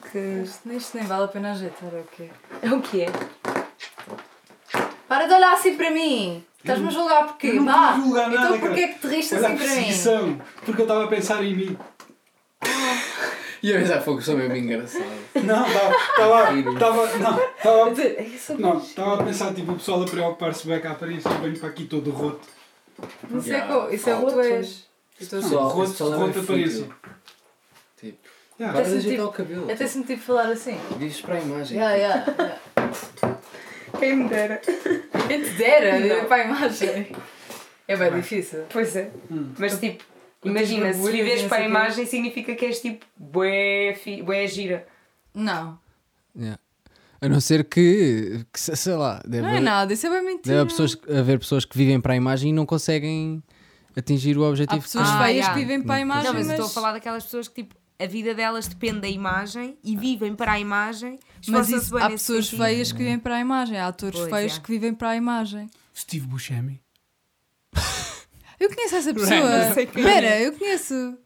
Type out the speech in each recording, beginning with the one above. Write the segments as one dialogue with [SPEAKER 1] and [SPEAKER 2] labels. [SPEAKER 1] que isto, isto nem vale a pena ajeitar, é o quê?
[SPEAKER 2] É o que é?
[SPEAKER 1] Para de olhar assim para mim! Estás-me a julgar porquê?
[SPEAKER 3] Eu não
[SPEAKER 1] Vá!
[SPEAKER 3] estou a julgar nada,
[SPEAKER 1] então
[SPEAKER 3] cara.
[SPEAKER 1] porquê é que te riste
[SPEAKER 3] Olha a
[SPEAKER 1] assim para mim?
[SPEAKER 3] perseguição, porque eu estava a pensar em mim.
[SPEAKER 4] E eu já fogo, sou mesmo engraçado.
[SPEAKER 3] Não, estava, estava, não, estava,
[SPEAKER 2] É só
[SPEAKER 3] não, estava a pensar, tipo, o pessoal a preocupar-se bem com a aparência, eu venho para aqui todo roto.
[SPEAKER 1] Não sei
[SPEAKER 4] Yeah.
[SPEAKER 1] qual, isso é o que tu
[SPEAKER 2] Outro.
[SPEAKER 1] és. Eu estou a
[SPEAKER 4] Só-
[SPEAKER 1] julgar.
[SPEAKER 3] Não, roto,
[SPEAKER 4] esse pessoal é
[SPEAKER 3] roto
[SPEAKER 4] bem
[SPEAKER 3] aparência.
[SPEAKER 4] Tipo,
[SPEAKER 3] Yeah.
[SPEAKER 4] para de
[SPEAKER 1] Parece
[SPEAKER 4] ajeitar
[SPEAKER 1] tipo-
[SPEAKER 4] o cabelo.
[SPEAKER 1] Até senti de falar assim.
[SPEAKER 4] Dizes para a imagem.
[SPEAKER 1] Yeah, yeah, yeah.
[SPEAKER 2] Quem me dera.
[SPEAKER 1] Quem te dera,
[SPEAKER 2] Não.
[SPEAKER 1] é para a imagem. É bem difícil.
[SPEAKER 2] Pois é.
[SPEAKER 3] Hum.
[SPEAKER 2] Mas tipo,
[SPEAKER 1] Quantas
[SPEAKER 2] imagina, se
[SPEAKER 1] borbulhas
[SPEAKER 2] vives
[SPEAKER 1] nessa
[SPEAKER 2] para a
[SPEAKER 1] coisa?
[SPEAKER 2] imagem significa que és tipo bué, fi, bué gira.
[SPEAKER 1] Não,
[SPEAKER 4] Yeah. A não ser que, que se- sei lá, deve,
[SPEAKER 1] não é nada, isso é bem
[SPEAKER 4] deve
[SPEAKER 1] mentira.
[SPEAKER 4] haver, pessoas, haver pessoas que vivem para a imagem e não conseguem atingir o objetivo.
[SPEAKER 1] Há pessoas
[SPEAKER 4] que-
[SPEAKER 2] Ah,
[SPEAKER 1] feias
[SPEAKER 2] yeah.
[SPEAKER 1] que vivem para a imagem,
[SPEAKER 2] Não, mas,
[SPEAKER 1] mas...
[SPEAKER 2] eu estou a falar daquelas pessoas que tipo, a vida delas depende da imagem e vivem para a imagem.
[SPEAKER 1] Mas
[SPEAKER 2] esforçam-se
[SPEAKER 1] isso,
[SPEAKER 2] bué
[SPEAKER 1] há
[SPEAKER 2] nesse
[SPEAKER 1] pessoas
[SPEAKER 2] sentido.
[SPEAKER 1] feias que vivem para a imagem, há atores
[SPEAKER 2] Pois,
[SPEAKER 1] feios
[SPEAKER 2] é.
[SPEAKER 1] que vivem para a imagem.
[SPEAKER 3] Steve Buscemi.
[SPEAKER 1] Eu conheço essa pessoa. Espera, eu conheço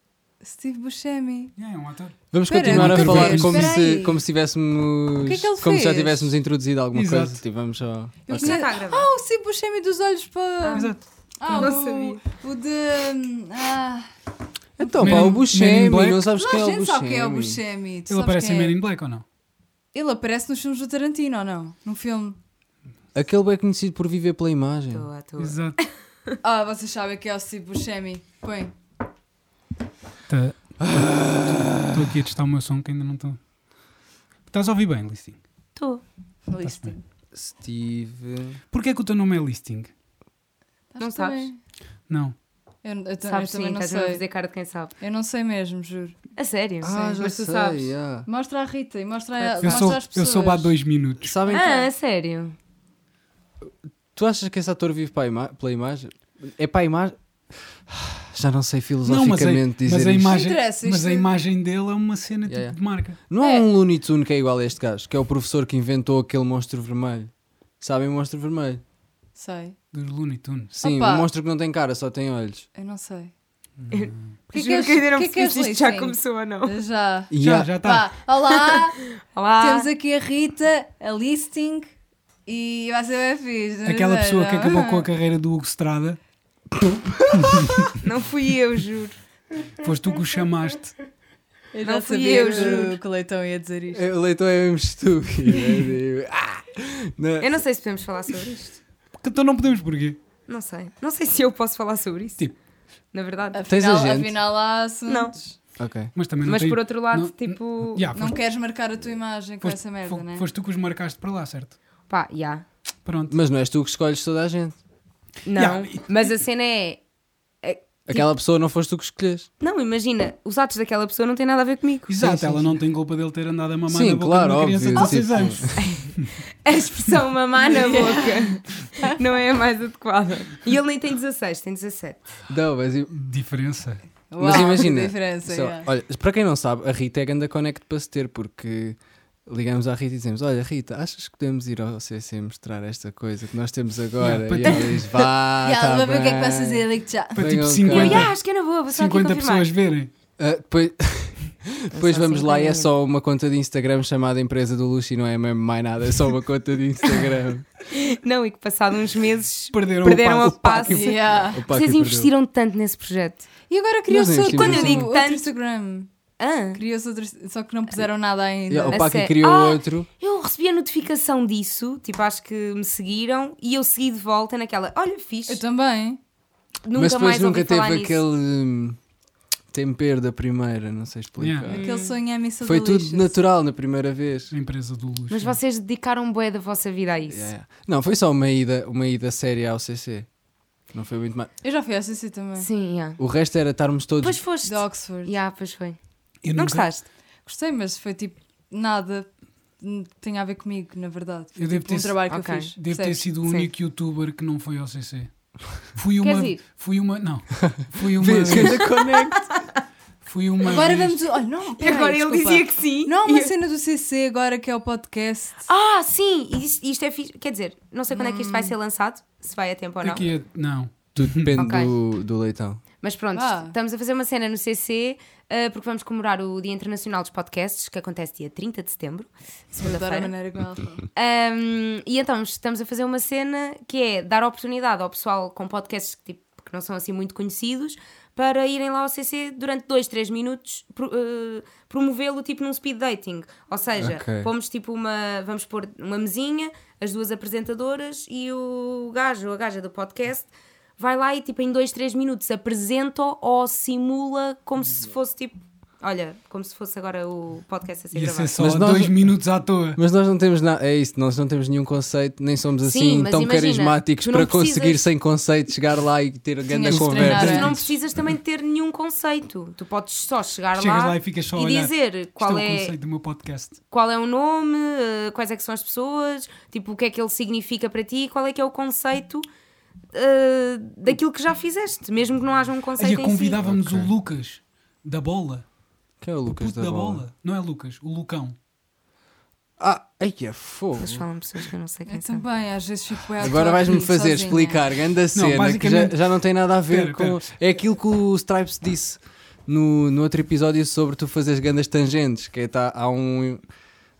[SPEAKER 1] Steve Buscemi.
[SPEAKER 3] Yeah, é um ator.
[SPEAKER 4] Vamos
[SPEAKER 1] Espera,
[SPEAKER 4] continuar a
[SPEAKER 1] nunca
[SPEAKER 4] falar
[SPEAKER 1] fez.
[SPEAKER 4] como
[SPEAKER 1] Espera
[SPEAKER 4] se,
[SPEAKER 1] aí.
[SPEAKER 4] como se tivéssemos.
[SPEAKER 1] O que é que ele
[SPEAKER 4] como se já
[SPEAKER 1] fez?
[SPEAKER 4] tivéssemos introduzido alguma
[SPEAKER 3] Exato.
[SPEAKER 4] coisa. Tipo, vamos só.
[SPEAKER 1] Eu
[SPEAKER 2] Isto já está a
[SPEAKER 1] conheço...
[SPEAKER 2] gravar.
[SPEAKER 1] Ah, o Steve Buscemi dos olhos para...
[SPEAKER 3] Exato.
[SPEAKER 1] Ah,
[SPEAKER 2] Não
[SPEAKER 1] o,
[SPEAKER 2] sabia.
[SPEAKER 1] o de... Ah,
[SPEAKER 4] Então,
[SPEAKER 3] Man
[SPEAKER 4] pá, o
[SPEAKER 3] in- Man
[SPEAKER 4] Buscemi,
[SPEAKER 3] in Black.
[SPEAKER 4] não sabes
[SPEAKER 1] não,
[SPEAKER 4] quem é
[SPEAKER 1] a
[SPEAKER 4] o
[SPEAKER 1] gente sabe
[SPEAKER 4] Buscemi.
[SPEAKER 1] quem é o Buscemi. Tu
[SPEAKER 3] Ele
[SPEAKER 1] sabes
[SPEAKER 3] aparece
[SPEAKER 1] quem
[SPEAKER 3] em
[SPEAKER 1] é?
[SPEAKER 3] Men in Black ou não?
[SPEAKER 1] Ele aparece nos filmes do Tarantino, ou não? Num filme...
[SPEAKER 4] Aquele bem conhecido por viver pela imagem.
[SPEAKER 2] Estou à toa.
[SPEAKER 3] Exato.
[SPEAKER 1] Ah, vocês sabem que é o Steve Buscemi. Põe.
[SPEAKER 3] Estou Tá. aqui a testar o meu som que ainda não estou. Estás a ouvir bem, Listing?
[SPEAKER 2] Estou.
[SPEAKER 3] Está-se
[SPEAKER 1] Listing.
[SPEAKER 3] bem.
[SPEAKER 4] Steve.
[SPEAKER 3] Porquê que o teu nome é Listing?
[SPEAKER 2] Não
[SPEAKER 1] Estás-te
[SPEAKER 2] sabes?
[SPEAKER 1] bem?
[SPEAKER 3] Não.
[SPEAKER 1] Eu, eu, ta- eu
[SPEAKER 2] Sabes sim,
[SPEAKER 1] também não
[SPEAKER 2] estás a
[SPEAKER 1] sei.
[SPEAKER 2] fazer cara de quem sabe.
[SPEAKER 1] Eu não sei mesmo, juro.
[SPEAKER 2] A sério?
[SPEAKER 4] Ah, já
[SPEAKER 2] mas tu
[SPEAKER 4] sei.
[SPEAKER 2] sabes.
[SPEAKER 4] yeah.
[SPEAKER 1] Mostra à Rita e mostra, a,
[SPEAKER 3] Eu
[SPEAKER 1] Ah, mostra
[SPEAKER 3] sou,
[SPEAKER 1] às
[SPEAKER 3] eu
[SPEAKER 1] pessoas.
[SPEAKER 3] soube há dois minutos.
[SPEAKER 4] Sabem
[SPEAKER 2] Ah, a sério?
[SPEAKER 4] que- Tu achas que esse ator vive para a ima- pela imagem? É para a imagem. Já não sei
[SPEAKER 3] mas a,
[SPEAKER 4] filosoficamente dizer
[SPEAKER 3] mas a
[SPEAKER 4] isto.
[SPEAKER 3] imagem,
[SPEAKER 1] Interessa, isto-
[SPEAKER 3] mas a imagem dele é uma cena tipo
[SPEAKER 4] Yeah, yeah.
[SPEAKER 3] de marca.
[SPEAKER 4] Não há
[SPEAKER 1] É.
[SPEAKER 4] um Looney Tune que é igual a este gajo, que é o professor que inventou aquele monstro vermelho. Sabem o monstro vermelho?
[SPEAKER 1] Sei,
[SPEAKER 3] Dos Looney Tunes.
[SPEAKER 4] Sim,
[SPEAKER 1] Opa.
[SPEAKER 4] um monstro que não tem cara, só tem olhos.
[SPEAKER 1] eu não sei. O
[SPEAKER 2] Juro que ainda não percebi se isto já
[SPEAKER 1] leasing?
[SPEAKER 2] começou ou não.
[SPEAKER 1] Já.
[SPEAKER 4] E
[SPEAKER 3] Já,
[SPEAKER 4] há-
[SPEAKER 3] já está.
[SPEAKER 1] Vá, olá,
[SPEAKER 2] Olá.
[SPEAKER 1] temos aqui a Rita, a Listing e vai ser bem fixe. não
[SPEAKER 3] Aquela
[SPEAKER 1] sei,
[SPEAKER 3] pessoa que
[SPEAKER 1] não?
[SPEAKER 3] acabou com a carreira do Hugo Strada,
[SPEAKER 2] Não fui eu, juro.
[SPEAKER 3] foste tu que o chamaste.
[SPEAKER 1] Eu
[SPEAKER 2] Não
[SPEAKER 1] não
[SPEAKER 2] fui
[SPEAKER 1] sabia
[SPEAKER 2] eu,
[SPEAKER 1] que
[SPEAKER 2] juro.
[SPEAKER 1] o- que o Leitão ia dizer isto.
[SPEAKER 4] É, O leitão é mesmo estúpido. né? Tipo, ah! Não.
[SPEAKER 2] Eu não sei se podemos falar sobre isto.
[SPEAKER 3] Porque então não podemos porquê?
[SPEAKER 2] Não sei. Não sei se eu posso falar sobre isso.
[SPEAKER 3] Tipo.
[SPEAKER 2] Na verdade.
[SPEAKER 4] Tens
[SPEAKER 1] afinal,
[SPEAKER 4] agente?
[SPEAKER 1] afinal há assuntos.
[SPEAKER 4] Ok.
[SPEAKER 3] Mas também não
[SPEAKER 2] Mas
[SPEAKER 3] tem...
[SPEAKER 2] por outro lado,
[SPEAKER 3] não-
[SPEAKER 2] tipo.
[SPEAKER 4] Ah,
[SPEAKER 3] Yeah,
[SPEAKER 1] Não.
[SPEAKER 3] foste,
[SPEAKER 1] queres marcar a tua imagem com
[SPEAKER 3] foste-
[SPEAKER 1] essa merda,
[SPEAKER 3] fo-
[SPEAKER 1] né?
[SPEAKER 3] foste tu que os marcaste para lá, certo?
[SPEAKER 2] Pá, já.
[SPEAKER 3] Pronto.
[SPEAKER 4] Mas não és tu que escolhes toda a gente.
[SPEAKER 2] Não.
[SPEAKER 3] Yeah.
[SPEAKER 2] Mas a cena é.
[SPEAKER 4] Aquela pessoa não foste tu que escolhes.
[SPEAKER 2] Não, imagina, os atos daquela pessoa não têm nada a ver comigo.
[SPEAKER 3] Exato,
[SPEAKER 4] sim,
[SPEAKER 3] ela
[SPEAKER 4] sim.
[SPEAKER 3] não tem culpa dele ter andado a mamar
[SPEAKER 4] Sim,
[SPEAKER 3] na boca
[SPEAKER 4] claro,
[SPEAKER 3] de uma
[SPEAKER 4] óbvio.
[SPEAKER 3] criança de 16
[SPEAKER 4] Tipo,
[SPEAKER 3] anos.
[SPEAKER 2] A expressão mamar na boca não é a mais adequada. E ele nem tem 16, tem 17.
[SPEAKER 4] Não, mas, i-
[SPEAKER 3] Diferença.
[SPEAKER 1] Uau,
[SPEAKER 4] mas imagina.
[SPEAKER 1] Que diferença,
[SPEAKER 4] só-
[SPEAKER 1] é.
[SPEAKER 4] Olha, para quem não sabe, a Rita é ganda connect para se ter, porque ligamos à Rita e dizemos: Olha, Rita, achas que podemos ir ao CC mostrar esta coisa que nós temos agora?
[SPEAKER 3] Yeah,
[SPEAKER 4] e
[SPEAKER 3] para
[SPEAKER 4] ela diz: Vá,
[SPEAKER 1] E ela
[SPEAKER 4] tá
[SPEAKER 1] vai ver o que é que
[SPEAKER 4] bem."
[SPEAKER 1] vais fazer, digo já.
[SPEAKER 3] Para
[SPEAKER 4] Venham
[SPEAKER 3] tipo
[SPEAKER 4] cá.
[SPEAKER 3] 50,
[SPEAKER 2] Eu,
[SPEAKER 4] Quanto?
[SPEAKER 2] "Ya, acho que eu não vou, vou só aqui
[SPEAKER 3] 50
[SPEAKER 2] confirmar.
[SPEAKER 3] pessoas verem.
[SPEAKER 4] Ah, depois depois
[SPEAKER 2] só
[SPEAKER 4] vamos
[SPEAKER 2] assim
[SPEAKER 4] lá
[SPEAKER 2] que
[SPEAKER 4] e é
[SPEAKER 2] eu-
[SPEAKER 4] só uma conta de Instagram chamada Empresa do Luxo e não é mesmo mais nada, é só uma conta de Instagram.
[SPEAKER 2] Não, e que passado uns meses
[SPEAKER 3] Perderam,
[SPEAKER 2] perderam
[SPEAKER 3] o
[SPEAKER 2] a
[SPEAKER 3] passo. é
[SPEAKER 2] passo.
[SPEAKER 1] Yeah.
[SPEAKER 4] Opa, que
[SPEAKER 2] Vocês
[SPEAKER 4] perdeu.
[SPEAKER 2] investiram tanto nesse projeto.
[SPEAKER 1] E agora criou-se
[SPEAKER 4] Nós
[SPEAKER 1] outro,
[SPEAKER 4] investimos
[SPEAKER 2] Quando eu digo
[SPEAKER 1] outro
[SPEAKER 2] tanto-
[SPEAKER 1] Instagram.
[SPEAKER 2] Ah,
[SPEAKER 1] Criou-se outro, só que não puseram nada ainda.
[SPEAKER 4] Yeah,
[SPEAKER 2] A
[SPEAKER 4] o Paco
[SPEAKER 2] sé-
[SPEAKER 4] criou
[SPEAKER 2] Ah!
[SPEAKER 4] outro.
[SPEAKER 2] eu recebi a notificação disso, tipo, acho que me seguiram e eu segui de volta naquela, olha, fixe,
[SPEAKER 1] Eu também.
[SPEAKER 2] nunca
[SPEAKER 4] mas depois
[SPEAKER 2] mais
[SPEAKER 4] nunca
[SPEAKER 2] ouvi
[SPEAKER 4] teve
[SPEAKER 2] falar nisso.
[SPEAKER 4] aquele hum, tempero da primeira, não sei explicar.
[SPEAKER 3] Yeah.
[SPEAKER 1] Aquele sonho é a missa
[SPEAKER 4] Foi
[SPEAKER 1] do
[SPEAKER 4] tudo
[SPEAKER 1] lixo.
[SPEAKER 4] natural na primeira vez.
[SPEAKER 3] A empresa do luxo.
[SPEAKER 2] Mas vocês dedicaram bué da vossa vida a isso.
[SPEAKER 4] Yeah, yeah. Não, foi só uma ida, uma ida séria ao CC. Não foi muito mais.
[SPEAKER 1] Eu já fui à CC também.
[SPEAKER 2] Sim, yeah.
[SPEAKER 4] O resto era estarmos todos.
[SPEAKER 2] Pois foste.
[SPEAKER 1] De Oxford.
[SPEAKER 2] Yeah, pois foi.
[SPEAKER 3] Eu
[SPEAKER 2] Não
[SPEAKER 3] nunca-
[SPEAKER 2] gostaste?
[SPEAKER 1] Gostei, mas foi tipo nada hum, que tenha a ver comigo, na verdade.
[SPEAKER 3] Eu devo ter,
[SPEAKER 1] Um trabalho que
[SPEAKER 2] Ok.
[SPEAKER 1] eu fiz.
[SPEAKER 3] devo ter
[SPEAKER 1] percebes?
[SPEAKER 3] sido o
[SPEAKER 2] Sim.
[SPEAKER 3] único youtuber que não foi ao CC. Fui
[SPEAKER 2] Queres
[SPEAKER 3] uma.
[SPEAKER 2] ir?
[SPEAKER 3] Fui uma. Não. Fui uma.
[SPEAKER 4] Vês,
[SPEAKER 3] vez-
[SPEAKER 4] ganda connect.
[SPEAKER 3] fui uma.
[SPEAKER 1] Agora
[SPEAKER 3] vez-
[SPEAKER 1] vamos. Olha, não,
[SPEAKER 2] E
[SPEAKER 1] peraí,
[SPEAKER 2] agora ele
[SPEAKER 1] desculpa.
[SPEAKER 2] dizia que sim.
[SPEAKER 1] Não,
[SPEAKER 2] E
[SPEAKER 1] uma
[SPEAKER 2] eu-
[SPEAKER 1] cena do CC agora que é o podcast.
[SPEAKER 2] Ah, sim! e Isto, isto é fixe. Quer dizer, não sei quando é que isto vai ser lançado, se vai a tempo ou não.
[SPEAKER 3] Aqui é- Não.
[SPEAKER 4] Tudo depende
[SPEAKER 2] Ok.
[SPEAKER 4] do, do leitão.
[SPEAKER 2] Mas pronto,
[SPEAKER 1] Ah.
[SPEAKER 2] estamos a fazer uma cena no CC ah, porque vamos comemorar o Dia Internacional dos Podcasts, que acontece dia 30 de setembro,
[SPEAKER 1] Eu adoro a
[SPEAKER 2] segunda-feira.
[SPEAKER 1] maneira como ela fala.
[SPEAKER 2] Um, e então estamos a fazer uma cena que é dar oportunidade ao pessoal com podcasts que, tipo, que não são assim muito conhecidos para irem lá ao CC durante 2, 3 minutos pro- eh, promovê-lo tipo num speed dating. Ou seja,
[SPEAKER 4] Ok.
[SPEAKER 2] pomos tipo uma. Vamos pôr uma mesinha, as duas apresentadoras e o gajo ou a gaja do podcast. Vai lá e tipo em 2, 3 minutos apresenta-o ou simula como se fosse tipo. Olha, como se fosse agora o podcast a ser
[SPEAKER 3] Ia
[SPEAKER 2] gravado.
[SPEAKER 3] ser só
[SPEAKER 4] Mas nós-
[SPEAKER 3] dois minutos à toa.
[SPEAKER 4] Mas nós não temos nada, é isso, nós não temos nenhum conceito, nem somos
[SPEAKER 2] Sim,
[SPEAKER 4] assim
[SPEAKER 2] mas
[SPEAKER 4] tão
[SPEAKER 2] imagina,
[SPEAKER 4] carismáticos
[SPEAKER 2] tu não
[SPEAKER 4] para conseguir
[SPEAKER 2] precisas-
[SPEAKER 4] sem conceito chegar lá e ter
[SPEAKER 1] de
[SPEAKER 4] grande
[SPEAKER 1] treinar,
[SPEAKER 2] Mas
[SPEAKER 1] Era
[SPEAKER 2] tu
[SPEAKER 4] conversa.
[SPEAKER 2] não
[SPEAKER 1] antes.
[SPEAKER 2] precisas também de ter nenhum conceito. Tu podes só chegar
[SPEAKER 3] Chegas
[SPEAKER 2] lá,
[SPEAKER 3] lá e ficas só a
[SPEAKER 2] e
[SPEAKER 3] olhar.
[SPEAKER 2] dizer qual
[SPEAKER 3] Isto é o
[SPEAKER 2] é,
[SPEAKER 3] conceito do meu podcast.
[SPEAKER 2] qual é o nome, eh, quais é que são as pessoas, tipo, o que é que ele significa para ti e qual é que é o conceito eh, daquilo que já fizeste, mesmo que não haja um
[SPEAKER 3] Aí
[SPEAKER 2] conceito em si.
[SPEAKER 3] convidávamos
[SPEAKER 4] Ok.
[SPEAKER 3] o Lucas da bola.
[SPEAKER 4] Quem é o
[SPEAKER 3] O
[SPEAKER 4] Lucas
[SPEAKER 3] puto da, bola. Não é Lucas, o Lucão.
[SPEAKER 4] Ah, ai que é fogo.
[SPEAKER 2] Eles falam pessoas que eu não sei quem
[SPEAKER 1] Eu
[SPEAKER 2] são.
[SPEAKER 1] também, Então às vezes fico bué à
[SPEAKER 4] Agora
[SPEAKER 1] toa
[SPEAKER 4] vais-me
[SPEAKER 1] aqui,
[SPEAKER 4] fazer
[SPEAKER 1] sozinha.
[SPEAKER 4] explicar, grande cena, que já,
[SPEAKER 3] basicamente-
[SPEAKER 4] já não tem nada a
[SPEAKER 3] Pera,
[SPEAKER 4] ver com. É aquilo que o Stripes disse no, no outro episódio sobre tu fazeres grandes tangentes, que é tá, há um.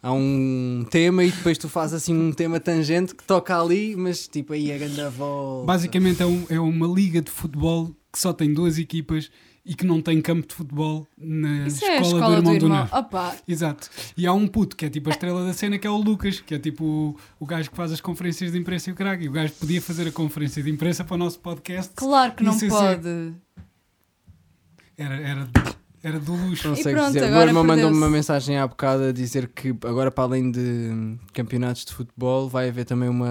[SPEAKER 4] Há um tema e depois tu fazes assim um tema tangente que toca ali, mas tipo aí a grande volta.
[SPEAKER 3] Basicamente é, um- é uma liga de futebol que só tem duas equipas e que não tem campo de futebol na
[SPEAKER 1] Isso
[SPEAKER 3] escola,
[SPEAKER 1] é a escola
[SPEAKER 3] do irmão do,
[SPEAKER 1] irmão.
[SPEAKER 3] Nervo.
[SPEAKER 1] Opa,
[SPEAKER 3] Exato. E há um puto que é tipo a estrela da cena, que é o Lucas, que é tipo o, o gajo que faz as conferências de imprensa e o craque. E o gajo podia fazer a conferência de imprensa para o nosso podcast.
[SPEAKER 1] claro que não
[SPEAKER 3] Isso, isso é-
[SPEAKER 1] pode.
[SPEAKER 3] Era, era, era do luxo.
[SPEAKER 4] Não
[SPEAKER 1] E
[SPEAKER 4] sei
[SPEAKER 1] pronto,
[SPEAKER 4] dizer. O meu
[SPEAKER 1] agora
[SPEAKER 4] irmão mandou-me uma
[SPEAKER 1] perdeu-se.
[SPEAKER 4] mensagem há bocado a dizer que agora, para além de hum, campeonatos de futebol, vai haver também uma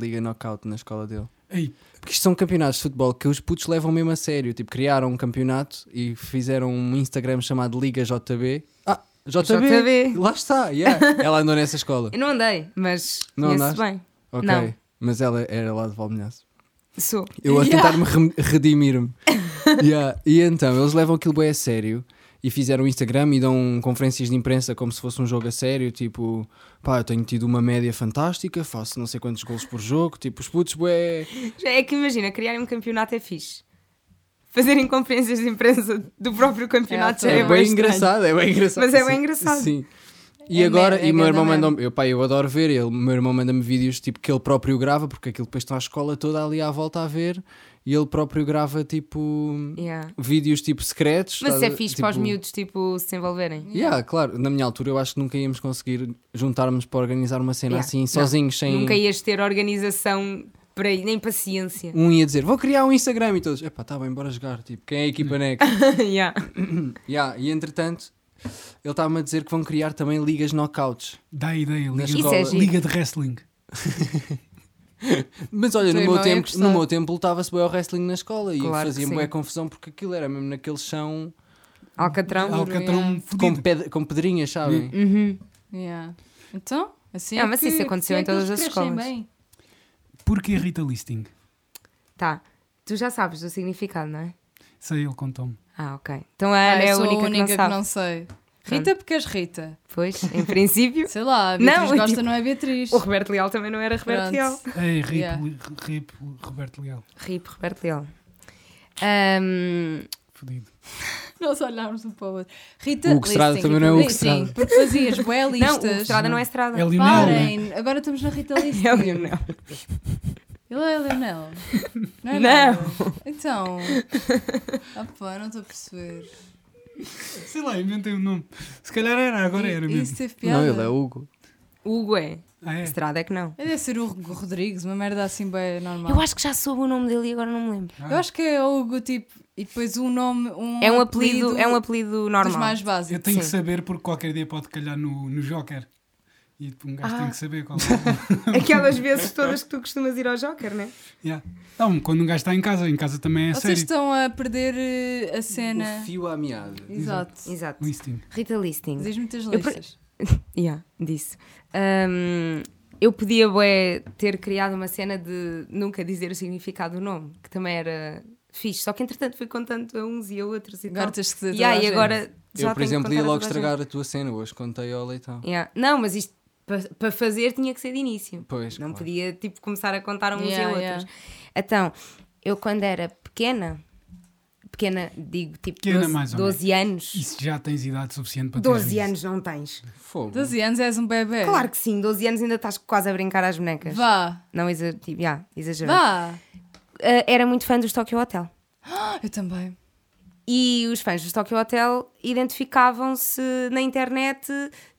[SPEAKER 4] liga knockout na escola dele.
[SPEAKER 3] Ei,
[SPEAKER 4] Porque isto são campeonatos de futebol que os putos levam mesmo a sério. Tipo, criaram um campeonato e fizeram um Instagram chamado Liga JB. Ah, JB!
[SPEAKER 2] JB.
[SPEAKER 4] Lá está, yeah. Ela andou nessa escola.
[SPEAKER 2] Eu não andei, mas
[SPEAKER 4] Não
[SPEAKER 2] conheço
[SPEAKER 4] andaste?
[SPEAKER 2] bem.
[SPEAKER 4] Ok.
[SPEAKER 2] Não.
[SPEAKER 4] Mas ela era lá de Valmelhaço.
[SPEAKER 2] Sou.
[SPEAKER 4] Eu a
[SPEAKER 1] Yeah.
[SPEAKER 4] tentar-me rem- redimir-me. Yeah. E então, eles levam aquilo bem a sério e fizeram o Instagram e dão conferências de imprensa como se fosse um jogo a sério. Tipo, pá, eu tenho tido uma média fantástica, faço não sei quantos gols por jogo. Tipo, os putos, bué.
[SPEAKER 2] Já é que imagina, criarem um campeonato é fixe. Fazerem conferências de imprensa do próprio campeonato
[SPEAKER 1] à
[SPEAKER 2] já
[SPEAKER 1] toa.
[SPEAKER 4] É,
[SPEAKER 2] é,
[SPEAKER 4] bem
[SPEAKER 2] estranho.
[SPEAKER 4] engraçado, é bem engraçado.
[SPEAKER 2] Mas é bem
[SPEAKER 4] Sim,
[SPEAKER 2] engraçado.
[SPEAKER 4] Sim. E
[SPEAKER 1] É
[SPEAKER 4] agora,
[SPEAKER 1] mer- é
[SPEAKER 4] e meu
[SPEAKER 1] grande
[SPEAKER 4] irmão
[SPEAKER 1] merda.
[SPEAKER 4] mandou-me, eu, pá, eu adoro ver, ele, meu irmão manda-me vídeos tipo que ele próprio grava, porque aquilo depois está a escola toda ali à volta a ver, e ele próprio grava tipo
[SPEAKER 2] Yeah.
[SPEAKER 4] vídeos tipo secretos.
[SPEAKER 2] Mas isso é
[SPEAKER 4] estás a-
[SPEAKER 2] fixe
[SPEAKER 4] tipo,
[SPEAKER 2] para os miúdos tipo, se desenvolverem.
[SPEAKER 4] Yeah, claro, na minha altura eu acho que nunca íamos conseguir juntarmos para organizar uma cena
[SPEAKER 2] Yeah.
[SPEAKER 4] assim,
[SPEAKER 2] Não.
[SPEAKER 4] sozinhos, sem.
[SPEAKER 2] Nunca ias ter organização para ir, nem paciência.
[SPEAKER 4] Um ia dizer, vou criar um Instagram e todos, epá, tá bem, bora jogar, tipo, quem é a equipa next?
[SPEAKER 2] yeah.
[SPEAKER 4] yeah, e entretanto, ele estava-me a dizer que vão criar também ligas knockouts.
[SPEAKER 3] dá a ideia, liga,
[SPEAKER 4] Na
[SPEAKER 2] Isso
[SPEAKER 4] escola.
[SPEAKER 2] é
[SPEAKER 3] de-
[SPEAKER 2] giro.
[SPEAKER 3] liga de wrestling.
[SPEAKER 4] Mas olha, no
[SPEAKER 1] Teu
[SPEAKER 4] meu,
[SPEAKER 1] irmão ia
[SPEAKER 4] tempo,
[SPEAKER 1] gostar.
[SPEAKER 4] no meu tempo lutava-se bem ao wrestling na escola e
[SPEAKER 2] é Claro que
[SPEAKER 4] fazia-me
[SPEAKER 2] sim.
[SPEAKER 4] boa confusão porque aquilo era mesmo naquele chão
[SPEAKER 2] Alcatrão.
[SPEAKER 1] Al- yeah.
[SPEAKER 3] Alcatrão
[SPEAKER 4] com,
[SPEAKER 3] um fodido.
[SPEAKER 4] ped- com pedrinhas, sabem?
[SPEAKER 2] Uhum.
[SPEAKER 1] Yeah. Então, assim.
[SPEAKER 2] Ah,
[SPEAKER 1] é
[SPEAKER 2] mas
[SPEAKER 1] que-
[SPEAKER 2] isso aconteceu
[SPEAKER 1] assim é
[SPEAKER 2] em
[SPEAKER 1] que
[SPEAKER 2] todas
[SPEAKER 1] eles
[SPEAKER 2] as
[SPEAKER 1] crescem
[SPEAKER 2] escolas.
[SPEAKER 1] bem.
[SPEAKER 3] Porquê Rita Listing?
[SPEAKER 2] Tá. Tu já sabes do significado, não é?
[SPEAKER 3] Sei, ele contou-me.
[SPEAKER 2] Ah, ok. Então a
[SPEAKER 1] Ah,
[SPEAKER 2] Ana
[SPEAKER 1] eu
[SPEAKER 2] é a
[SPEAKER 1] sou
[SPEAKER 2] única, que não sabe.
[SPEAKER 1] sei. Rita, porque és Rita.
[SPEAKER 2] Pois, em princípio.
[SPEAKER 1] Sei lá, a Beatriz
[SPEAKER 2] Não,
[SPEAKER 1] gosta,
[SPEAKER 2] tipo-
[SPEAKER 1] não é Beatriz.
[SPEAKER 2] O Roberto Leal também não era Roberto é
[SPEAKER 1] Pronto.
[SPEAKER 2] Leal.
[SPEAKER 3] Ei, É rip,
[SPEAKER 1] Yeah.
[SPEAKER 3] li- rip, Roberto Leal.
[SPEAKER 2] Rip, Roberto Leal. Ahm,
[SPEAKER 3] Fodido.
[SPEAKER 1] Nós olhámos um para o outro. Rita,
[SPEAKER 4] O Hugo Estrada
[SPEAKER 1] Listing.
[SPEAKER 4] também não é o Hugo
[SPEAKER 1] Listing,
[SPEAKER 4] Estrada.
[SPEAKER 1] Porque fazias bué
[SPEAKER 2] não,
[SPEAKER 1] listas.
[SPEAKER 2] o Estrada não é Estrada.
[SPEAKER 3] É Lionel, né?
[SPEAKER 1] Parem, agora estamos na Rita Listing.
[SPEAKER 2] É o Lionel.
[SPEAKER 1] Ele é Leonel. Não. É
[SPEAKER 2] Não.
[SPEAKER 1] nada. Então. Ah pá, não estou a perceber.
[SPEAKER 3] Sei lá, inventei um nome. Se calhar era, agora era
[SPEAKER 1] I- Isso
[SPEAKER 3] mesmo.
[SPEAKER 1] teve piada.
[SPEAKER 4] Não, ele é Hugo.
[SPEAKER 2] Hugo é.
[SPEAKER 3] Ah, é?
[SPEAKER 2] Estrada é que não.
[SPEAKER 1] Ele deve ser o Hugo Rodrigues, uma merda assim bem normal.
[SPEAKER 2] Eu acho que já soube o nome dele e agora não me lembro.
[SPEAKER 1] Eu acho que é o Hugo, tipo, e depois um nome, um
[SPEAKER 2] É um apelido, é um apelido normal.
[SPEAKER 1] dos mais
[SPEAKER 3] Eu
[SPEAKER 1] básicos.
[SPEAKER 3] tenho que
[SPEAKER 2] Sim.
[SPEAKER 3] saber porque qualquer dia pode calhar no, no Joker. E tipo, um gajo
[SPEAKER 2] Ah.
[SPEAKER 3] tem que saber qual é.
[SPEAKER 2] Aquelas vezes todas que tu costumas ir ao Joker, não é?
[SPEAKER 3] yeah. Não, quando um gajo está em casa, em casa também é
[SPEAKER 1] Vocês
[SPEAKER 3] sério.
[SPEAKER 1] estão a perder eh, a cena.
[SPEAKER 4] O fio à meada.
[SPEAKER 1] Exato.
[SPEAKER 2] Exato.
[SPEAKER 3] Listing.
[SPEAKER 2] Rita Listing.
[SPEAKER 1] Diz muitas
[SPEAKER 2] Eu pre-
[SPEAKER 1] listas.
[SPEAKER 2] Yeah, disse. Hum, eu podia bué, ter criado uma cena de nunca dizer o significado do nome, que também era fixe. Só que entretanto fui contando a uns e a outros e
[SPEAKER 1] Agora
[SPEAKER 2] tal.
[SPEAKER 1] tens que dizer
[SPEAKER 2] Yeah,
[SPEAKER 1] toda
[SPEAKER 2] e
[SPEAKER 1] a gente.
[SPEAKER 2] agora já
[SPEAKER 4] Eu, por
[SPEAKER 2] tenho que
[SPEAKER 4] exemplo,
[SPEAKER 2] contar
[SPEAKER 4] ia
[SPEAKER 2] a
[SPEAKER 4] logo
[SPEAKER 2] toda a gente.
[SPEAKER 4] estragar a tua cena hoje, contei ao leitão.
[SPEAKER 2] Yeah. Não, mas isto para fazer tinha que ser de início.
[SPEAKER 4] Pois,
[SPEAKER 2] Não
[SPEAKER 4] claro.
[SPEAKER 2] podia tipo começar a contar a uns e a
[SPEAKER 1] Yeah,
[SPEAKER 2] outros.
[SPEAKER 1] yeah.
[SPEAKER 2] Então, eu quando era pequena, pequena, digo tipo
[SPEAKER 3] Pequena,
[SPEAKER 2] 12,
[SPEAKER 3] mais ou
[SPEAKER 2] 12 anos.
[SPEAKER 3] Isso já tens idade suficiente para teres
[SPEAKER 2] 12
[SPEAKER 3] isso.
[SPEAKER 2] anos não tens.
[SPEAKER 4] Fogo.
[SPEAKER 1] 12 anos és um
[SPEAKER 4] É.
[SPEAKER 1] bebê.
[SPEAKER 2] Claro que sim, 12 anos ainda estás quase a brincar às bonecas.
[SPEAKER 1] Vá,
[SPEAKER 2] Não exa tipo, yeah, exagerado.
[SPEAKER 1] vá.
[SPEAKER 2] Ah, era muito fã dos Tokyo Hotel.
[SPEAKER 1] Ah, Eu também.
[SPEAKER 2] E os fãs do Tokyo Hotel identificavam-se na internet,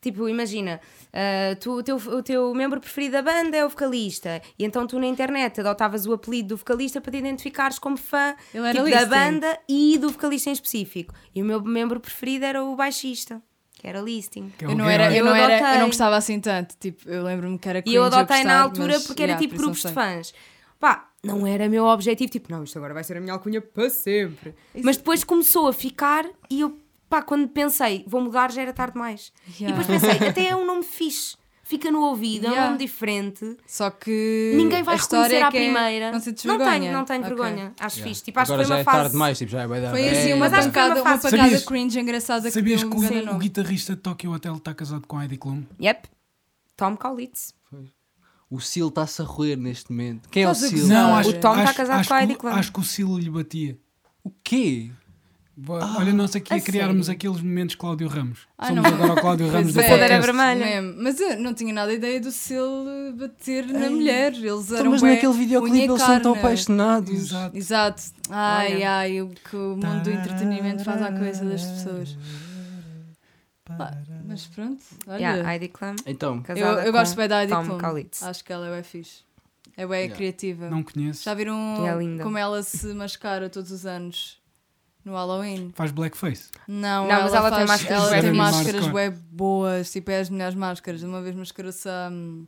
[SPEAKER 2] tipo, imagina, ah, tu, o, teu, o teu membro preferido da banda é o vocalista, e então tu na internet adotavas o apelido do vocalista para te identificares como fã
[SPEAKER 1] Ele era
[SPEAKER 2] tipo, da
[SPEAKER 1] listing.
[SPEAKER 2] banda e do vocalista em específico. E o meu membro preferido era o baixista, que era listing.
[SPEAKER 3] Que é
[SPEAKER 1] Eu
[SPEAKER 3] o
[SPEAKER 1] não,
[SPEAKER 3] que
[SPEAKER 1] era,
[SPEAKER 3] é.
[SPEAKER 1] eu, não
[SPEAKER 2] Eu
[SPEAKER 1] era, eu
[SPEAKER 2] adotei.
[SPEAKER 1] não gostava assim tanto. Tipo, eu lembro-me que era
[SPEAKER 2] E eu
[SPEAKER 1] cringe eu
[SPEAKER 2] adotei na
[SPEAKER 1] gostar,
[SPEAKER 2] altura
[SPEAKER 1] mas,
[SPEAKER 2] porque era
[SPEAKER 1] yeah,
[SPEAKER 2] tipo
[SPEAKER 1] por
[SPEAKER 2] grupos
[SPEAKER 1] isso
[SPEAKER 2] de
[SPEAKER 1] não
[SPEAKER 2] fãs. Pá, não era meu objetivo, tipo, não, isto agora vai ser a minha alcunha para sempre. Mas depois começou a ficar e eu, pá, quando pensei, vou mudar, já era tarde demais.
[SPEAKER 1] Yeah.
[SPEAKER 2] E depois pensei, até é um nome fixe, fica no ouvido, é um
[SPEAKER 1] Yeah.
[SPEAKER 2] nome diferente.
[SPEAKER 1] sei. Só que.
[SPEAKER 2] Ninguém vai
[SPEAKER 1] a história é
[SPEAKER 2] reconhecer à
[SPEAKER 1] que é-
[SPEAKER 2] primeira.
[SPEAKER 1] Não sentes
[SPEAKER 2] não
[SPEAKER 1] vergonha.
[SPEAKER 2] tenho, não tenho
[SPEAKER 1] Ok.
[SPEAKER 2] vergonha. Acho fixe. Tipo, acho
[SPEAKER 4] Agora
[SPEAKER 2] que
[SPEAKER 4] já
[SPEAKER 2] foi
[SPEAKER 4] é
[SPEAKER 2] uma fase.
[SPEAKER 4] tarde demais, tipo, já é bué da
[SPEAKER 1] Foi
[SPEAKER 4] velha.
[SPEAKER 1] assim uma
[SPEAKER 2] Mas acho que foi uma
[SPEAKER 1] pancada, uma
[SPEAKER 2] fase-
[SPEAKER 1] pancada
[SPEAKER 3] Sabias-
[SPEAKER 1] cringe engraçada que
[SPEAKER 3] Sabias que
[SPEAKER 1] deu um grande
[SPEAKER 3] o, o
[SPEAKER 1] nome.
[SPEAKER 3] guitarrista de Tokyo Hotel está casado com a Heidi Klum?
[SPEAKER 2] Yep. Tom Kaulitz.
[SPEAKER 4] O Sil está-se a roer neste momento. Quem é o
[SPEAKER 1] Estás a
[SPEAKER 4] Sil?
[SPEAKER 1] gozar?
[SPEAKER 3] Não,
[SPEAKER 1] O
[SPEAKER 3] acho,
[SPEAKER 2] Tom está
[SPEAKER 3] acho-
[SPEAKER 2] casado
[SPEAKER 3] acho
[SPEAKER 2] com a
[SPEAKER 3] que-
[SPEAKER 2] Heidi Klum.
[SPEAKER 3] Acho que o Silo lhe batia.
[SPEAKER 4] O quê?
[SPEAKER 3] Bo-
[SPEAKER 1] Ah,
[SPEAKER 3] Olha, nós aqui a,
[SPEAKER 2] a
[SPEAKER 3] criarmos
[SPEAKER 2] sério?
[SPEAKER 3] aqueles momentos Cláudio Ramos.
[SPEAKER 1] Ai,
[SPEAKER 3] Somos
[SPEAKER 1] Ah, não.
[SPEAKER 3] agora o Cláudio Ramos do
[SPEAKER 1] Pois é.
[SPEAKER 3] podcast.
[SPEAKER 2] Bandeira vermelha.
[SPEAKER 1] Mesmo. Mas eu não tinha nada a ideia do Sil eh, bater na mulher. Eles
[SPEAKER 3] Então,
[SPEAKER 1] eram
[SPEAKER 4] Então, mas
[SPEAKER 1] bué
[SPEAKER 4] naquele videoclipe
[SPEAKER 1] unha
[SPEAKER 4] eles são tão
[SPEAKER 1] carne.
[SPEAKER 4] apaixonados.
[SPEAKER 3] Exato.
[SPEAKER 1] Exato. Ai,
[SPEAKER 2] Olha.
[SPEAKER 1] ai, o que o mundo do entretenimento faz à cabeça das pessoas. Ah, mas pronto, olha.
[SPEAKER 2] Yeah, Heidi Klum.
[SPEAKER 4] Então,
[SPEAKER 1] eu
[SPEAKER 2] casada
[SPEAKER 1] eu gosto
[SPEAKER 2] com
[SPEAKER 1] bem da Heidi
[SPEAKER 2] Tom
[SPEAKER 1] Klum.
[SPEAKER 2] Kaulitz.
[SPEAKER 1] Acho que ela é bem fixe. É bem
[SPEAKER 4] Yeah.
[SPEAKER 1] criativa.
[SPEAKER 3] Não conheço.
[SPEAKER 1] Já viram
[SPEAKER 2] É linda.
[SPEAKER 1] como ela se mascara todos os anos no Halloween?
[SPEAKER 3] Faz blackface.
[SPEAKER 1] Não,
[SPEAKER 2] Não, mas ela tem
[SPEAKER 1] faz-
[SPEAKER 2] máscaras
[SPEAKER 1] ela
[SPEAKER 3] bué
[SPEAKER 1] tem
[SPEAKER 3] da
[SPEAKER 1] máscaras
[SPEAKER 3] Marco.
[SPEAKER 1] bem boas, tipo é as melhores máscaras. Uma vez mascarou-se a, hum,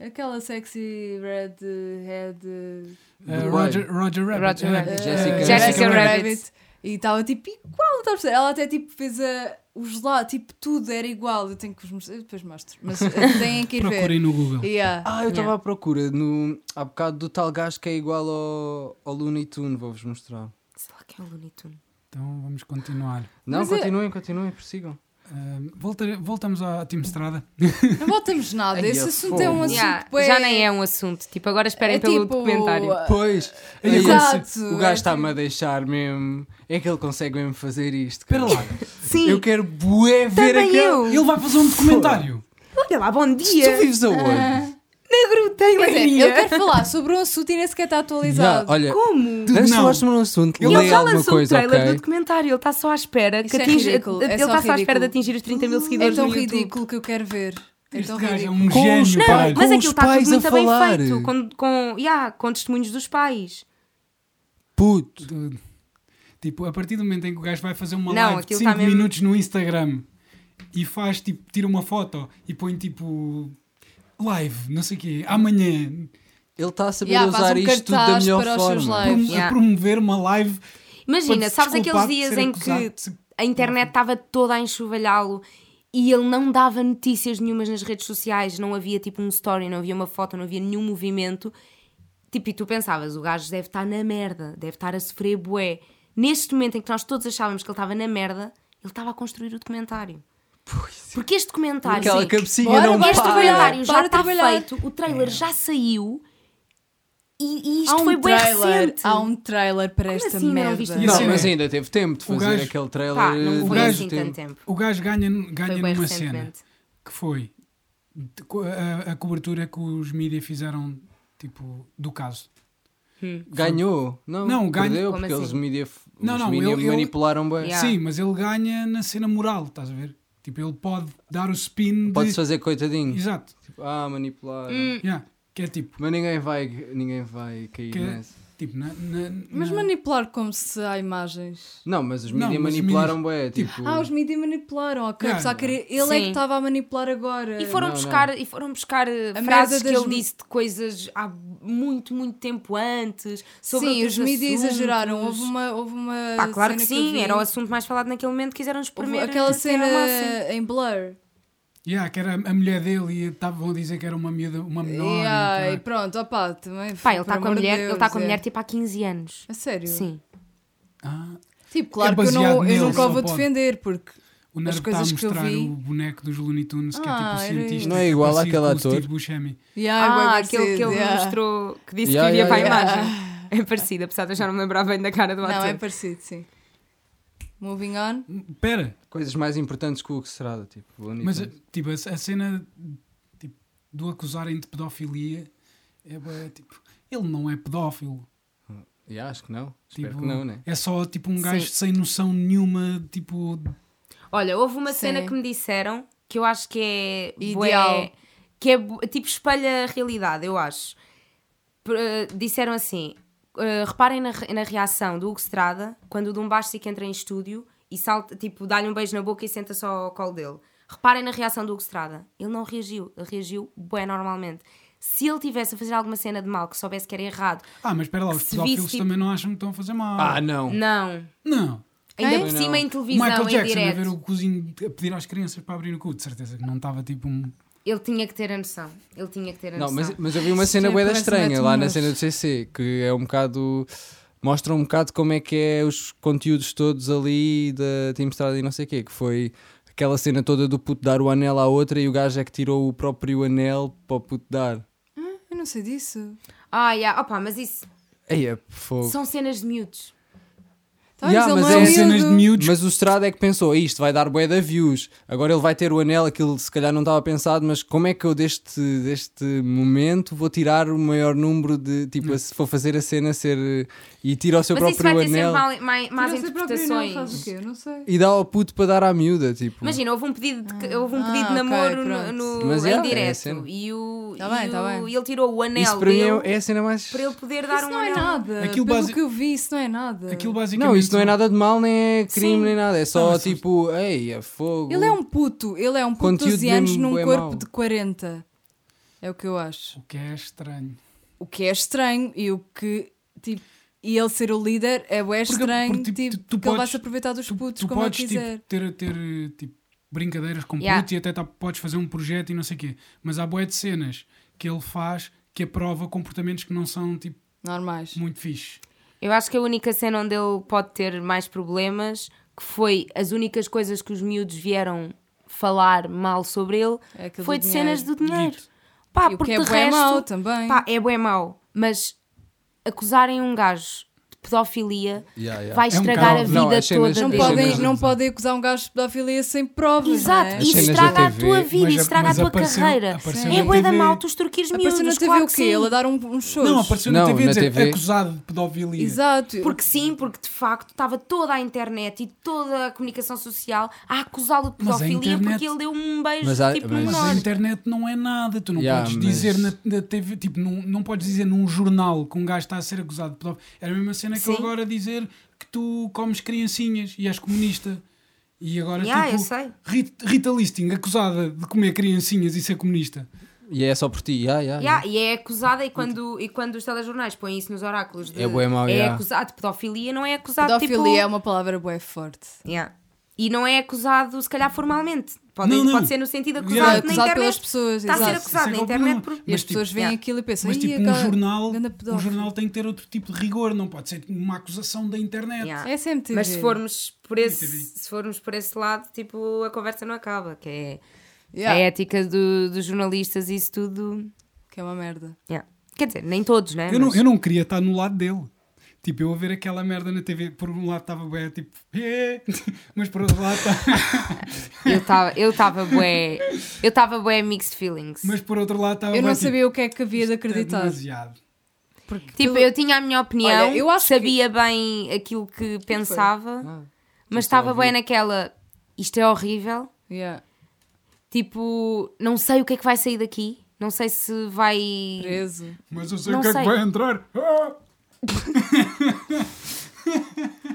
[SPEAKER 1] aquela sexy red eh, head eh,
[SPEAKER 3] Eh,
[SPEAKER 4] Dubai.
[SPEAKER 3] Roger, Roger Rabbit.
[SPEAKER 2] Roger
[SPEAKER 3] Eh,
[SPEAKER 2] É. Rabbit.
[SPEAKER 4] Jessica-
[SPEAKER 1] eh,
[SPEAKER 4] Jessica
[SPEAKER 2] Rabbit.
[SPEAKER 1] E estava tipo igual, não estás a perceber? Ela até tipo fez a, o gelado, tipo tudo era igual. Eu tenho que vos mostrar, eu depois mostro, mas eh, têm que ir ver.
[SPEAKER 3] Procurem no Google.
[SPEAKER 1] Yeah.
[SPEAKER 4] Ah, eu estava
[SPEAKER 2] Yeah.
[SPEAKER 4] à procura no, há bocado do tal gajo que é igual ao, ao Looney Tunes, vou-vos mostrar.
[SPEAKER 2] Sei lá que é o Looney Tunes.
[SPEAKER 3] Então vamos continuar.
[SPEAKER 4] Não,
[SPEAKER 1] Mas é-
[SPEAKER 4] continuem, continuem, persigam.
[SPEAKER 3] Eh, volta- voltamos à Team Estrada.
[SPEAKER 1] Não voltamos nada,
[SPEAKER 4] Ai,
[SPEAKER 1] esse
[SPEAKER 4] eu
[SPEAKER 1] assunto
[SPEAKER 4] fogo.
[SPEAKER 1] é um assunto
[SPEAKER 2] Yeah,
[SPEAKER 1] bué-
[SPEAKER 2] Já nem é um assunto. Tipo, agora esperem pelo
[SPEAKER 1] tipo,
[SPEAKER 2] documentário.
[SPEAKER 4] Pois,
[SPEAKER 3] Aí
[SPEAKER 1] Exato,
[SPEAKER 4] acontece. o
[SPEAKER 1] é
[SPEAKER 4] gajo
[SPEAKER 1] tipo-
[SPEAKER 4] está-me a deixar mesmo. É que ele consegue mesmo fazer isto. cara.
[SPEAKER 3] Espera lá.
[SPEAKER 2] Sim.
[SPEAKER 4] Eu quero bué ver
[SPEAKER 2] Também
[SPEAKER 4] aquele.
[SPEAKER 2] eu.
[SPEAKER 3] Ele vai fazer um documentário.
[SPEAKER 2] Olha lá, bom
[SPEAKER 4] Tu
[SPEAKER 2] dia.
[SPEAKER 4] vives
[SPEAKER 1] Ah,
[SPEAKER 4] aonde?
[SPEAKER 2] Na gruta em
[SPEAKER 1] Quer dizer,
[SPEAKER 2] Leiria.
[SPEAKER 1] eu quero falar sobre um assunto e nem sequer está
[SPEAKER 4] Já,
[SPEAKER 1] atualizado.
[SPEAKER 4] olha,
[SPEAKER 2] Como?
[SPEAKER 4] antes de
[SPEAKER 3] Não.
[SPEAKER 4] falar sobre um assunto,
[SPEAKER 2] Ele
[SPEAKER 4] lê
[SPEAKER 2] já
[SPEAKER 4] alguma
[SPEAKER 2] lançou
[SPEAKER 4] coisa,
[SPEAKER 2] o trailer do
[SPEAKER 4] ok?
[SPEAKER 2] documentário, ele está só à espera que
[SPEAKER 1] Isso é
[SPEAKER 2] atinja.
[SPEAKER 1] ridículo, é
[SPEAKER 2] ele
[SPEAKER 1] só
[SPEAKER 2] está só à
[SPEAKER 1] ridículo.
[SPEAKER 2] espera de atingir os 30 mil
[SPEAKER 1] É
[SPEAKER 2] seguidores
[SPEAKER 1] tão
[SPEAKER 2] no YouTube.
[SPEAKER 1] ridículo que eu quero ver. É
[SPEAKER 3] Este
[SPEAKER 1] tão
[SPEAKER 3] gajo é
[SPEAKER 1] ridículo.
[SPEAKER 3] um
[SPEAKER 4] Com os
[SPEAKER 3] gênio,
[SPEAKER 4] pais.
[SPEAKER 3] pai.
[SPEAKER 4] Com
[SPEAKER 2] Mas
[SPEAKER 4] os
[SPEAKER 2] aquilo está
[SPEAKER 4] pais
[SPEAKER 2] tudo
[SPEAKER 4] a
[SPEAKER 2] muito
[SPEAKER 4] falar.
[SPEAKER 2] bem feito, com, com, yeah, com testemunhos dos pais.
[SPEAKER 4] Puto.
[SPEAKER 3] Tudo. Tipo, a partir do momento em que o gajo vai fazer uma
[SPEAKER 2] Não,
[SPEAKER 3] live de
[SPEAKER 2] aquilo
[SPEAKER 3] 5
[SPEAKER 2] tá mesmo-
[SPEAKER 3] minutos no Instagram e faz tipo, tira uma foto e põe tipo live, não sei o quê, amanhã,
[SPEAKER 4] Ele está a saber
[SPEAKER 1] Yeah, faz
[SPEAKER 4] usar
[SPEAKER 1] um
[SPEAKER 4] isto da
[SPEAKER 1] cartaz
[SPEAKER 4] melhor
[SPEAKER 1] para os
[SPEAKER 4] forma.
[SPEAKER 1] seus
[SPEAKER 3] prom-
[SPEAKER 1] lives.
[SPEAKER 2] Yeah.
[SPEAKER 3] a promover uma live.
[SPEAKER 2] Imagina,
[SPEAKER 3] para se
[SPEAKER 2] sabes
[SPEAKER 3] desculpar
[SPEAKER 2] aqueles
[SPEAKER 3] de
[SPEAKER 2] dias
[SPEAKER 3] ser
[SPEAKER 2] em
[SPEAKER 3] acusado
[SPEAKER 2] que
[SPEAKER 3] de ser-
[SPEAKER 2] a internet estava toda a enxovalhá-lo e ele não dava notícias nenhumas nas redes sociais, não havia tipo um story, não havia uma foto, não havia nenhum movimento. Tipo, e tu pensavas, o gajo deve estar na merda, deve estar a sofrer bué. Neste momento em que nós todos achávamos que ele estava na merda, ele estava a construir o documentário. Porque este documentário.
[SPEAKER 4] Aquela
[SPEAKER 2] Sim.
[SPEAKER 4] cabecinha
[SPEAKER 1] Bora,
[SPEAKER 4] não
[SPEAKER 1] bora,
[SPEAKER 2] Este
[SPEAKER 1] Para,
[SPEAKER 2] documentário já
[SPEAKER 1] para
[SPEAKER 2] está
[SPEAKER 1] trabalhar.
[SPEAKER 2] feito, o
[SPEAKER 3] É.
[SPEAKER 2] trailer já saiu e, e
[SPEAKER 1] Há
[SPEAKER 2] isto
[SPEAKER 1] um,
[SPEAKER 2] foi bem
[SPEAKER 1] trailer,
[SPEAKER 2] recente.
[SPEAKER 1] há um trailer para
[SPEAKER 2] Como
[SPEAKER 1] esta
[SPEAKER 2] assim não
[SPEAKER 1] merda.
[SPEAKER 2] viste
[SPEAKER 3] E
[SPEAKER 4] Não,
[SPEAKER 3] assim,
[SPEAKER 4] mas
[SPEAKER 3] é.
[SPEAKER 4] ainda teve tempo de
[SPEAKER 3] O
[SPEAKER 4] fazer
[SPEAKER 3] gajo-
[SPEAKER 4] aquele trailer.
[SPEAKER 2] Pá, não
[SPEAKER 4] eh,
[SPEAKER 2] foi
[SPEAKER 3] gajo
[SPEAKER 2] assim
[SPEAKER 4] teve-
[SPEAKER 2] tanto tempo.
[SPEAKER 3] O gajo ganha,
[SPEAKER 2] Foi
[SPEAKER 3] ganha
[SPEAKER 2] bem
[SPEAKER 3] numa cena
[SPEAKER 2] recentemente.
[SPEAKER 3] que foi co- a, a cobertura que os mídias fizeram tipo, do caso.
[SPEAKER 4] Ganhou? Não,
[SPEAKER 3] Não, ganho-
[SPEAKER 4] perdeu
[SPEAKER 2] Como
[SPEAKER 4] porque
[SPEAKER 2] assim?
[SPEAKER 4] eles media,
[SPEAKER 3] Não,
[SPEAKER 4] os
[SPEAKER 3] não,
[SPEAKER 4] media
[SPEAKER 3] eu- eu-
[SPEAKER 4] manipularam bem.
[SPEAKER 2] Yeah.
[SPEAKER 3] Sim, mas ele ganha na cena moral, estás a ver? Tipo, ele pode dar o spin de...
[SPEAKER 4] Pode-se fazer coitadinho.
[SPEAKER 3] Exato.
[SPEAKER 4] Tipo, ah, manipular.
[SPEAKER 2] Hum.
[SPEAKER 3] Yeah. Que é tipo,
[SPEAKER 4] Mas ninguém vai, ninguém vai cair
[SPEAKER 3] Que-
[SPEAKER 4] nessa.
[SPEAKER 3] tipo na, na-
[SPEAKER 1] Mas
[SPEAKER 3] na-
[SPEAKER 1] manipular como se há imagens.
[SPEAKER 4] Não, mas os
[SPEAKER 3] Não,
[SPEAKER 4] mídia
[SPEAKER 3] mas os
[SPEAKER 4] manipularam bem. Tipo,
[SPEAKER 1] Ah, os mídias manipularam, ok.
[SPEAKER 3] Claro.
[SPEAKER 1] Só que era- ele é
[SPEAKER 2] Sim.
[SPEAKER 1] que estava a manipular agora.
[SPEAKER 2] E foram,
[SPEAKER 4] Não,
[SPEAKER 2] buscar, e foram buscar eh,
[SPEAKER 1] merda
[SPEAKER 2] frases que
[SPEAKER 1] das
[SPEAKER 2] ele
[SPEAKER 1] mi-
[SPEAKER 2] disse de coisas há muito, muito tempo antes. Sobre
[SPEAKER 1] Sim,
[SPEAKER 2] outros
[SPEAKER 1] os mídias
[SPEAKER 2] assuntos.
[SPEAKER 1] exageraram. Houve uma. Houve uma
[SPEAKER 2] Pá, claro
[SPEAKER 1] cena
[SPEAKER 2] que
[SPEAKER 1] eu
[SPEAKER 2] sim,
[SPEAKER 1] vi.
[SPEAKER 2] era o assunto tipo, mais falado naquele momento. Quiseram
[SPEAKER 1] Houve
[SPEAKER 2] espremer
[SPEAKER 1] Aquela
[SPEAKER 2] até ao máximo.
[SPEAKER 1] cena em Blur.
[SPEAKER 3] Yeah, que era a mulher dele e estavam a dizer que era uma miúda, uma menor. e
[SPEAKER 1] Yeah, e
[SPEAKER 3] caralho.
[SPEAKER 1] pronto, opá, também.
[SPEAKER 2] Pá, ele
[SPEAKER 1] por
[SPEAKER 2] está com a
[SPEAKER 1] amor de
[SPEAKER 2] mulher, ele está
[SPEAKER 1] Deus,
[SPEAKER 2] com a
[SPEAKER 1] é.
[SPEAKER 2] mulher tipo há 15 anos.
[SPEAKER 1] A sério?
[SPEAKER 2] Sim. É
[SPEAKER 3] Ah,
[SPEAKER 1] Tipo, claro que eu,
[SPEAKER 3] baseado
[SPEAKER 1] não, eu
[SPEAKER 3] nele,
[SPEAKER 1] nunca
[SPEAKER 3] só
[SPEAKER 1] o vou
[SPEAKER 3] pode.
[SPEAKER 1] defender, porque.
[SPEAKER 3] o Nerd está a
[SPEAKER 1] coisas que eu
[SPEAKER 3] mostrar
[SPEAKER 1] vi-
[SPEAKER 3] o boneco dos Looney Tunes, que
[SPEAKER 1] Ah,
[SPEAKER 3] é tipo
[SPEAKER 1] era
[SPEAKER 3] cientista.
[SPEAKER 1] isso.
[SPEAKER 4] Não é igual
[SPEAKER 3] parecido
[SPEAKER 4] àquele
[SPEAKER 3] com o Steve
[SPEAKER 4] ator?
[SPEAKER 3] Buscemi.
[SPEAKER 1] Yeah,
[SPEAKER 2] Ah,
[SPEAKER 1] bué
[SPEAKER 2] aquele que
[SPEAKER 1] parecido,
[SPEAKER 2] ele
[SPEAKER 1] yeah.
[SPEAKER 2] mostrou, que disse
[SPEAKER 4] Yeah,
[SPEAKER 2] que iria
[SPEAKER 4] yeah,
[SPEAKER 2] para a
[SPEAKER 4] yeah.
[SPEAKER 2] imagem. É parecido, apesar de eu já não me lembrar bem da cara do
[SPEAKER 1] Não,
[SPEAKER 2] ator.
[SPEAKER 1] é parecido, sim. Moving on.
[SPEAKER 3] Pera,
[SPEAKER 4] Coisas mais importantes que o que será, tipo, o único-
[SPEAKER 3] mas tipo, a, a cena tipo, do acusarem de pedofilia é bué, tipo, ele não é pedófilo.
[SPEAKER 4] Yeah, acho que não. Espero
[SPEAKER 3] Tipo,
[SPEAKER 4] que não, né?
[SPEAKER 3] É só tipo um
[SPEAKER 1] Sim.
[SPEAKER 3] gajo sem noção nenhuma, tipo,
[SPEAKER 2] Olha, houve uma
[SPEAKER 1] Sim.
[SPEAKER 2] cena que me disseram que eu acho que é bué-
[SPEAKER 1] Ideal.
[SPEAKER 2] que é bu- tipo espelha a realidade, eu acho. P- eh, disseram assim: eh, reparem na, re- na reação do Hugo Strada quando o Dumbastic entra em estúdio e salta, tipo, dá-lhe um beijo na boca e senta só ao colo dele. Reparem na reação do Hugo Strada. Ele não reagiu, ele reagiu bem normalmente. Se ele tivesse a fazer alguma cena de mal que soubesse que era errado,
[SPEAKER 3] ah, mas espera lá,
[SPEAKER 2] Que
[SPEAKER 3] os
[SPEAKER 2] se visse,
[SPEAKER 3] pedófilos
[SPEAKER 2] tipo-
[SPEAKER 3] também não acham que estão a fazer mal.
[SPEAKER 4] Ah, não.
[SPEAKER 2] não.
[SPEAKER 3] não.
[SPEAKER 2] Ainda
[SPEAKER 1] Hein?
[SPEAKER 2] por
[SPEAKER 4] Não.
[SPEAKER 2] cima em
[SPEAKER 3] O
[SPEAKER 2] televisão,
[SPEAKER 3] Michael
[SPEAKER 2] em
[SPEAKER 3] Jackson a
[SPEAKER 2] direto.
[SPEAKER 3] ver o cozinho a pedir às crianças para abrir o cu, de certeza que não estava tipo um.
[SPEAKER 2] Ele tinha que ter a noção. Ele tinha que ter a
[SPEAKER 4] Não,
[SPEAKER 2] noção.
[SPEAKER 4] mas, mas eu vi uma
[SPEAKER 1] Isso
[SPEAKER 4] cena
[SPEAKER 2] é
[SPEAKER 1] já
[SPEAKER 4] bué da
[SPEAKER 1] parece
[SPEAKER 4] estranha lá na
[SPEAKER 1] Matt
[SPEAKER 4] cena do CC, que é um bocado. Mostra um bocado como é que é os conteúdos todos ali da Team Strada e não sei o quê, que foi aquela cena toda do puto dar o anel à outra e o gajo é que tirou o próprio anel para o puto dar.
[SPEAKER 1] Eu não sei disso.
[SPEAKER 2] Ah, yeah. opa, mas isso
[SPEAKER 4] Ei, é fogo.
[SPEAKER 2] são cenas de miúdos.
[SPEAKER 1] Tá, mas
[SPEAKER 4] Yeah,
[SPEAKER 1] ele
[SPEAKER 4] mas
[SPEAKER 1] não é
[SPEAKER 4] é
[SPEAKER 1] um
[SPEAKER 3] cenas de
[SPEAKER 1] miúdo.
[SPEAKER 3] miúdos.
[SPEAKER 4] Mas o Strada é que pensou, isto vai dar bué da views, agora ele vai ter o anel, aquilo se calhar não estava pensado, mas como é que eu deste, deste momento vou tirar o maior número de, tipo, a- se for fazer a cena ser, e tira o seu
[SPEAKER 2] Hum. mas isso vai
[SPEAKER 4] próprio
[SPEAKER 2] ter sempre
[SPEAKER 4] anel
[SPEAKER 2] mal, mai- más
[SPEAKER 1] Tira-se a própria anel,
[SPEAKER 2] interpretações.
[SPEAKER 1] Faz o quê? Eu não sei.
[SPEAKER 4] e dá ao puto para dar à miúda, tipo,
[SPEAKER 2] Imagina, houve um pedido de, que- houve um
[SPEAKER 1] Ah,
[SPEAKER 2] pedido de
[SPEAKER 1] ok,
[SPEAKER 2] namoro
[SPEAKER 1] pronto.
[SPEAKER 2] no, no
[SPEAKER 4] Mas
[SPEAKER 2] em
[SPEAKER 4] é, é
[SPEAKER 2] direto
[SPEAKER 4] cena.
[SPEAKER 2] e, o,
[SPEAKER 1] Tá
[SPEAKER 2] e
[SPEAKER 1] bem, tá
[SPEAKER 2] o-
[SPEAKER 1] bem.
[SPEAKER 2] e ele tirou o anel
[SPEAKER 4] isso para mim
[SPEAKER 2] dele
[SPEAKER 4] é- é a cena mais...
[SPEAKER 2] para ele poder dar
[SPEAKER 1] Isso
[SPEAKER 2] um
[SPEAKER 1] não é
[SPEAKER 2] anel.
[SPEAKER 1] nada.
[SPEAKER 3] Aquilo
[SPEAKER 1] Pelo
[SPEAKER 3] basi-
[SPEAKER 1] que eu vi, isso não é nada.
[SPEAKER 3] Aquilo basicamente.
[SPEAKER 4] Não, isso não é nada de mal, nem é crime,
[SPEAKER 2] Sim.
[SPEAKER 4] nem nada, é só
[SPEAKER 3] Não, é só-
[SPEAKER 4] tipo, ei, é fogo.
[SPEAKER 1] Ele é um puto. Ele é um puto de
[SPEAKER 4] Conteúdo
[SPEAKER 1] 12 anos
[SPEAKER 4] mesmo
[SPEAKER 1] num
[SPEAKER 4] bué
[SPEAKER 1] corpo
[SPEAKER 4] mau.
[SPEAKER 1] de 40. É o que eu acho.
[SPEAKER 3] O que é estranho.
[SPEAKER 1] O que é estranho e o que, tipo... E ele ser o líder é bué
[SPEAKER 3] Porque-
[SPEAKER 1] estranho,
[SPEAKER 3] porque, tipo,
[SPEAKER 1] tipo,
[SPEAKER 3] tu- tu
[SPEAKER 1] que ele vai
[SPEAKER 3] podes-
[SPEAKER 1] se aproveitar dos
[SPEAKER 3] Tu,
[SPEAKER 1] putos
[SPEAKER 3] tu
[SPEAKER 1] como
[SPEAKER 3] podes
[SPEAKER 1] ele
[SPEAKER 3] tipo,
[SPEAKER 1] quiser.
[SPEAKER 3] ter, ter tipo, brincadeiras com
[SPEAKER 2] Yeah.
[SPEAKER 3] putos e até tá- podes fazer um projeto e não sei o quê. Mas há boé de cenas que ele faz que aprova comportamentos que não são tipo,
[SPEAKER 1] Normais.
[SPEAKER 3] muito fixe.
[SPEAKER 2] Eu acho que a única cena onde ele pode ter mais problemas, que foi as únicas coisas que os miúdos vieram falar mal sobre ele,
[SPEAKER 1] É aquilo
[SPEAKER 2] foi
[SPEAKER 1] do
[SPEAKER 2] de cenas do dinheiro.
[SPEAKER 3] Dito.
[SPEAKER 2] Pá,
[SPEAKER 1] E o
[SPEAKER 2] porque
[SPEAKER 1] que é
[SPEAKER 2] de
[SPEAKER 1] bué
[SPEAKER 2] resto,
[SPEAKER 1] mau também.
[SPEAKER 2] Pá, é bué mau, mas acusarem um gajo de pedofilia
[SPEAKER 4] Yeah, yeah.
[SPEAKER 2] vai
[SPEAKER 3] É um
[SPEAKER 2] estragar a
[SPEAKER 3] bocado-
[SPEAKER 2] vida
[SPEAKER 4] Não, as
[SPEAKER 2] toda
[SPEAKER 4] cenas-
[SPEAKER 1] Não
[SPEAKER 2] dele.
[SPEAKER 4] as cenas
[SPEAKER 1] podem,
[SPEAKER 4] da
[SPEAKER 1] não
[SPEAKER 4] televisão.
[SPEAKER 1] podem acusar um gajo de pedofilia sem provas.
[SPEAKER 2] Exato,
[SPEAKER 1] não é?
[SPEAKER 4] As
[SPEAKER 2] isso
[SPEAKER 4] cenas da
[SPEAKER 2] estraga a
[SPEAKER 4] TV,
[SPEAKER 2] tua vida,
[SPEAKER 3] mas a-
[SPEAKER 2] estraga a
[SPEAKER 3] mas
[SPEAKER 2] tua
[SPEAKER 3] apareceu-
[SPEAKER 2] carreira.
[SPEAKER 3] apareceu
[SPEAKER 2] É
[SPEAKER 3] na
[SPEAKER 2] bué da
[SPEAKER 3] TV.
[SPEAKER 2] mal, tu exturquires miúdos,
[SPEAKER 1] Apareceu na TV
[SPEAKER 2] claro
[SPEAKER 1] o
[SPEAKER 2] que
[SPEAKER 1] quê?
[SPEAKER 2] sim.
[SPEAKER 1] Ele a dar um, uns shows.
[SPEAKER 3] Não, apareceu na
[SPEAKER 4] Não,
[SPEAKER 3] TV
[SPEAKER 4] na
[SPEAKER 3] dizer
[SPEAKER 4] TV.
[SPEAKER 3] acusado de pedofilia.
[SPEAKER 1] Exato.
[SPEAKER 2] Porque sim, porque de facto estava toda a internet e toda a comunicação social a acusá-lo de
[SPEAKER 3] Mas a
[SPEAKER 2] pedofilia
[SPEAKER 3] internet-
[SPEAKER 2] porque ele deu um beijo
[SPEAKER 4] Mas há-
[SPEAKER 2] tipo
[SPEAKER 4] mas-
[SPEAKER 2] no
[SPEAKER 3] Mas
[SPEAKER 2] menor.
[SPEAKER 3] a internet não é nada, tu não
[SPEAKER 4] Yeah,
[SPEAKER 3] podes
[SPEAKER 4] mas-
[SPEAKER 3] dizer na, na TV, tipo, não, não podes dizer num jornal que um gajo está a ser acusado de pedófilo. Era a mesma cena que eu
[SPEAKER 2] Sim.
[SPEAKER 3] agora dizer que tu comes criancinhas e és comunista. E agora,
[SPEAKER 2] Yeah,
[SPEAKER 3] tipo,
[SPEAKER 2] eu sei.
[SPEAKER 3] Rit- Rita Listing acusada de comer criancinhas e ser comunista.
[SPEAKER 4] E é só por ti, yeah, yeah,
[SPEAKER 2] Yeah, e é acusada, e quando, e quando os telejornais põem isso nos oráculos, de,
[SPEAKER 4] É bué mau, yeah.
[SPEAKER 2] acusado de pedofilia, não é acusado
[SPEAKER 1] Pedofilia
[SPEAKER 2] tipo.
[SPEAKER 1] é uma palavra bué forte.
[SPEAKER 2] Yeah. E não é acusado, se calhar, formalmente. Pode,
[SPEAKER 3] Não, não.
[SPEAKER 2] pode ser no sentido acusado,
[SPEAKER 3] Yeah.
[SPEAKER 2] na
[SPEAKER 1] É Acusado
[SPEAKER 2] internet.
[SPEAKER 1] pelas pessoas,
[SPEAKER 2] Está a ser
[SPEAKER 1] exato.
[SPEAKER 2] acusado na
[SPEAKER 3] Isso é que é o
[SPEAKER 2] internet.
[SPEAKER 3] problema.
[SPEAKER 2] por-
[SPEAKER 1] E
[SPEAKER 3] Mas,
[SPEAKER 1] as pessoas
[SPEAKER 2] tipo,
[SPEAKER 1] veem
[SPEAKER 2] yeah.
[SPEAKER 1] aquilo e pensam
[SPEAKER 3] Mas
[SPEAKER 1] "Ih,
[SPEAKER 3] tipo, um
[SPEAKER 1] aquela
[SPEAKER 3] jornal,
[SPEAKER 1] ganda
[SPEAKER 3] um
[SPEAKER 1] pedófila."
[SPEAKER 3] jornal tem que ter outro tipo de rigor, não pode ser uma acusação da internet.
[SPEAKER 2] Yeah.
[SPEAKER 1] É sempre
[SPEAKER 2] Mas se formos, por esse,
[SPEAKER 3] TV.
[SPEAKER 2] se formos por esse lado, tipo, a conversa não acaba. Que é
[SPEAKER 1] Yeah.
[SPEAKER 2] a ética do- dos jornalistas e isso tudo.
[SPEAKER 1] Que é uma merda.
[SPEAKER 2] Yeah. Quer dizer, nem todos, né?
[SPEAKER 3] Eu, não,
[SPEAKER 2] Mas-
[SPEAKER 3] eu não queria estar no lado dele. Tipo, eu a ver aquela merda na TV, por um lado estava bem, tipo, "Eh", mas por outro lado tá- estava.
[SPEAKER 2] Eu estava eu tava bué. Eu estava bué mixed feelings.
[SPEAKER 3] Mas por outro lado estava
[SPEAKER 1] Eu não
[SPEAKER 3] bem, tipo,
[SPEAKER 1] sabia o que é que havia de
[SPEAKER 3] "Isto é
[SPEAKER 1] acreditar.
[SPEAKER 3] demasiado."
[SPEAKER 1] Porque
[SPEAKER 2] tipo, eu tinha a minha opinião,
[SPEAKER 1] Olha, eu acho que- é
[SPEAKER 2] sabia bem aquilo que pensava,
[SPEAKER 1] Ah,
[SPEAKER 2] mas
[SPEAKER 4] estou a
[SPEAKER 2] estava bué naquela. Isto é horrível.
[SPEAKER 1] Yeah.
[SPEAKER 2] Tipo, não sei o que é que vai sair daqui. Não sei se vai.
[SPEAKER 1] Preso.
[SPEAKER 3] Mas eu sei
[SPEAKER 2] Não
[SPEAKER 3] o que é
[SPEAKER 2] sei.
[SPEAKER 3] que vai entrar. Ah!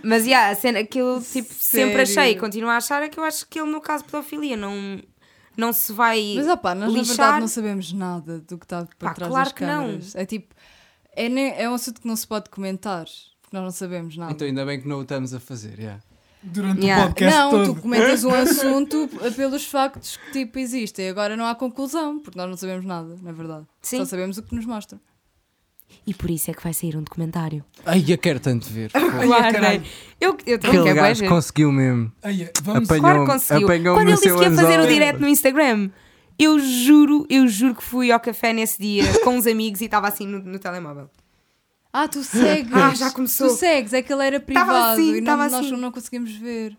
[SPEAKER 2] Mas yeah, a cena que eu tipo, sempre
[SPEAKER 1] Sério?
[SPEAKER 2] achei e continuo a achar é que eu acho que ele, no caso de pedofilia, não, não se vai.
[SPEAKER 1] Mas opá, nós na
[SPEAKER 2] lixar.
[SPEAKER 1] verdade não sabemos nada do que está por
[SPEAKER 2] Pá,
[SPEAKER 1] trás
[SPEAKER 2] claro
[SPEAKER 1] das
[SPEAKER 2] que não.
[SPEAKER 1] câmaras. É tipo, é, nem- é um assunto que não se pode comentar. Porque nós não sabemos nada.
[SPEAKER 4] Então ainda bem que não o estamos a fazer, yeah.
[SPEAKER 3] Durante
[SPEAKER 2] Yeah.
[SPEAKER 3] o podcast
[SPEAKER 1] não,
[SPEAKER 3] todo.
[SPEAKER 1] tu comentas um assunto pelos factos que tipo existem. Agora não há conclusão, porque nós não sabemos nada, na verdade.
[SPEAKER 2] Sim.
[SPEAKER 1] Só sabemos o que nos mostram.
[SPEAKER 2] E por isso é que vai sair um documentário.
[SPEAKER 4] Ai, eu quero tanto ver. fogo.
[SPEAKER 2] Guardem. né? Eu, eu também quero
[SPEAKER 4] Aquele
[SPEAKER 2] bué
[SPEAKER 4] gajo
[SPEAKER 2] ver.
[SPEAKER 4] conseguiu mesmo.
[SPEAKER 3] Olha, vamos
[SPEAKER 2] Claro
[SPEAKER 4] Apanhou-me-
[SPEAKER 2] que conseguiu.
[SPEAKER 4] apanhou-me
[SPEAKER 2] Quando
[SPEAKER 4] no
[SPEAKER 2] ele disse
[SPEAKER 4] seu
[SPEAKER 2] que ia fazer o
[SPEAKER 4] anzol.
[SPEAKER 2] direto no Instagram, eu juro, eu juro que fui ao café nesse dia com uns amigos e estava assim no, no telemóvel.
[SPEAKER 1] Ah, tu segues.
[SPEAKER 2] Ah, já começou.
[SPEAKER 1] Tu segues, é que ele era
[SPEAKER 2] Tava
[SPEAKER 1] privado
[SPEAKER 2] assim,
[SPEAKER 1] e não,
[SPEAKER 2] tava
[SPEAKER 1] nós
[SPEAKER 2] assim.
[SPEAKER 1] não conseguimos ver.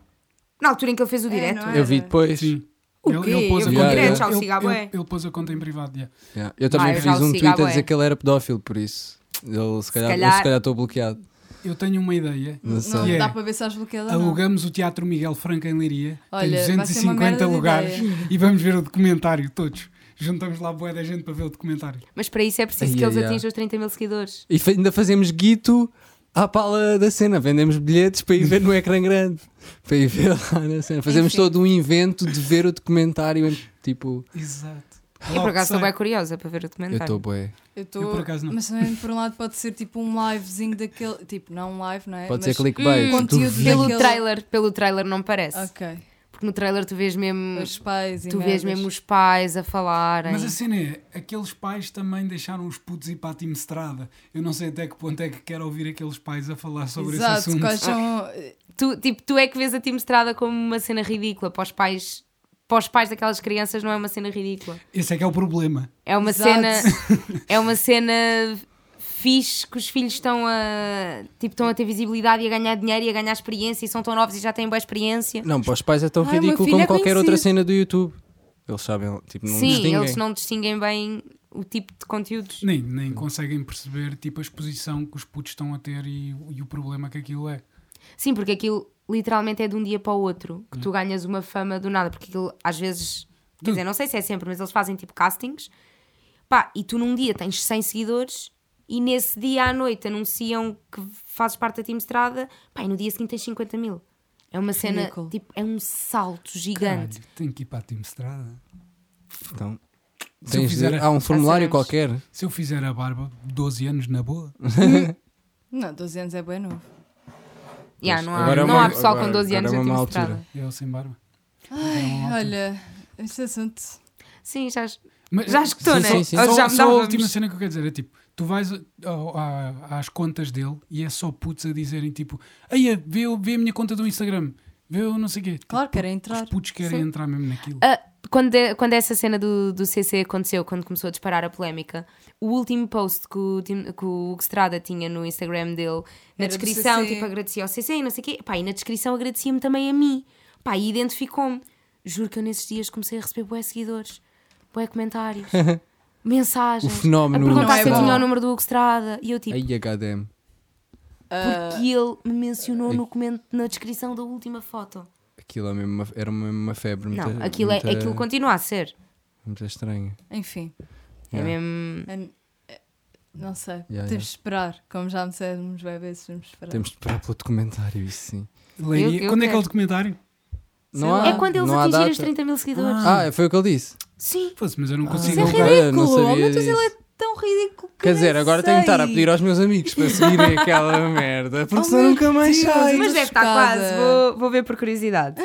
[SPEAKER 2] Na altura em que ele fez o
[SPEAKER 1] É,
[SPEAKER 2] direto.
[SPEAKER 1] não é?
[SPEAKER 4] Eu vi depois.
[SPEAKER 3] Sim.
[SPEAKER 2] O
[SPEAKER 3] assim. Ele,
[SPEAKER 2] quê?
[SPEAKER 3] ele pôs a
[SPEAKER 4] Eu
[SPEAKER 3] conta,
[SPEAKER 4] comprei,
[SPEAKER 3] ele-
[SPEAKER 2] tchau,
[SPEAKER 3] ele-
[SPEAKER 2] siga,
[SPEAKER 3] ele-
[SPEAKER 2] bué.
[SPEAKER 3] ele pôs a conta em privado. yeah.
[SPEAKER 4] Yeah. Eu também
[SPEAKER 2] Vai, eu já
[SPEAKER 4] fiz
[SPEAKER 2] o
[SPEAKER 4] um
[SPEAKER 2] sigo
[SPEAKER 4] tweet
[SPEAKER 2] há
[SPEAKER 4] a
[SPEAKER 2] bué.
[SPEAKER 4] dizer que ele era pedófilo, por isso. Ele, se calhar, eu,
[SPEAKER 2] calhar-
[SPEAKER 4] se calhar estou bloqueado.
[SPEAKER 3] Eu tenho uma ideia.
[SPEAKER 4] Não sei.
[SPEAKER 1] Não é.
[SPEAKER 3] Yeah.
[SPEAKER 1] dá para ver se estás bloqueada. ou não.
[SPEAKER 3] Alugamos o Teatro Miguel Franco em Leiria,
[SPEAKER 1] Olha, vai ser
[SPEAKER 3] tem
[SPEAKER 1] uma merda
[SPEAKER 3] 250
[SPEAKER 1] de
[SPEAKER 3] lugares e vamos ver o documentário todos. Juntamos lá boa da gente para ver o documentário.
[SPEAKER 2] Mas para isso é preciso
[SPEAKER 4] Ai,
[SPEAKER 2] que eles
[SPEAKER 4] ai, ai.
[SPEAKER 2] atinjam os 30 mil seguidores.
[SPEAKER 4] E fa- ainda fazemos guito à pala da cena. Vendemos bilhetes para ir ver no ecrã grande. Para ir ver lá na cena. Fazemos
[SPEAKER 1] Enfim.
[SPEAKER 4] todo um invento de ver o documentário. em- Tipo,
[SPEAKER 3] Exato.
[SPEAKER 2] Eu por
[SPEAKER 1] tá
[SPEAKER 2] acaso estou bem curiosa para ver o
[SPEAKER 4] eu
[SPEAKER 2] documentário.
[SPEAKER 4] estou bué.
[SPEAKER 1] Eu tô...
[SPEAKER 3] Eu por acaso não.
[SPEAKER 1] Mas também, por um lado, pode ser tipo um livezinho daquele. Tipo, não um live, não é?
[SPEAKER 4] Pode
[SPEAKER 1] Mas-
[SPEAKER 4] ser clickbait.
[SPEAKER 1] Hum, conteúdo
[SPEAKER 4] duvido.
[SPEAKER 1] daquele-
[SPEAKER 2] Pelo
[SPEAKER 1] Aquele-
[SPEAKER 2] trailer, pelo trailer não parece.
[SPEAKER 4] Ah.
[SPEAKER 1] Ok.
[SPEAKER 2] Porque no trailer tu vês mesmo,
[SPEAKER 1] Os pais e
[SPEAKER 2] tu
[SPEAKER 1] merdas.
[SPEAKER 2] vês mesmo os pais a falarem.
[SPEAKER 3] Mas a cena é, aqueles pais também deixaram os putos ir para a time estrada. Eu não sei até que ponto é que quero ouvir aqueles pais a falar sobre
[SPEAKER 1] Exato,
[SPEAKER 3] esse assunto.
[SPEAKER 1] quais são.
[SPEAKER 2] Tu, tipo, tu é que vês a Tim Estrada como uma cena ridícula. Para os pais, para os pais daquelas crianças não é uma cena ridícula.
[SPEAKER 3] Esse é que é o problema.
[SPEAKER 2] É uma
[SPEAKER 1] Exato.
[SPEAKER 2] cena. É uma cena fixe que os filhos estão a. Tipo, estão a ter visibilidade e a ganhar dinheiro e a ganhar experiência e são tão novos e já têm boa experiência.
[SPEAKER 4] Não, para os pais é tão
[SPEAKER 1] Ah, o meu
[SPEAKER 4] ridículo
[SPEAKER 1] filho
[SPEAKER 4] como
[SPEAKER 1] é
[SPEAKER 4] qualquer outra
[SPEAKER 1] conhecido.
[SPEAKER 4] cena do YouTube. Eles sabem, tipo, não
[SPEAKER 2] Sim,
[SPEAKER 4] distinguem.
[SPEAKER 2] eles não distinguem bem o tipo de conteúdos.
[SPEAKER 3] Nem, nem conseguem perceber tipo, a exposição que os putos estão a ter e, e o problema que aquilo é.
[SPEAKER 2] Sim, porque aquilo literalmente é de um dia para o outro que
[SPEAKER 4] Hum.
[SPEAKER 2] tu ganhas uma fama do nada, porque aquilo às vezes, quer dizer, não sei se é sempre, mas eles fazem tipo castings. Pá, e tu num dia tens 100 seguidores e nesse dia à noite anunciam que fazes parte da Team Estrada, pá, e no dia seguinte tens 50 mil. É uma cena,
[SPEAKER 1] Ridículo.
[SPEAKER 2] tipo, é um salto gigante.
[SPEAKER 3] Caralho, tenho que ir para a time estrada.
[SPEAKER 4] Então,
[SPEAKER 3] Se eu
[SPEAKER 4] tens de-
[SPEAKER 3] fizer a-
[SPEAKER 4] há um formulário
[SPEAKER 2] sabemos.
[SPEAKER 4] qualquer.
[SPEAKER 3] Se eu fizer a barba, 12 anos na boa.
[SPEAKER 1] Não, 12 anos é bem novo.
[SPEAKER 2] Yeah, não há,
[SPEAKER 4] Agora é
[SPEAKER 2] não
[SPEAKER 4] uma-
[SPEAKER 2] há pessoal
[SPEAKER 4] agora-
[SPEAKER 2] com 12 anos
[SPEAKER 4] agora é
[SPEAKER 2] na
[SPEAKER 4] uma
[SPEAKER 2] Team
[SPEAKER 4] altura.
[SPEAKER 2] Estrada.
[SPEAKER 3] Eu sem barba. É
[SPEAKER 1] Olha, este assunto.
[SPEAKER 2] Sim, já.
[SPEAKER 3] Mas-
[SPEAKER 2] Já escutou,
[SPEAKER 4] Sim,
[SPEAKER 2] né?
[SPEAKER 4] sim, sim.
[SPEAKER 2] Ou
[SPEAKER 3] Só,
[SPEAKER 2] já
[SPEAKER 3] só a
[SPEAKER 2] mudávamos?
[SPEAKER 3] última cena que eu quero dizer é tipo: tu vais ao- à- às contas dele e é só putos a dizerem tipo, aí vê, o- vê a minha conta do Instagram, vê o não sei o quê. Tipo,
[SPEAKER 1] Claro, querem
[SPEAKER 3] Os
[SPEAKER 1] entrar.
[SPEAKER 3] putos querem
[SPEAKER 2] Sim.
[SPEAKER 3] entrar mesmo naquilo.
[SPEAKER 2] Ah, quando, é- quando essa cena do, do CC aconteceu, quando começou a disparar a polémica, o último post que o, Tim- que o Hugo Strada tinha no Instagram dele, na
[SPEAKER 1] Era do
[SPEAKER 2] descrição,
[SPEAKER 1] CC.
[SPEAKER 2] tipo, agradecia ao CC e não sei o quê, pá, e na descrição agradecia-me também a mim, pá, e identificou-me. Juro que eu nesses dias comecei a receber bué seguidores, bué comentários, mensagens,
[SPEAKER 4] O fenómeno
[SPEAKER 2] a perguntar
[SPEAKER 1] Não é
[SPEAKER 2] se eu
[SPEAKER 1] bom.
[SPEAKER 2] tinha o número do Hugo Strada, e eu tipo,
[SPEAKER 4] Aí, HDM.
[SPEAKER 1] Ah.
[SPEAKER 2] porque ele me mencionou no coment- na descrição da última foto.
[SPEAKER 4] Aquilo é mesmo uma, era mesmo uma febre.
[SPEAKER 2] Não,
[SPEAKER 4] muita-
[SPEAKER 2] aquilo, é,
[SPEAKER 4] muita-
[SPEAKER 2] aquilo continua a ser.
[SPEAKER 4] Muito estranho.
[SPEAKER 1] Enfim,
[SPEAKER 2] É
[SPEAKER 4] Yeah.
[SPEAKER 2] mesmo.
[SPEAKER 1] é- é- não sei.
[SPEAKER 4] Yeah,
[SPEAKER 1] Temos de esperar. Como já me dissemos, vai ver se vamos esperar.
[SPEAKER 4] Temos de esperar pelo documentário, isso sim.
[SPEAKER 3] Leiria-
[SPEAKER 2] eu
[SPEAKER 3] Quando é que é
[SPEAKER 2] quero.
[SPEAKER 3] o documentário?
[SPEAKER 1] Sei
[SPEAKER 4] Não há-
[SPEAKER 1] lá.
[SPEAKER 3] Ah,
[SPEAKER 2] É quando eles
[SPEAKER 4] não há
[SPEAKER 2] atingirem os
[SPEAKER 4] data.
[SPEAKER 2] 30 mil seguidores.
[SPEAKER 4] Ah, foi o que ele disse.
[SPEAKER 2] Ah. Sim.
[SPEAKER 3] Fosse, mas eu não
[SPEAKER 1] Mas
[SPEAKER 3] consigo.
[SPEAKER 1] é
[SPEAKER 4] não,
[SPEAKER 3] alugar.
[SPEAKER 4] cara, não
[SPEAKER 1] ridículo.
[SPEAKER 4] sabia
[SPEAKER 1] Oh, meu Deus,
[SPEAKER 4] disso.
[SPEAKER 1] ele é tão ridículo. que
[SPEAKER 4] Quer
[SPEAKER 1] eu
[SPEAKER 4] dizer,
[SPEAKER 1] nem
[SPEAKER 4] agora tenho que estar a
[SPEAKER 1] sei.
[SPEAKER 4] pedir aos meus amigos para seguirem aquela merda, porque
[SPEAKER 1] Oh,
[SPEAKER 4] senão
[SPEAKER 1] meu
[SPEAKER 4] nunca mais
[SPEAKER 1] Deus.
[SPEAKER 4] sai.
[SPEAKER 2] Mas deve estar
[SPEAKER 1] chocada.
[SPEAKER 2] quase. Vou, vou ver por curiosidade.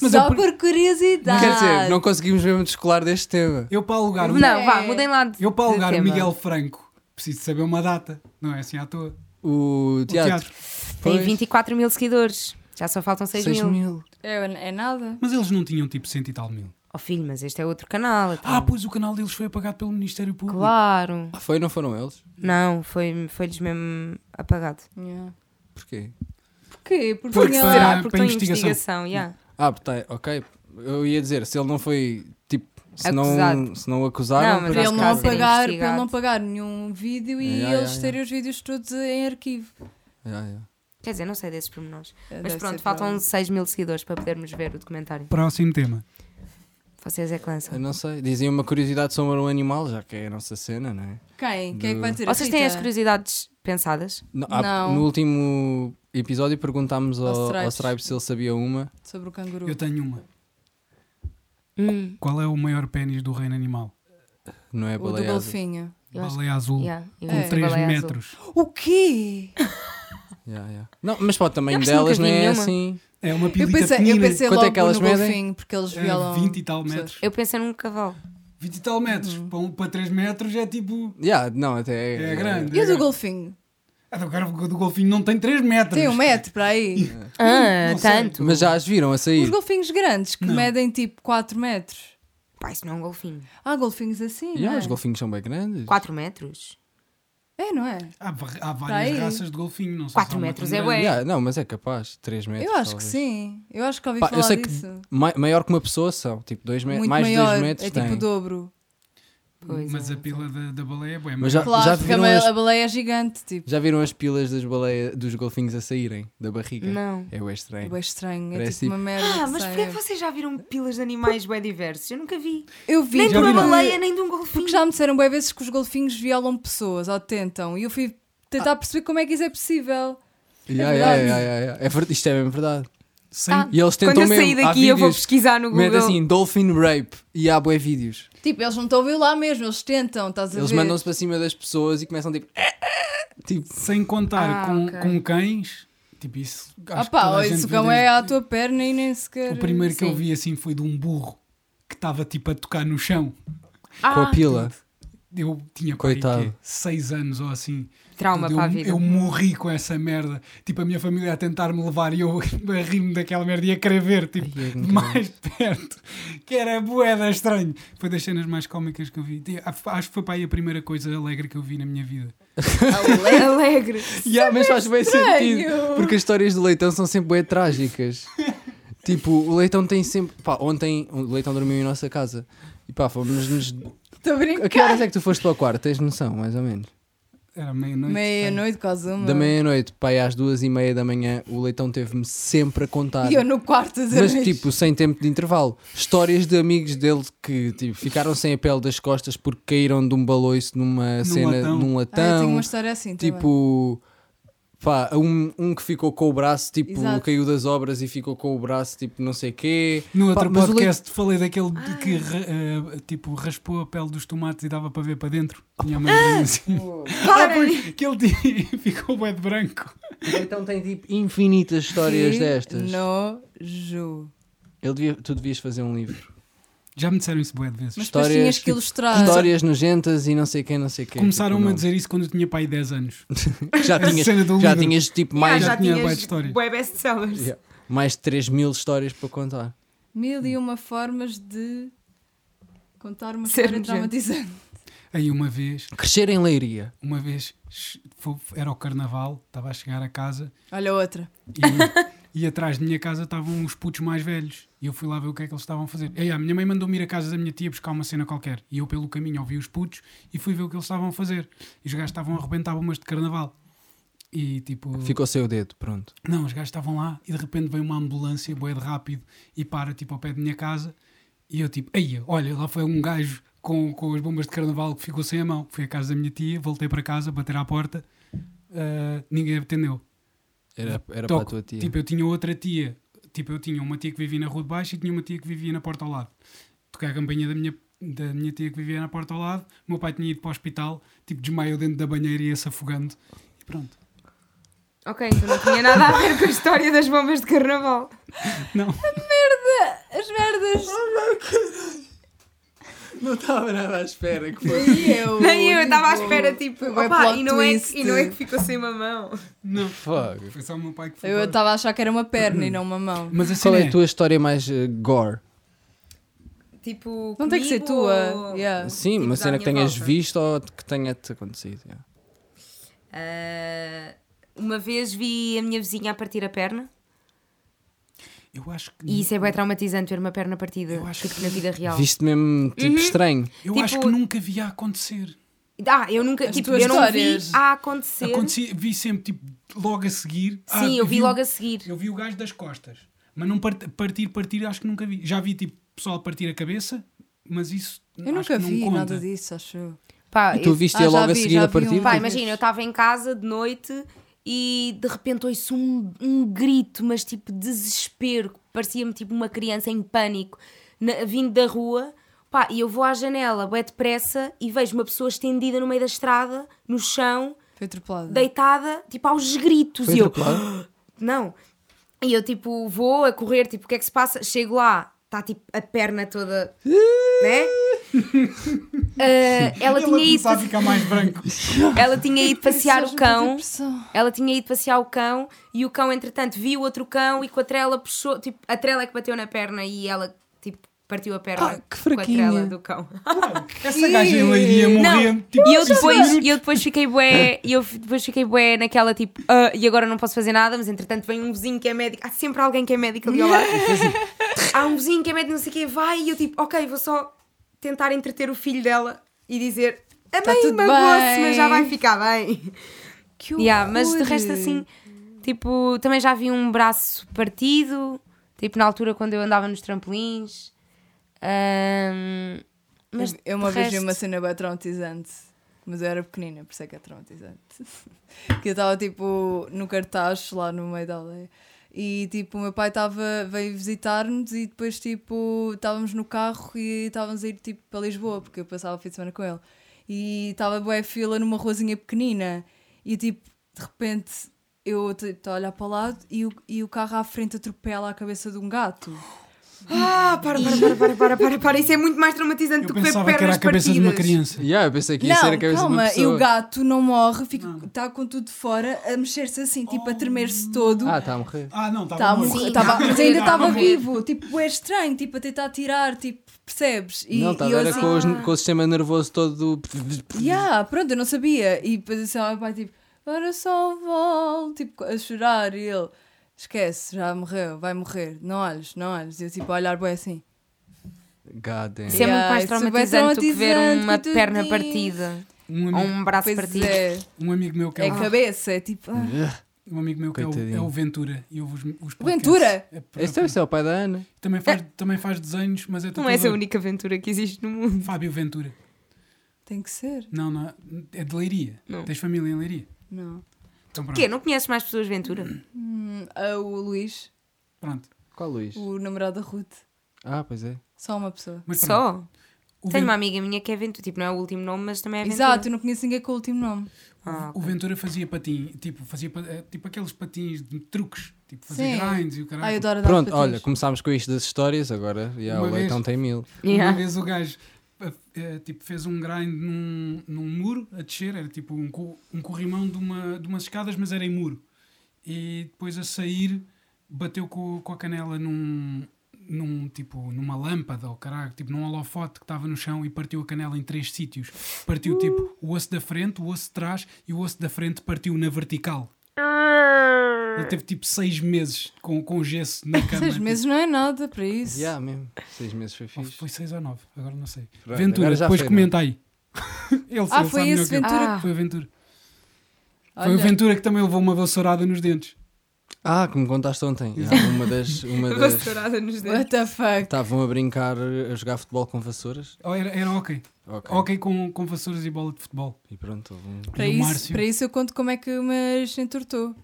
[SPEAKER 3] Mas
[SPEAKER 1] Só
[SPEAKER 3] eu-
[SPEAKER 1] por curiosidade.
[SPEAKER 4] Quer dizer, não conseguimos mesmo descolar deste tema.
[SPEAKER 3] Eu para alugar, o-
[SPEAKER 2] Não, vá, mudem lá de.
[SPEAKER 3] Ah, é eu para
[SPEAKER 2] de
[SPEAKER 3] alugar o
[SPEAKER 2] tema.
[SPEAKER 3] Miguel Franco preciso de saber uma data, não é assim à toa.
[SPEAKER 4] O
[SPEAKER 3] O
[SPEAKER 4] teatro.
[SPEAKER 3] teatro.
[SPEAKER 2] Tem
[SPEAKER 4] Pois,
[SPEAKER 2] 24 mil seguidores. Já só faltam 6,
[SPEAKER 4] seis
[SPEAKER 2] mil.
[SPEAKER 4] mil.
[SPEAKER 1] É, é nada.
[SPEAKER 3] Mas eles não tinham tipo cento e tal mil.
[SPEAKER 2] Oh filho, mas este é outro canal. então.
[SPEAKER 3] Ah, pois o canal deles foi apagado pelo Ministério Público.
[SPEAKER 2] Claro.
[SPEAKER 4] Ah, foi, não foram eles?
[SPEAKER 2] Não, foi- foi-lhes mesmo apagado.
[SPEAKER 1] Yeah.
[SPEAKER 4] Porquê?
[SPEAKER 1] Porquê? Porque, é
[SPEAKER 3] Porque
[SPEAKER 1] tinha-
[SPEAKER 3] será? Ah,
[SPEAKER 2] porque
[SPEAKER 3] para
[SPEAKER 2] estão em
[SPEAKER 3] investigação.
[SPEAKER 2] investigação. yeah.
[SPEAKER 4] Ah, tá, ok. Eu ia dizer, se ele não foi, tipo, se, não,
[SPEAKER 2] Acusado.
[SPEAKER 4] se não o acusaram...
[SPEAKER 2] Não, mas
[SPEAKER 1] para
[SPEAKER 4] por
[SPEAKER 1] ele
[SPEAKER 2] acho
[SPEAKER 4] acaso-
[SPEAKER 1] não
[SPEAKER 2] caso ser
[SPEAKER 1] apagar, para
[SPEAKER 2] investigado.
[SPEAKER 1] ele não pagar nenhum vídeo e
[SPEAKER 4] Yeah, yeah,
[SPEAKER 1] eles
[SPEAKER 4] yeah.
[SPEAKER 1] terem os vídeos todos em arquivo.
[SPEAKER 4] Yeah, yeah.
[SPEAKER 2] Quer dizer, não sei desses pormenores. Mas
[SPEAKER 1] Deve
[SPEAKER 2] pronto,
[SPEAKER 1] ser
[SPEAKER 2] faltam
[SPEAKER 1] verdade.
[SPEAKER 2] 6 mil seguidores para podermos ver o documentário.
[SPEAKER 3] Próximo tema.
[SPEAKER 2] Vocês é que lançam.
[SPEAKER 4] Eu não sei. Dizem uma curiosidade sobre um animal, já que é a nossa cena, não é?
[SPEAKER 1] Quem? Quem é que vai ter a
[SPEAKER 2] Vocês têm
[SPEAKER 1] Rita?
[SPEAKER 2] as curiosidades pensadas?
[SPEAKER 4] No, há-
[SPEAKER 1] Não.
[SPEAKER 4] no último episódio perguntámos ao,
[SPEAKER 1] Ao
[SPEAKER 4] ao,
[SPEAKER 1] Stripes.
[SPEAKER 4] Stripes se ele sabia uma.
[SPEAKER 1] Sobre o canguru.
[SPEAKER 3] Eu tenho uma.
[SPEAKER 2] Hum,
[SPEAKER 3] Qual é o maior pênis do reino animal?
[SPEAKER 4] Não é
[SPEAKER 1] O do
[SPEAKER 4] baleia. azul.
[SPEAKER 1] golfinho.
[SPEAKER 2] Eu acho-
[SPEAKER 3] Baleia azul.
[SPEAKER 2] yeah, eu
[SPEAKER 3] Com
[SPEAKER 1] É,
[SPEAKER 2] acho que
[SPEAKER 3] 3
[SPEAKER 2] baleia é azul.
[SPEAKER 3] Um metros.
[SPEAKER 1] O quê?
[SPEAKER 4] Yeah, yeah. Não, mas para o
[SPEAKER 2] Eu
[SPEAKER 4] tamanho
[SPEAKER 2] acho que
[SPEAKER 4] delas
[SPEAKER 2] nunca vi
[SPEAKER 4] não é
[SPEAKER 2] nenhuma.
[SPEAKER 4] assim.
[SPEAKER 3] É uma
[SPEAKER 1] Eu
[SPEAKER 3] pilita
[SPEAKER 1] pensei, eu
[SPEAKER 3] pequenina.
[SPEAKER 1] pensei
[SPEAKER 4] Quanto é
[SPEAKER 1] logo
[SPEAKER 4] que elas
[SPEAKER 1] no
[SPEAKER 4] medem?
[SPEAKER 1] golfinho, porque eles
[SPEAKER 3] É
[SPEAKER 1] violam...
[SPEAKER 3] 20 e tal
[SPEAKER 1] pessoas. Hum.
[SPEAKER 3] metros.
[SPEAKER 2] Eu pensei num cavalo.
[SPEAKER 3] 20 e tal metros. Para, um, para 3 metros é tipo.
[SPEAKER 4] Yeah, não, até
[SPEAKER 3] É grande.
[SPEAKER 1] E o do golfinho?
[SPEAKER 3] Ah, Agora o do golfinho não tem 3 metros.
[SPEAKER 1] Tem um metro para aí.
[SPEAKER 2] Ah,
[SPEAKER 3] Não sei.
[SPEAKER 2] tanto.
[SPEAKER 4] Mas já as viram a
[SPEAKER 1] Os
[SPEAKER 4] sair.
[SPEAKER 1] golfinhos grandes, que medem tipo 4 metros.
[SPEAKER 2] Pá, isso não é um golfinho.
[SPEAKER 1] Há golfinhos assim,
[SPEAKER 4] Yeah,
[SPEAKER 1] não é?
[SPEAKER 4] Os golfinhos são bem grandes.
[SPEAKER 2] 4 metros?
[SPEAKER 1] É, não é?
[SPEAKER 3] Há, va- há várias
[SPEAKER 1] aí.
[SPEAKER 3] raças de golfinho, não sei
[SPEAKER 2] Quatro
[SPEAKER 3] se há uma
[SPEAKER 2] metros
[SPEAKER 3] tão
[SPEAKER 2] é
[SPEAKER 3] grande.
[SPEAKER 2] bué.
[SPEAKER 4] Yeah, não, mas é capaz, 3 metros.
[SPEAKER 1] Eu acho que
[SPEAKER 4] talvez.
[SPEAKER 1] sim. Eu acho que ouvi
[SPEAKER 4] Pá, eu
[SPEAKER 1] falar
[SPEAKER 4] sei
[SPEAKER 1] disso.
[SPEAKER 4] que mai- maior que uma pessoa são, tipo, dois me-
[SPEAKER 1] Muito
[SPEAKER 4] mais de 2
[SPEAKER 1] maior.
[SPEAKER 4] metros
[SPEAKER 1] é
[SPEAKER 4] tem.
[SPEAKER 1] tipo o dobro.
[SPEAKER 2] Pois
[SPEAKER 3] Mas
[SPEAKER 2] é.
[SPEAKER 3] a pila da, da baleia é bué.
[SPEAKER 4] Mas já,
[SPEAKER 1] Claro,
[SPEAKER 4] já,
[SPEAKER 1] porque a,
[SPEAKER 4] viram
[SPEAKER 1] baleia-
[SPEAKER 4] as,
[SPEAKER 1] a baleia é gigante, tipo.
[SPEAKER 4] já viram as pilas das baleia, dos golfinhos a saírem da barriga?
[SPEAKER 2] Não.
[SPEAKER 4] É o estranho.
[SPEAKER 1] É estranho, é
[SPEAKER 4] Parece
[SPEAKER 1] tipo uma merda.
[SPEAKER 2] Ah,
[SPEAKER 1] que
[SPEAKER 2] mas
[SPEAKER 1] sai.
[SPEAKER 2] porquê é que vocês já viram pilas de animais bem diversos? Eu nunca vi.
[SPEAKER 1] Eu vi.
[SPEAKER 2] Nem de
[SPEAKER 3] Já
[SPEAKER 2] uma
[SPEAKER 3] viram?
[SPEAKER 2] baleia, nem de um golfinho.
[SPEAKER 1] Porque já me disseram bem vezes que os golfinhos violam pessoas ou tentam. E eu fui tentar perceber como é que isso é possível. É
[SPEAKER 4] Yeah, yeah,
[SPEAKER 1] verdade.
[SPEAKER 4] yeah, yeah, yeah. É ver- isto é mesmo verdade.
[SPEAKER 3] Sem-
[SPEAKER 2] Ah,
[SPEAKER 4] E eles tentam
[SPEAKER 2] Quando eu
[SPEAKER 4] mesmo.
[SPEAKER 2] sair
[SPEAKER 4] há
[SPEAKER 2] daqui, eu vou
[SPEAKER 4] vídeos.
[SPEAKER 2] pesquisar no Google.
[SPEAKER 4] Mete assim, Dolphin Rape e há bué vídeos.
[SPEAKER 1] Tipo, eles não estão a violar mesmo, eles tentam, estás a
[SPEAKER 4] Eles
[SPEAKER 1] ver?
[SPEAKER 4] mandam-se para cima das pessoas e começam tipo. "Eh, eh", Tipo,
[SPEAKER 3] Sem contar
[SPEAKER 2] Ah,
[SPEAKER 3] com,
[SPEAKER 2] ok.
[SPEAKER 3] com cães, tipo isso.
[SPEAKER 1] Ah
[SPEAKER 3] acho que
[SPEAKER 1] pá,
[SPEAKER 3] toda a
[SPEAKER 1] ou
[SPEAKER 3] gente
[SPEAKER 1] isso
[SPEAKER 3] vê
[SPEAKER 1] cão
[SPEAKER 3] desde-
[SPEAKER 1] é à tua perna e nem sequer...
[SPEAKER 3] O primeiro que eu
[SPEAKER 2] Sim.
[SPEAKER 3] vi assim foi de um burro que estava tipo a tocar no chão.
[SPEAKER 4] com
[SPEAKER 2] ah,
[SPEAKER 4] a pila.
[SPEAKER 3] Eu tinha pá, aí,
[SPEAKER 4] Coitado.
[SPEAKER 3] quê? seis anos ou assim.
[SPEAKER 2] Ah, trauma
[SPEAKER 3] eu,
[SPEAKER 2] para a vida.
[SPEAKER 3] eu morri com essa merda. Tipo, a minha família a tentar me levar e eu a rir-me daquela merda e a querer ver, tipo,
[SPEAKER 4] Ai, é que nunca
[SPEAKER 3] mais perto. Que era boeda estranho. Foi das cenas mais cómicas que eu vi. Ti- Acho que foi para aí a primeira coisa alegre que eu vi na minha vida.
[SPEAKER 2] Alegre.
[SPEAKER 4] Yeah, mas faz bem
[SPEAKER 1] estranho.
[SPEAKER 4] sentido. Porque as histórias do leitão são sempre bem trágicas. tipo, o leitão tem sempre. Pá, ontem o leitão dormiu em nossa casa. E pá, fomos nos.
[SPEAKER 1] Estou a
[SPEAKER 4] A que horas
[SPEAKER 1] brincar.
[SPEAKER 4] é que tu foste para o quarto? Tens noção, mais ou menos?
[SPEAKER 3] Era meia-noite.
[SPEAKER 1] Meia-noite, quase uma.
[SPEAKER 4] Da meia-noite, pá, e às duas e meia da manhã, o leitão teve-me sempre a contar.
[SPEAKER 1] E eu no quarto a dizer
[SPEAKER 4] Mas
[SPEAKER 1] "Ai,
[SPEAKER 4] tipo, sem tempo de intervalo. Histórias de amigos dele que tipo, ficaram sem a pele das costas porque caíram de um baloiço numa cena,
[SPEAKER 3] latão.
[SPEAKER 4] num
[SPEAKER 1] Ah, eu tenho
[SPEAKER 4] latão.
[SPEAKER 1] uma história assim também.
[SPEAKER 4] tipo, pá, um, um que ficou com o braço, tipo,
[SPEAKER 1] Exato.
[SPEAKER 4] caiu das obras e ficou com o braço, tipo, não sei quê.
[SPEAKER 3] No
[SPEAKER 4] Pá,
[SPEAKER 3] outro
[SPEAKER 4] mas o
[SPEAKER 3] podcast falei daquele de que ra- eh, tipo raspou a pele dos tomates e dava para ver para dentro. Tinha uma ah, assim.
[SPEAKER 2] Para!
[SPEAKER 3] Que ele ti- ficou bué de branco.
[SPEAKER 4] leitão- o leitão tem tipo infinitas histórias
[SPEAKER 1] Que
[SPEAKER 4] destas.
[SPEAKER 1] Nojo.
[SPEAKER 4] Ele devia- tu devias fazer um livro.
[SPEAKER 3] Já me disseram isso bué de vezes.
[SPEAKER 1] Mas depois
[SPEAKER 4] Histórias,
[SPEAKER 1] tinhas que
[SPEAKER 4] tipo,
[SPEAKER 1] ilustrar.
[SPEAKER 4] Histórias nojentas e não sei quem, não sei quem.
[SPEAKER 3] Começaram-me a
[SPEAKER 4] é tipo, não.
[SPEAKER 3] dizer isso quando eu tinha pai 10 anos.
[SPEAKER 4] Já
[SPEAKER 3] a
[SPEAKER 4] tinhas,
[SPEAKER 3] cena do
[SPEAKER 4] já
[SPEAKER 3] livro.
[SPEAKER 4] tinhas tipo mais,
[SPEAKER 3] já
[SPEAKER 2] já
[SPEAKER 3] tinha
[SPEAKER 2] tinhas
[SPEAKER 3] bué de histórias.
[SPEAKER 2] bué best-sellers.
[SPEAKER 4] Yeah. mais de 3 mil histórias para contar.
[SPEAKER 1] Mil e uma formas de contar uma
[SPEAKER 2] Ser
[SPEAKER 1] história
[SPEAKER 2] nojento.
[SPEAKER 1] traumatizante.
[SPEAKER 3] Aí uma vez,
[SPEAKER 4] Crescer em Leiria.
[SPEAKER 3] uma vez, sh- fo- era o carnaval, estava a chegar a casa
[SPEAKER 1] Olha outra.
[SPEAKER 3] E, e atrás de minha casa estavam os putos mais velhos. E eu fui lá ver o que é que eles estavam a fazer. Ei, a minha mãe mandou-me ir à casa da minha tia buscar uma cena qualquer. E eu, pelo caminho, ouvi os putos e fui ver o que eles estavam a fazer. E os gajos estavam a arrebentar bombas de carnaval. E tipo.
[SPEAKER 4] Ficou sem o dedo, pronto.
[SPEAKER 3] Não, os gajos estavam lá e de repente vem uma ambulância, boé de rápido, e para tipo ao pé da minha casa. E eu tipo, aí, olha, lá foi um gajo com, com as bombas de carnaval que ficou sem a mão. Fui à casa da minha tia, voltei para casa, bater à porta, ah, ninguém atendeu.
[SPEAKER 4] Era, era para
[SPEAKER 3] Toco.
[SPEAKER 4] a tua tia.
[SPEAKER 3] Tipo, eu tinha outra tia. Tipo, eu tinha uma tia que vivia na rua de baixo e tinha uma tia que vivia na porta ao lado. Toquei a campainha da minha, da minha tia que vivia na porta ao lado. O meu pai tinha ido para o hospital. Tipo, desmaiou dentro da banheira e ia-se afogando. E pronto.
[SPEAKER 2] Ok, então não tinha nada a ver com a história das bombas de carnaval.
[SPEAKER 3] Não.
[SPEAKER 1] As merdas.
[SPEAKER 4] não estava nada à espera que
[SPEAKER 1] Nem eu.
[SPEAKER 2] Nem eu, eu estava à
[SPEAKER 1] tipo,
[SPEAKER 2] espera, tipo,
[SPEAKER 1] foi bué
[SPEAKER 2] opa,
[SPEAKER 1] plot
[SPEAKER 2] e não, é que,
[SPEAKER 1] twist.
[SPEAKER 2] e não é que ficou sem mamão.
[SPEAKER 3] Não.
[SPEAKER 4] Fuck.
[SPEAKER 3] Foi só o meu pai que foi.
[SPEAKER 1] Eu então
[SPEAKER 3] para-
[SPEAKER 1] estava a achar que era uma perna e não uma mão.
[SPEAKER 3] Mas assim
[SPEAKER 4] Qual é
[SPEAKER 3] é.
[SPEAKER 4] a tua história mais eh, gore?
[SPEAKER 2] Tipo,
[SPEAKER 1] Não tem que ser
[SPEAKER 2] comigo
[SPEAKER 1] tua.
[SPEAKER 2] ou-
[SPEAKER 1] Yeah.
[SPEAKER 4] Sim,
[SPEAKER 2] tipo
[SPEAKER 4] uma
[SPEAKER 2] da
[SPEAKER 4] cena que
[SPEAKER 2] minha
[SPEAKER 4] tenhas
[SPEAKER 2] volta.
[SPEAKER 4] visto ou que tenha-te acontecido. yeah.
[SPEAKER 2] Ah, uma vez vi a minha vizinha a partir a perna.
[SPEAKER 3] Eu acho que.
[SPEAKER 2] E isso é bem traumatizante ver uma perna partida
[SPEAKER 3] Eu acho
[SPEAKER 2] tipo, na vida real.
[SPEAKER 4] Viste mesmo
[SPEAKER 3] Uhum.
[SPEAKER 4] tipo estranho.
[SPEAKER 3] Eu
[SPEAKER 2] Tipo-
[SPEAKER 3] acho que nunca vi a acontecer.
[SPEAKER 2] Ah, eu nunca,
[SPEAKER 1] As
[SPEAKER 2] tipo,
[SPEAKER 1] tuas
[SPEAKER 2] eu não vi
[SPEAKER 1] histórias.
[SPEAKER 2] a acontecer.
[SPEAKER 3] Acontecia, vi sempre, tipo, logo a seguir. Ah,
[SPEAKER 2] Sim, eu vi
[SPEAKER 3] o-
[SPEAKER 2] logo a seguir.
[SPEAKER 3] Eu vi o gajo das costas, mas não part- partir, partir, acho que nunca vi. Já vi tipo pessoal partir a cabeça, mas isso
[SPEAKER 1] Eu nunca
[SPEAKER 3] acho que não
[SPEAKER 1] vi
[SPEAKER 3] conta.
[SPEAKER 1] nada disso, acho eu.
[SPEAKER 2] Pá,
[SPEAKER 4] E tu
[SPEAKER 2] eu-
[SPEAKER 4] viste
[SPEAKER 1] Ah,
[SPEAKER 4] a
[SPEAKER 1] já
[SPEAKER 4] logo a
[SPEAKER 1] vi,
[SPEAKER 4] seguir
[SPEAKER 1] já
[SPEAKER 4] a
[SPEAKER 1] vi um-
[SPEAKER 4] partir?
[SPEAKER 2] Pá, imagina, eu estava em casa de noite e de repente ouço um, um grito, mas tipo desespero, que parecia-me tipo uma criança em pânico, na- vindo da rua. Pá, e eu vou à janela, bué depressa, e vejo uma pessoa estendida no meio da estrada, no chão,
[SPEAKER 1] Foi atropelado.
[SPEAKER 2] deitada, tipo aos gritos.
[SPEAKER 4] Foi
[SPEAKER 2] e eu,
[SPEAKER 4] atropelada?
[SPEAKER 2] não. E eu, tipo, vou a correr, tipo, o que é que se passa? Chego lá, está, tipo, a perna toda, né? Ah, ela,
[SPEAKER 3] Ele
[SPEAKER 2] tinha ido,
[SPEAKER 3] começar a ficar mais branco.
[SPEAKER 2] ela tinha ido passear o cão.
[SPEAKER 1] Depressão.
[SPEAKER 2] Ela tinha ido passear o cão e o cão, entretanto, viu outro cão e com a trela puxou, tipo, a trela é que bateu na perna e ela, tipo, partiu a perna
[SPEAKER 4] Ah, que
[SPEAKER 2] com a trela
[SPEAKER 4] fraquinha.
[SPEAKER 2] do cão.
[SPEAKER 3] Essa gaja em Leiria morria.
[SPEAKER 2] Não,
[SPEAKER 3] tipo,
[SPEAKER 2] e eu
[SPEAKER 3] cinco
[SPEAKER 2] depois,
[SPEAKER 3] minutos.
[SPEAKER 2] e eu depois fiquei bué, e eu f- depois fiquei bué naquela tipo, "Ah, e agora não posso fazer nada, mas entretanto vem um vizinho que é médico, há sempre alguém que é médico ali ao lado. há um vizinho que é médico, não sei o quê, vai, e eu tipo, ok, vou só tentar entreter o filho dela e dizer, a
[SPEAKER 1] Tá
[SPEAKER 2] mãe
[SPEAKER 1] tudo
[SPEAKER 2] magoou-se,
[SPEAKER 1] bem."
[SPEAKER 2] mas já vai ficar bem.
[SPEAKER 1] Que
[SPEAKER 2] Yeah, mas de
[SPEAKER 1] horror.
[SPEAKER 2] resto assim, tipo, também já vi um braço partido, tipo na altura quando eu andava nos trampolins. Ahm, mas
[SPEAKER 1] Eu- eu uma
[SPEAKER 2] de
[SPEAKER 1] vez vi
[SPEAKER 2] resto-
[SPEAKER 1] uma cena bem traumatizante, mas eu era pequenina, por isso é que é traumatizante. que eu estava tipo no cartaz lá no meio da aldeia. E tipo, o meu pai estava, veio visitar-nos e depois tipo, estávamos no carro e estávamos a ir tipo para Lisboa, porque eu passava o fim de semana com ele. E estava bué fila numa ruazinha pequenina e tipo, de repente eu estou a olhar para o lado e o, e o carro à frente atropela a cabeça de um gato.
[SPEAKER 2] Ah, para, para, para, para, para, para, para, isso é muito mais traumatizante do
[SPEAKER 3] Eu
[SPEAKER 2] que ver
[SPEAKER 3] pensava que era
[SPEAKER 2] pernas
[SPEAKER 3] a cabeça
[SPEAKER 2] partidas.
[SPEAKER 3] de uma criança.
[SPEAKER 4] Yeah, eu pensei que ia ser a cabeça de uma
[SPEAKER 1] calma,
[SPEAKER 4] pessoa.
[SPEAKER 1] e o gato não morre, está com tudo fora, a mexer-se assim, tipo, a tremer-se todo.
[SPEAKER 4] Ah, está a morrer.
[SPEAKER 3] Ah, não, estava
[SPEAKER 1] Tá,
[SPEAKER 3] morto.
[SPEAKER 1] mo-
[SPEAKER 2] Sim,
[SPEAKER 1] tava-
[SPEAKER 2] tá.
[SPEAKER 1] mas ainda
[SPEAKER 2] Tá,
[SPEAKER 1] estava
[SPEAKER 2] morrer.
[SPEAKER 1] vivo, tipo, é estranho, tipo, a tentar tirar, tipo, percebes? E,
[SPEAKER 4] não, tá
[SPEAKER 1] e
[SPEAKER 4] estava
[SPEAKER 1] eu
[SPEAKER 4] era
[SPEAKER 1] assim,
[SPEAKER 4] com, os- com o sistema nervoso todo.
[SPEAKER 1] "Ya, pronto, eu não sabia. E depois assim, o meu pai, tipo, agora só volto, tipo, a chorar. E ele, esquece, já morreu, vai morrer, não olhes, não olhes. E eu, tipo, a olhar, bem assim.
[SPEAKER 4] God damn.
[SPEAKER 2] Isso é muito
[SPEAKER 1] Yeah, isso
[SPEAKER 2] mais
[SPEAKER 1] é bem
[SPEAKER 2] traumatizante do que ver
[SPEAKER 1] traumatizante,
[SPEAKER 2] uma
[SPEAKER 1] coitadinho.
[SPEAKER 2] perna partida
[SPEAKER 3] Um
[SPEAKER 2] ou
[SPEAKER 3] amigo,
[SPEAKER 2] um braço
[SPEAKER 1] Pois
[SPEAKER 2] partido.
[SPEAKER 1] é,
[SPEAKER 3] um amigo meu que é,
[SPEAKER 1] é
[SPEAKER 3] o-
[SPEAKER 1] cabeça, é tipo, ah,
[SPEAKER 3] um amigo meu que é, o,
[SPEAKER 4] Coitadinho.
[SPEAKER 3] é o Ventura. E ouve os, os podcasts.
[SPEAKER 1] Ventura?
[SPEAKER 3] É por-
[SPEAKER 4] Este é, este é o pai da Ana.
[SPEAKER 3] também, faz, também faz desenhos, mas é
[SPEAKER 2] Não é
[SPEAKER 3] tatuador.
[SPEAKER 2] essa a única aventura que existe no mundo.
[SPEAKER 3] Fábio Ventura.
[SPEAKER 1] tem que ser.
[SPEAKER 3] Não, não, é de Leiria.
[SPEAKER 2] Não.
[SPEAKER 3] Tens família em Leiria.
[SPEAKER 1] Não.
[SPEAKER 3] Então pronto.
[SPEAKER 2] Porquê? Não conheces mais pessoas Ventura?
[SPEAKER 1] Hum, ah, o Luís,
[SPEAKER 3] pronto.
[SPEAKER 4] Qual Luís?
[SPEAKER 1] o namorado da Ruth,
[SPEAKER 4] Ah, pois é.
[SPEAKER 1] só uma pessoa.
[SPEAKER 3] Mas pronto.
[SPEAKER 2] Só?
[SPEAKER 3] O,
[SPEAKER 2] Tenho
[SPEAKER 3] Ven-
[SPEAKER 2] uma amiga minha que é Ventura, tipo, não é o último nome, mas também é Ventura.
[SPEAKER 1] Exato, eu não conheço ninguém com o último nome.
[SPEAKER 2] Ah,
[SPEAKER 3] o
[SPEAKER 2] ok.
[SPEAKER 3] Ventura fazia patins, tipo, fazia pa- eh, tipo aqueles patins de truques, tipo fazer
[SPEAKER 1] Sim.
[SPEAKER 3] grinds
[SPEAKER 1] Ai,
[SPEAKER 3] e o
[SPEAKER 1] eu
[SPEAKER 2] Ah,
[SPEAKER 3] caralho.
[SPEAKER 1] adoro dar
[SPEAKER 4] Pronto,
[SPEAKER 1] patins.
[SPEAKER 4] olha, começámos com isto das histórias, agora yeah,
[SPEAKER 3] Uma
[SPEAKER 4] o
[SPEAKER 3] vez-
[SPEAKER 4] leitão tem mil.
[SPEAKER 3] Uma
[SPEAKER 2] Yeah.
[SPEAKER 3] vez o gajo eh, eh, tipo, fez um grind num, num muro a descer, era tipo um, co- um corrimão de, uma, de umas escadas, mas era em muro. E depois a sair bateu com, com a canela num, num tipo numa lâmpada ou caralho, tipo num holofote que estava no chão e partiu a canela em três sítios.
[SPEAKER 1] Uh.
[SPEAKER 3] Partiu tipo o osso da frente, o osso de trás e o osso da frente partiu na vertical.
[SPEAKER 2] Ah,
[SPEAKER 3] Ele teve tipo seis meses com, com gesso na cama.
[SPEAKER 1] Seis meses não é nada para isso.
[SPEAKER 4] Yeah, mesmo. Seis meses foi
[SPEAKER 3] Ou
[SPEAKER 4] fixe.
[SPEAKER 3] foi 6 ou 9, agora não sei.
[SPEAKER 4] Pronto,
[SPEAKER 3] Ventura,
[SPEAKER 4] agora já
[SPEAKER 3] depois
[SPEAKER 4] foi, é?
[SPEAKER 1] é?
[SPEAKER 3] comenta aí. Ele
[SPEAKER 1] Ah, foi
[SPEAKER 3] ele sabe melhor
[SPEAKER 1] esse
[SPEAKER 3] que eu.
[SPEAKER 1] Ventura. Ah,
[SPEAKER 2] Ah.
[SPEAKER 3] Foi o Ventura. Foi
[SPEAKER 1] Olha,
[SPEAKER 3] o Ventura que também levou uma vassourada nos dentes.
[SPEAKER 4] Ah, que me contaste ontem. Yeah, uma das. Uma das...
[SPEAKER 2] Vassourada nos dedos.
[SPEAKER 1] What the fuck?
[SPEAKER 3] Tá.
[SPEAKER 4] Estavam a brincar a jogar futebol com vassouras.
[SPEAKER 3] Ou Oh, era, era ok.
[SPEAKER 4] Ok.
[SPEAKER 3] Ok com, com vassouras e bola de futebol.
[SPEAKER 4] E pronto, houve um-
[SPEAKER 1] Para
[SPEAKER 3] E o
[SPEAKER 1] isso,
[SPEAKER 3] Márcio,
[SPEAKER 1] para isso eu conto como é que o meu se entortou.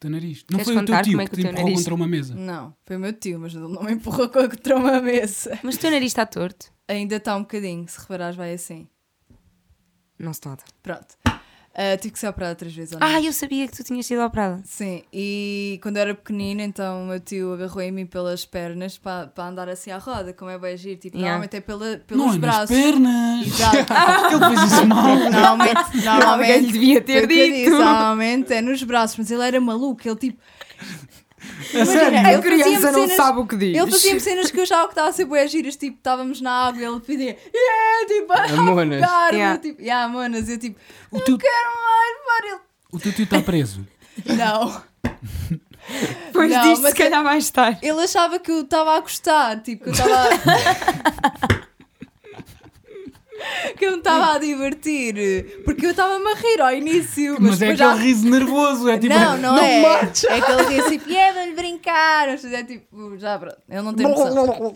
[SPEAKER 3] teu nariz. Não
[SPEAKER 2] Queres
[SPEAKER 3] foi o teu
[SPEAKER 2] contar
[SPEAKER 3] tio
[SPEAKER 2] como é
[SPEAKER 3] que
[SPEAKER 2] que
[SPEAKER 3] te
[SPEAKER 2] o teu
[SPEAKER 3] empurrou
[SPEAKER 2] nariz-
[SPEAKER 3] contra uma mesa.
[SPEAKER 1] Não, foi o meu tio, mas ele não me empurrou contra uma mesa.
[SPEAKER 2] Mas o teu nariz está torto?
[SPEAKER 1] Ainda está um bocadinho, se reparares, vai assim.
[SPEAKER 2] Não se nota.
[SPEAKER 1] Pronto. Ah, tive que ser operada três vezes ou não?
[SPEAKER 2] Ah, eu sabia que tu tinhas sido operada.
[SPEAKER 1] Sim, e quando eu era pequenina, então o meu tio agarrou em mim pelas pernas para, para andar assim à roda, como é bem giro. Tipo,
[SPEAKER 2] Yeah.
[SPEAKER 1] normalmente é pela,
[SPEAKER 3] não
[SPEAKER 1] pelos
[SPEAKER 3] é nas
[SPEAKER 1] braços.
[SPEAKER 3] pernas.
[SPEAKER 1] Exato.
[SPEAKER 3] Ele fez isso mal.
[SPEAKER 1] Normalmente,
[SPEAKER 2] Alguém
[SPEAKER 1] normalmente
[SPEAKER 2] lhe devia
[SPEAKER 1] Foi
[SPEAKER 2] ter
[SPEAKER 1] o que eu disse,
[SPEAKER 2] dito.
[SPEAKER 1] normalmente é nos braços, mas ele era maluco, ele tipo.
[SPEAKER 2] É
[SPEAKER 3] sério?
[SPEAKER 1] Imagina,
[SPEAKER 2] A
[SPEAKER 1] ele fazia-me
[SPEAKER 2] criança não
[SPEAKER 1] cenas-
[SPEAKER 2] sabe o que diz.
[SPEAKER 1] Ele fazia-me cenas que eu achava que estava a ser boas giras, tipo, estávamos na água, ele pedia, yeah, tipo, a
[SPEAKER 4] Monas.
[SPEAKER 1] afogar-me",
[SPEAKER 2] Yeah.
[SPEAKER 1] eu tipo, yeah, monas, eu tipo,
[SPEAKER 3] O teu,
[SPEAKER 1] quero mais, para
[SPEAKER 3] o teu tio está preso.
[SPEAKER 1] ele. Não.
[SPEAKER 2] Depois
[SPEAKER 1] Não,
[SPEAKER 2] disto,
[SPEAKER 1] mas
[SPEAKER 2] se calhar vai estar.
[SPEAKER 1] Ele achava que eu estava a gostar, tipo, que eu estava. que eu me estava a divertir, porque eu estava-me a rir ao início, mas,
[SPEAKER 3] Mas, é
[SPEAKER 1] depois
[SPEAKER 3] aquele
[SPEAKER 1] já-
[SPEAKER 3] riso nervoso. É tipo,
[SPEAKER 1] não, não, é.
[SPEAKER 3] mate.
[SPEAKER 1] É que ele dizia tipo, yeah, vamos brincar. Mas é tipo, já pronto, ele não tem noção.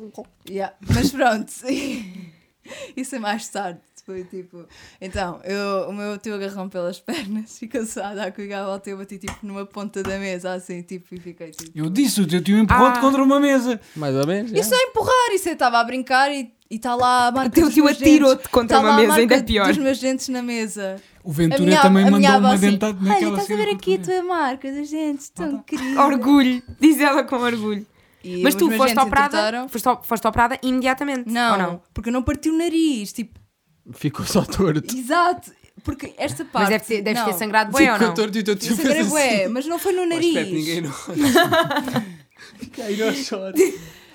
[SPEAKER 1] Yeah, Mas pronto, isso é mais tarde. Foi tipo, então, eu, o meu tio agarrão pelas pernas, ficou só a dar cuidado ao teu, bati tipo numa ponta da mesa, assim, tipo, e fiquei tipo.
[SPEAKER 3] Eu disse, o teu tio empurrou-te
[SPEAKER 2] Ah.
[SPEAKER 3] contra uma mesa.
[SPEAKER 4] Mais ou menos.
[SPEAKER 1] Isso é empurrar, isso eu estava a brincar e está lá a marca.
[SPEAKER 2] O teu
[SPEAKER 1] dos
[SPEAKER 2] tio
[SPEAKER 1] meus
[SPEAKER 2] atirou-te
[SPEAKER 1] dentes,
[SPEAKER 2] um contra
[SPEAKER 1] tá
[SPEAKER 2] uma
[SPEAKER 1] lá a
[SPEAKER 2] mesa,
[SPEAKER 1] marca
[SPEAKER 2] ainda é pior.
[SPEAKER 1] Dos meus dentes na mesa.
[SPEAKER 3] O
[SPEAKER 1] A
[SPEAKER 3] Ventura
[SPEAKER 1] minha,
[SPEAKER 3] também
[SPEAKER 1] a minha
[SPEAKER 3] mandou
[SPEAKER 1] avó
[SPEAKER 3] uma
[SPEAKER 1] assim,
[SPEAKER 3] dentada
[SPEAKER 1] Olha,
[SPEAKER 3] naquela
[SPEAKER 1] estás a
[SPEAKER 3] cena
[SPEAKER 1] ver
[SPEAKER 3] contra
[SPEAKER 1] aqui a
[SPEAKER 3] mesa."
[SPEAKER 1] tua marca dos dentes, tão querida.
[SPEAKER 2] Orgulho. Diz ela com orgulho.
[SPEAKER 1] E
[SPEAKER 2] Mas
[SPEAKER 1] os
[SPEAKER 2] tu
[SPEAKER 1] meus
[SPEAKER 2] foste
[SPEAKER 1] dentes
[SPEAKER 2] operada,
[SPEAKER 1] entortaram.
[SPEAKER 2] foste, op- foste operada imediatamente.
[SPEAKER 1] Não,
[SPEAKER 2] Ou não?
[SPEAKER 1] porque eu não parti o nariz, tipo,
[SPEAKER 4] Ficou só torto.
[SPEAKER 1] exato, porque esta
[SPEAKER 2] Mas
[SPEAKER 1] parte.
[SPEAKER 2] deve ter, deve
[SPEAKER 1] não.
[SPEAKER 2] ter sangrado bem ou
[SPEAKER 4] Ficou
[SPEAKER 2] não? Tipo,
[SPEAKER 4] torto e o teu tio
[SPEAKER 1] Eu sangrei
[SPEAKER 4] fez assim.
[SPEAKER 1] bué, mas não foi no
[SPEAKER 4] Mas espera,
[SPEAKER 1] nariz.
[SPEAKER 4] ninguém não. Fica aí, não chora.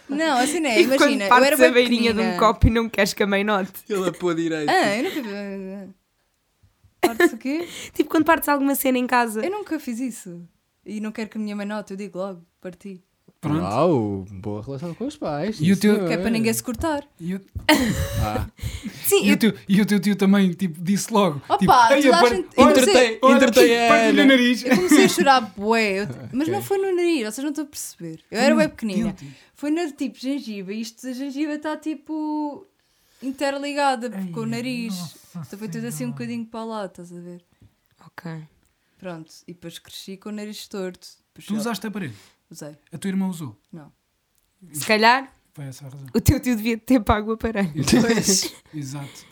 [SPEAKER 1] Não, assim não é.
[SPEAKER 2] E quando
[SPEAKER 1] Imagina, eu era
[SPEAKER 2] partes
[SPEAKER 1] bem
[SPEAKER 2] a beirinha de um
[SPEAKER 1] pequenina.
[SPEAKER 2] copo e não queres que a mãe note.
[SPEAKER 4] Ele apou direito.
[SPEAKER 1] Ah, eu nunca. Partes o quê?
[SPEAKER 2] Tipo quando partes alguma cena em casa.
[SPEAKER 1] Eu nunca fiz isso. E não quero que a minha mãe note, eu digo logo, parti.
[SPEAKER 3] Pronto.
[SPEAKER 4] Uau, boa relação com os pais.
[SPEAKER 3] E o
[SPEAKER 4] sim,
[SPEAKER 3] teu-
[SPEAKER 4] senhor.
[SPEAKER 1] Que é para ninguém se cortar.
[SPEAKER 3] E o,
[SPEAKER 4] Ah,
[SPEAKER 2] Sim,
[SPEAKER 3] e,
[SPEAKER 2] eu-
[SPEAKER 3] o teu, e o teu tio também tipo, disse logo.
[SPEAKER 1] Opa,
[SPEAKER 3] tipo, "Ei,
[SPEAKER 1] toda a
[SPEAKER 3] par-
[SPEAKER 1] gente-
[SPEAKER 3] olha,
[SPEAKER 1] eu não sei.
[SPEAKER 4] entretei,
[SPEAKER 3] olha,
[SPEAKER 4] entretei a
[SPEAKER 3] partilha o
[SPEAKER 4] Ana.
[SPEAKER 3] nariz.
[SPEAKER 1] Eu comecei a chorar bué, eu- mas
[SPEAKER 4] Ok.
[SPEAKER 1] não foi no nariz, vocês não estão a perceber. Eu era bem pequenina.
[SPEAKER 3] Guilty.
[SPEAKER 1] Foi na tipo gengiva, e isto da gengiva está tipo interligada com o nariz. Então foi tudo assim um bocadinho para lá, estás a ver?
[SPEAKER 2] Ok.
[SPEAKER 1] Pronto, e depois cresci com o nariz torto. Depois
[SPEAKER 3] Tu
[SPEAKER 1] já-
[SPEAKER 3] usaste a parede.
[SPEAKER 1] Usei,
[SPEAKER 3] A tua irmã usou.
[SPEAKER 1] não.
[SPEAKER 2] Se calhar
[SPEAKER 3] Foi essa a razão.
[SPEAKER 2] o teu tio devia ter pago o aparelho.
[SPEAKER 3] Exato.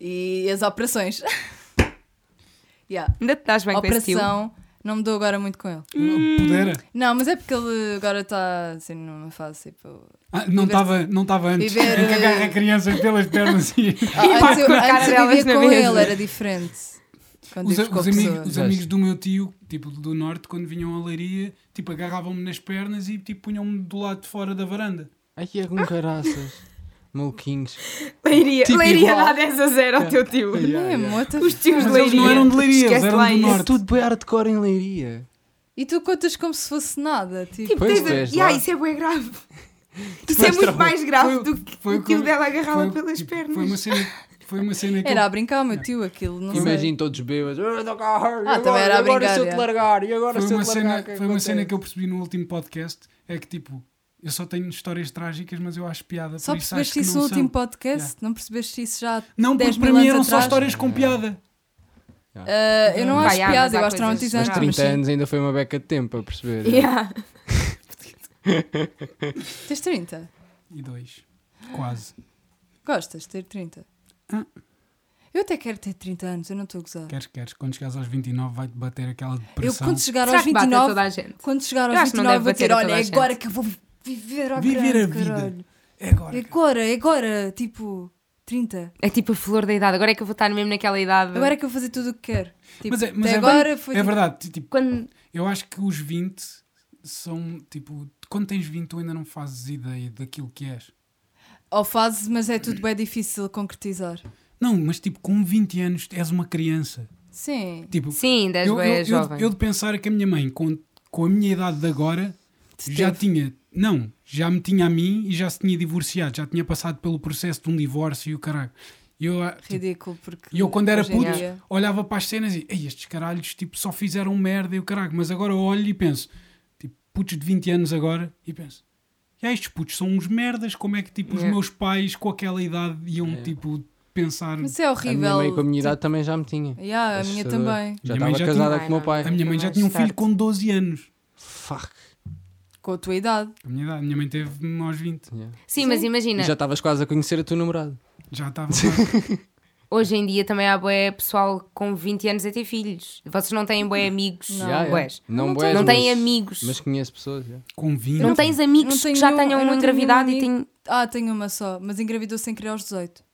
[SPEAKER 1] E as operações. yeah.
[SPEAKER 2] Ainda te das bem com esse tio.
[SPEAKER 1] Operação, não me dou agora muito com ele.
[SPEAKER 3] Pudera.
[SPEAKER 1] Não, mas é porque ele agora está assim numa fase tipo.
[SPEAKER 3] Ah, não
[SPEAKER 1] Viver-
[SPEAKER 3] estava não tava antes.
[SPEAKER 1] Viver,
[SPEAKER 3] Em que agarra
[SPEAKER 1] eh,
[SPEAKER 3] a criança pelas pernas e.
[SPEAKER 1] Ah, antes eu,
[SPEAKER 2] com a cara
[SPEAKER 1] antes eu
[SPEAKER 2] delas
[SPEAKER 1] vivia
[SPEAKER 2] na
[SPEAKER 1] com
[SPEAKER 2] mesa.
[SPEAKER 1] ele, era diferente. Quando
[SPEAKER 3] Os,
[SPEAKER 1] vives com a
[SPEAKER 3] os amigos-
[SPEAKER 1] pessoa.
[SPEAKER 3] os amigos do meu tio, tipo do norte, quando vinham à leiria, tipo agarravam-me nas pernas e tipo punham-me do lado de fora da varanda.
[SPEAKER 4] Aqui é com caraças. Maluquinhos.
[SPEAKER 2] Leiria,
[SPEAKER 4] Tipo
[SPEAKER 2] Leiria
[SPEAKER 4] igual.
[SPEAKER 2] dá 10 a 0 ao teu tio.
[SPEAKER 1] É, outra-
[SPEAKER 2] Os tios de
[SPEAKER 3] Mas eles
[SPEAKER 2] Leiria.
[SPEAKER 3] não eram de Leiria, eles
[SPEAKER 2] Esquece
[SPEAKER 3] eram
[SPEAKER 2] lá
[SPEAKER 3] do
[SPEAKER 2] isso.
[SPEAKER 3] Norte.
[SPEAKER 4] É Tudo bem hardcore em leiria.
[SPEAKER 1] E tu contas como se fosse nada. Tipo,
[SPEAKER 2] Tipo,
[SPEAKER 4] Pois
[SPEAKER 2] tens a-
[SPEAKER 4] vês
[SPEAKER 2] Ya,
[SPEAKER 4] lá.
[SPEAKER 2] isso é bem grave. Isso é
[SPEAKER 3] Foi
[SPEAKER 2] muito
[SPEAKER 3] estranho.
[SPEAKER 2] mais grave
[SPEAKER 3] Foi-
[SPEAKER 2] do que
[SPEAKER 3] foi
[SPEAKER 2] o tio
[SPEAKER 3] como-
[SPEAKER 2] dela agarrá-la
[SPEAKER 3] Foi-
[SPEAKER 2] pelas
[SPEAKER 3] tipo,
[SPEAKER 2] pernas.
[SPEAKER 3] Foi uma cena, foi uma cena que
[SPEAKER 1] era a
[SPEAKER 3] eu,
[SPEAKER 1] brincar, o meu tio, aquilo, não
[SPEAKER 4] Imagino todos bêbados. Ah, não, agora,
[SPEAKER 1] Ah, também era a
[SPEAKER 4] agora
[SPEAKER 1] brincar,
[SPEAKER 4] se eu te
[SPEAKER 1] é.
[SPEAKER 4] largar, e agora
[SPEAKER 3] foi
[SPEAKER 4] se eu
[SPEAKER 3] uma
[SPEAKER 4] te
[SPEAKER 3] cena,
[SPEAKER 4] largar. é
[SPEAKER 3] foi uma cena que eu percebi no último podcast, é que tipo, eu só tenho histórias trágicas, mas eu acho piada,
[SPEAKER 1] sei. Só
[SPEAKER 3] por isso acho que
[SPEAKER 1] percebeste
[SPEAKER 3] não
[SPEAKER 1] isso no
[SPEAKER 3] são.
[SPEAKER 1] último podcast? Não percebeste isso já?
[SPEAKER 3] Não,
[SPEAKER 1] 10
[SPEAKER 3] porque para
[SPEAKER 1] mil
[SPEAKER 3] mim
[SPEAKER 1] anos
[SPEAKER 3] eram só
[SPEAKER 1] atrás?
[SPEAKER 3] histórias com piada.
[SPEAKER 1] Ah, eu não
[SPEAKER 2] Vai,
[SPEAKER 1] acho
[SPEAKER 2] há,
[SPEAKER 1] piada,
[SPEAKER 2] mas há
[SPEAKER 1] eu acho
[SPEAKER 2] coisas-
[SPEAKER 4] Mas
[SPEAKER 1] traumatizante.
[SPEAKER 4] 30
[SPEAKER 1] mas sim.
[SPEAKER 4] anos ainda foi uma beca de tempo a perceber.
[SPEAKER 1] é
[SPEAKER 2] Ya.
[SPEAKER 1] Tens 30?
[SPEAKER 3] E dois. Quase.
[SPEAKER 1] Gostas de ter 30?
[SPEAKER 3] Ah.
[SPEAKER 1] Eu até quero ter 30 anos, eu não estou a gozar.
[SPEAKER 3] Queres, queres. Quando chegares aos 29 vai-te bater aquela
[SPEAKER 1] Eu
[SPEAKER 3] depressão.
[SPEAKER 1] quando chegar
[SPEAKER 2] Será
[SPEAKER 1] aos
[SPEAKER 2] que bate a
[SPEAKER 1] 29,
[SPEAKER 2] toda a gente?
[SPEAKER 1] quando chegar
[SPEAKER 2] Eu
[SPEAKER 1] aos
[SPEAKER 2] acho que não
[SPEAKER 1] 29 eu
[SPEAKER 2] deve
[SPEAKER 1] vou
[SPEAKER 2] bater
[SPEAKER 1] dizer,
[SPEAKER 2] a
[SPEAKER 1] olha,
[SPEAKER 2] toda a
[SPEAKER 1] é
[SPEAKER 2] gente."
[SPEAKER 1] agora que eu vou viver ao
[SPEAKER 3] Viver
[SPEAKER 1] grande,
[SPEAKER 3] a vida.
[SPEAKER 1] caralho.
[SPEAKER 3] É agora.
[SPEAKER 1] É Agora, é agora, tipo, 30.
[SPEAKER 2] É tipo a flor da idade. Agora é que eu vou estar mesmo naquela idade.
[SPEAKER 1] Agora é que eu vou fazer tudo o que quero. Tipo,
[SPEAKER 3] Mas é, mas
[SPEAKER 1] até
[SPEAKER 3] é
[SPEAKER 1] agora
[SPEAKER 3] verdade-
[SPEAKER 1] foi
[SPEAKER 3] é
[SPEAKER 1] tipo,
[SPEAKER 3] verdade, tipo,
[SPEAKER 2] Quando...
[SPEAKER 3] eu acho que os 20 são tipo, quando tens 20 tu ainda não fazes ideia daquilo que és.
[SPEAKER 1] tipo, Ou fazes, mas é tudo bem difícil concretizar.
[SPEAKER 3] Não, mas tipo, com 20 anos és uma criança.
[SPEAKER 1] Sim.
[SPEAKER 3] Tipo,
[SPEAKER 2] Sim, das
[SPEAKER 3] eu, eu,
[SPEAKER 2] boias
[SPEAKER 3] eu-
[SPEAKER 2] É jovem.
[SPEAKER 3] eu de pensar é que a minha mãe, com, com a minha idade de agora, Tipo, já tinha. Não, já me tinha a mim e já se tinha divorciado, já tinha passado pelo processo de um divórcio e o caralho. E eu, ah, tipo,
[SPEAKER 1] Ridículo, porque.
[SPEAKER 3] e eu quando era
[SPEAKER 1] hoje em
[SPEAKER 3] puto,
[SPEAKER 1] dia-
[SPEAKER 3] olhava para as cenas e Ei, estes caralhos tipo, só fizeram merda e o caralho. Mas agora olho e penso, tipo, putos de 20 anos agora, e penso. "Ya, estes putos são uns merdas, como é que tipo, os
[SPEAKER 2] Yeah.
[SPEAKER 3] meus pais com aquela idade iam tipo pensar.
[SPEAKER 1] Mas é
[SPEAKER 4] A
[SPEAKER 1] horrível.
[SPEAKER 4] minha mãe com a minha idade é também já me tinha.
[SPEAKER 1] Tipo, yeah, a minha
[SPEAKER 4] Assustador.
[SPEAKER 1] também.
[SPEAKER 4] Já
[SPEAKER 3] Minha mãe
[SPEAKER 4] estava
[SPEAKER 3] já
[SPEAKER 4] casada
[SPEAKER 2] tinha-
[SPEAKER 4] com o meu
[SPEAKER 3] A
[SPEAKER 4] pai.
[SPEAKER 3] minha
[SPEAKER 2] Fica
[SPEAKER 3] mãe já
[SPEAKER 2] mais
[SPEAKER 3] tinha um filho
[SPEAKER 2] tarde.
[SPEAKER 3] com 12 anos.
[SPEAKER 4] Fuck.
[SPEAKER 1] Com a tua idade.
[SPEAKER 3] A minha, idade, a minha mãe teve-me aos 20.
[SPEAKER 4] Yeah.
[SPEAKER 2] Sim, mas imagina.
[SPEAKER 4] E já estavas quase a conhecer a tua namorada.
[SPEAKER 3] Já estava.
[SPEAKER 2] Hoje em dia também há boé pessoal com 20 anos a ter filhos. Vocês não têm boé amigos.
[SPEAKER 1] Não.
[SPEAKER 4] Yeah, yeah.
[SPEAKER 2] bués.
[SPEAKER 4] Não,
[SPEAKER 1] Não
[SPEAKER 4] bués,
[SPEAKER 2] Não têm
[SPEAKER 4] mas-
[SPEAKER 2] amigos.
[SPEAKER 4] Mas conheço pessoas. yeah.
[SPEAKER 3] com 20.
[SPEAKER 2] Não tens amigos
[SPEAKER 1] Não tenho
[SPEAKER 2] que já
[SPEAKER 1] nenhum- eu
[SPEAKER 2] tenham
[SPEAKER 1] não tenho
[SPEAKER 2] engravidado
[SPEAKER 1] nenhum
[SPEAKER 2] e
[SPEAKER 1] amigo.
[SPEAKER 2] têm.
[SPEAKER 1] Ah, tenho uma só, mas engravidou sem querer aos 18.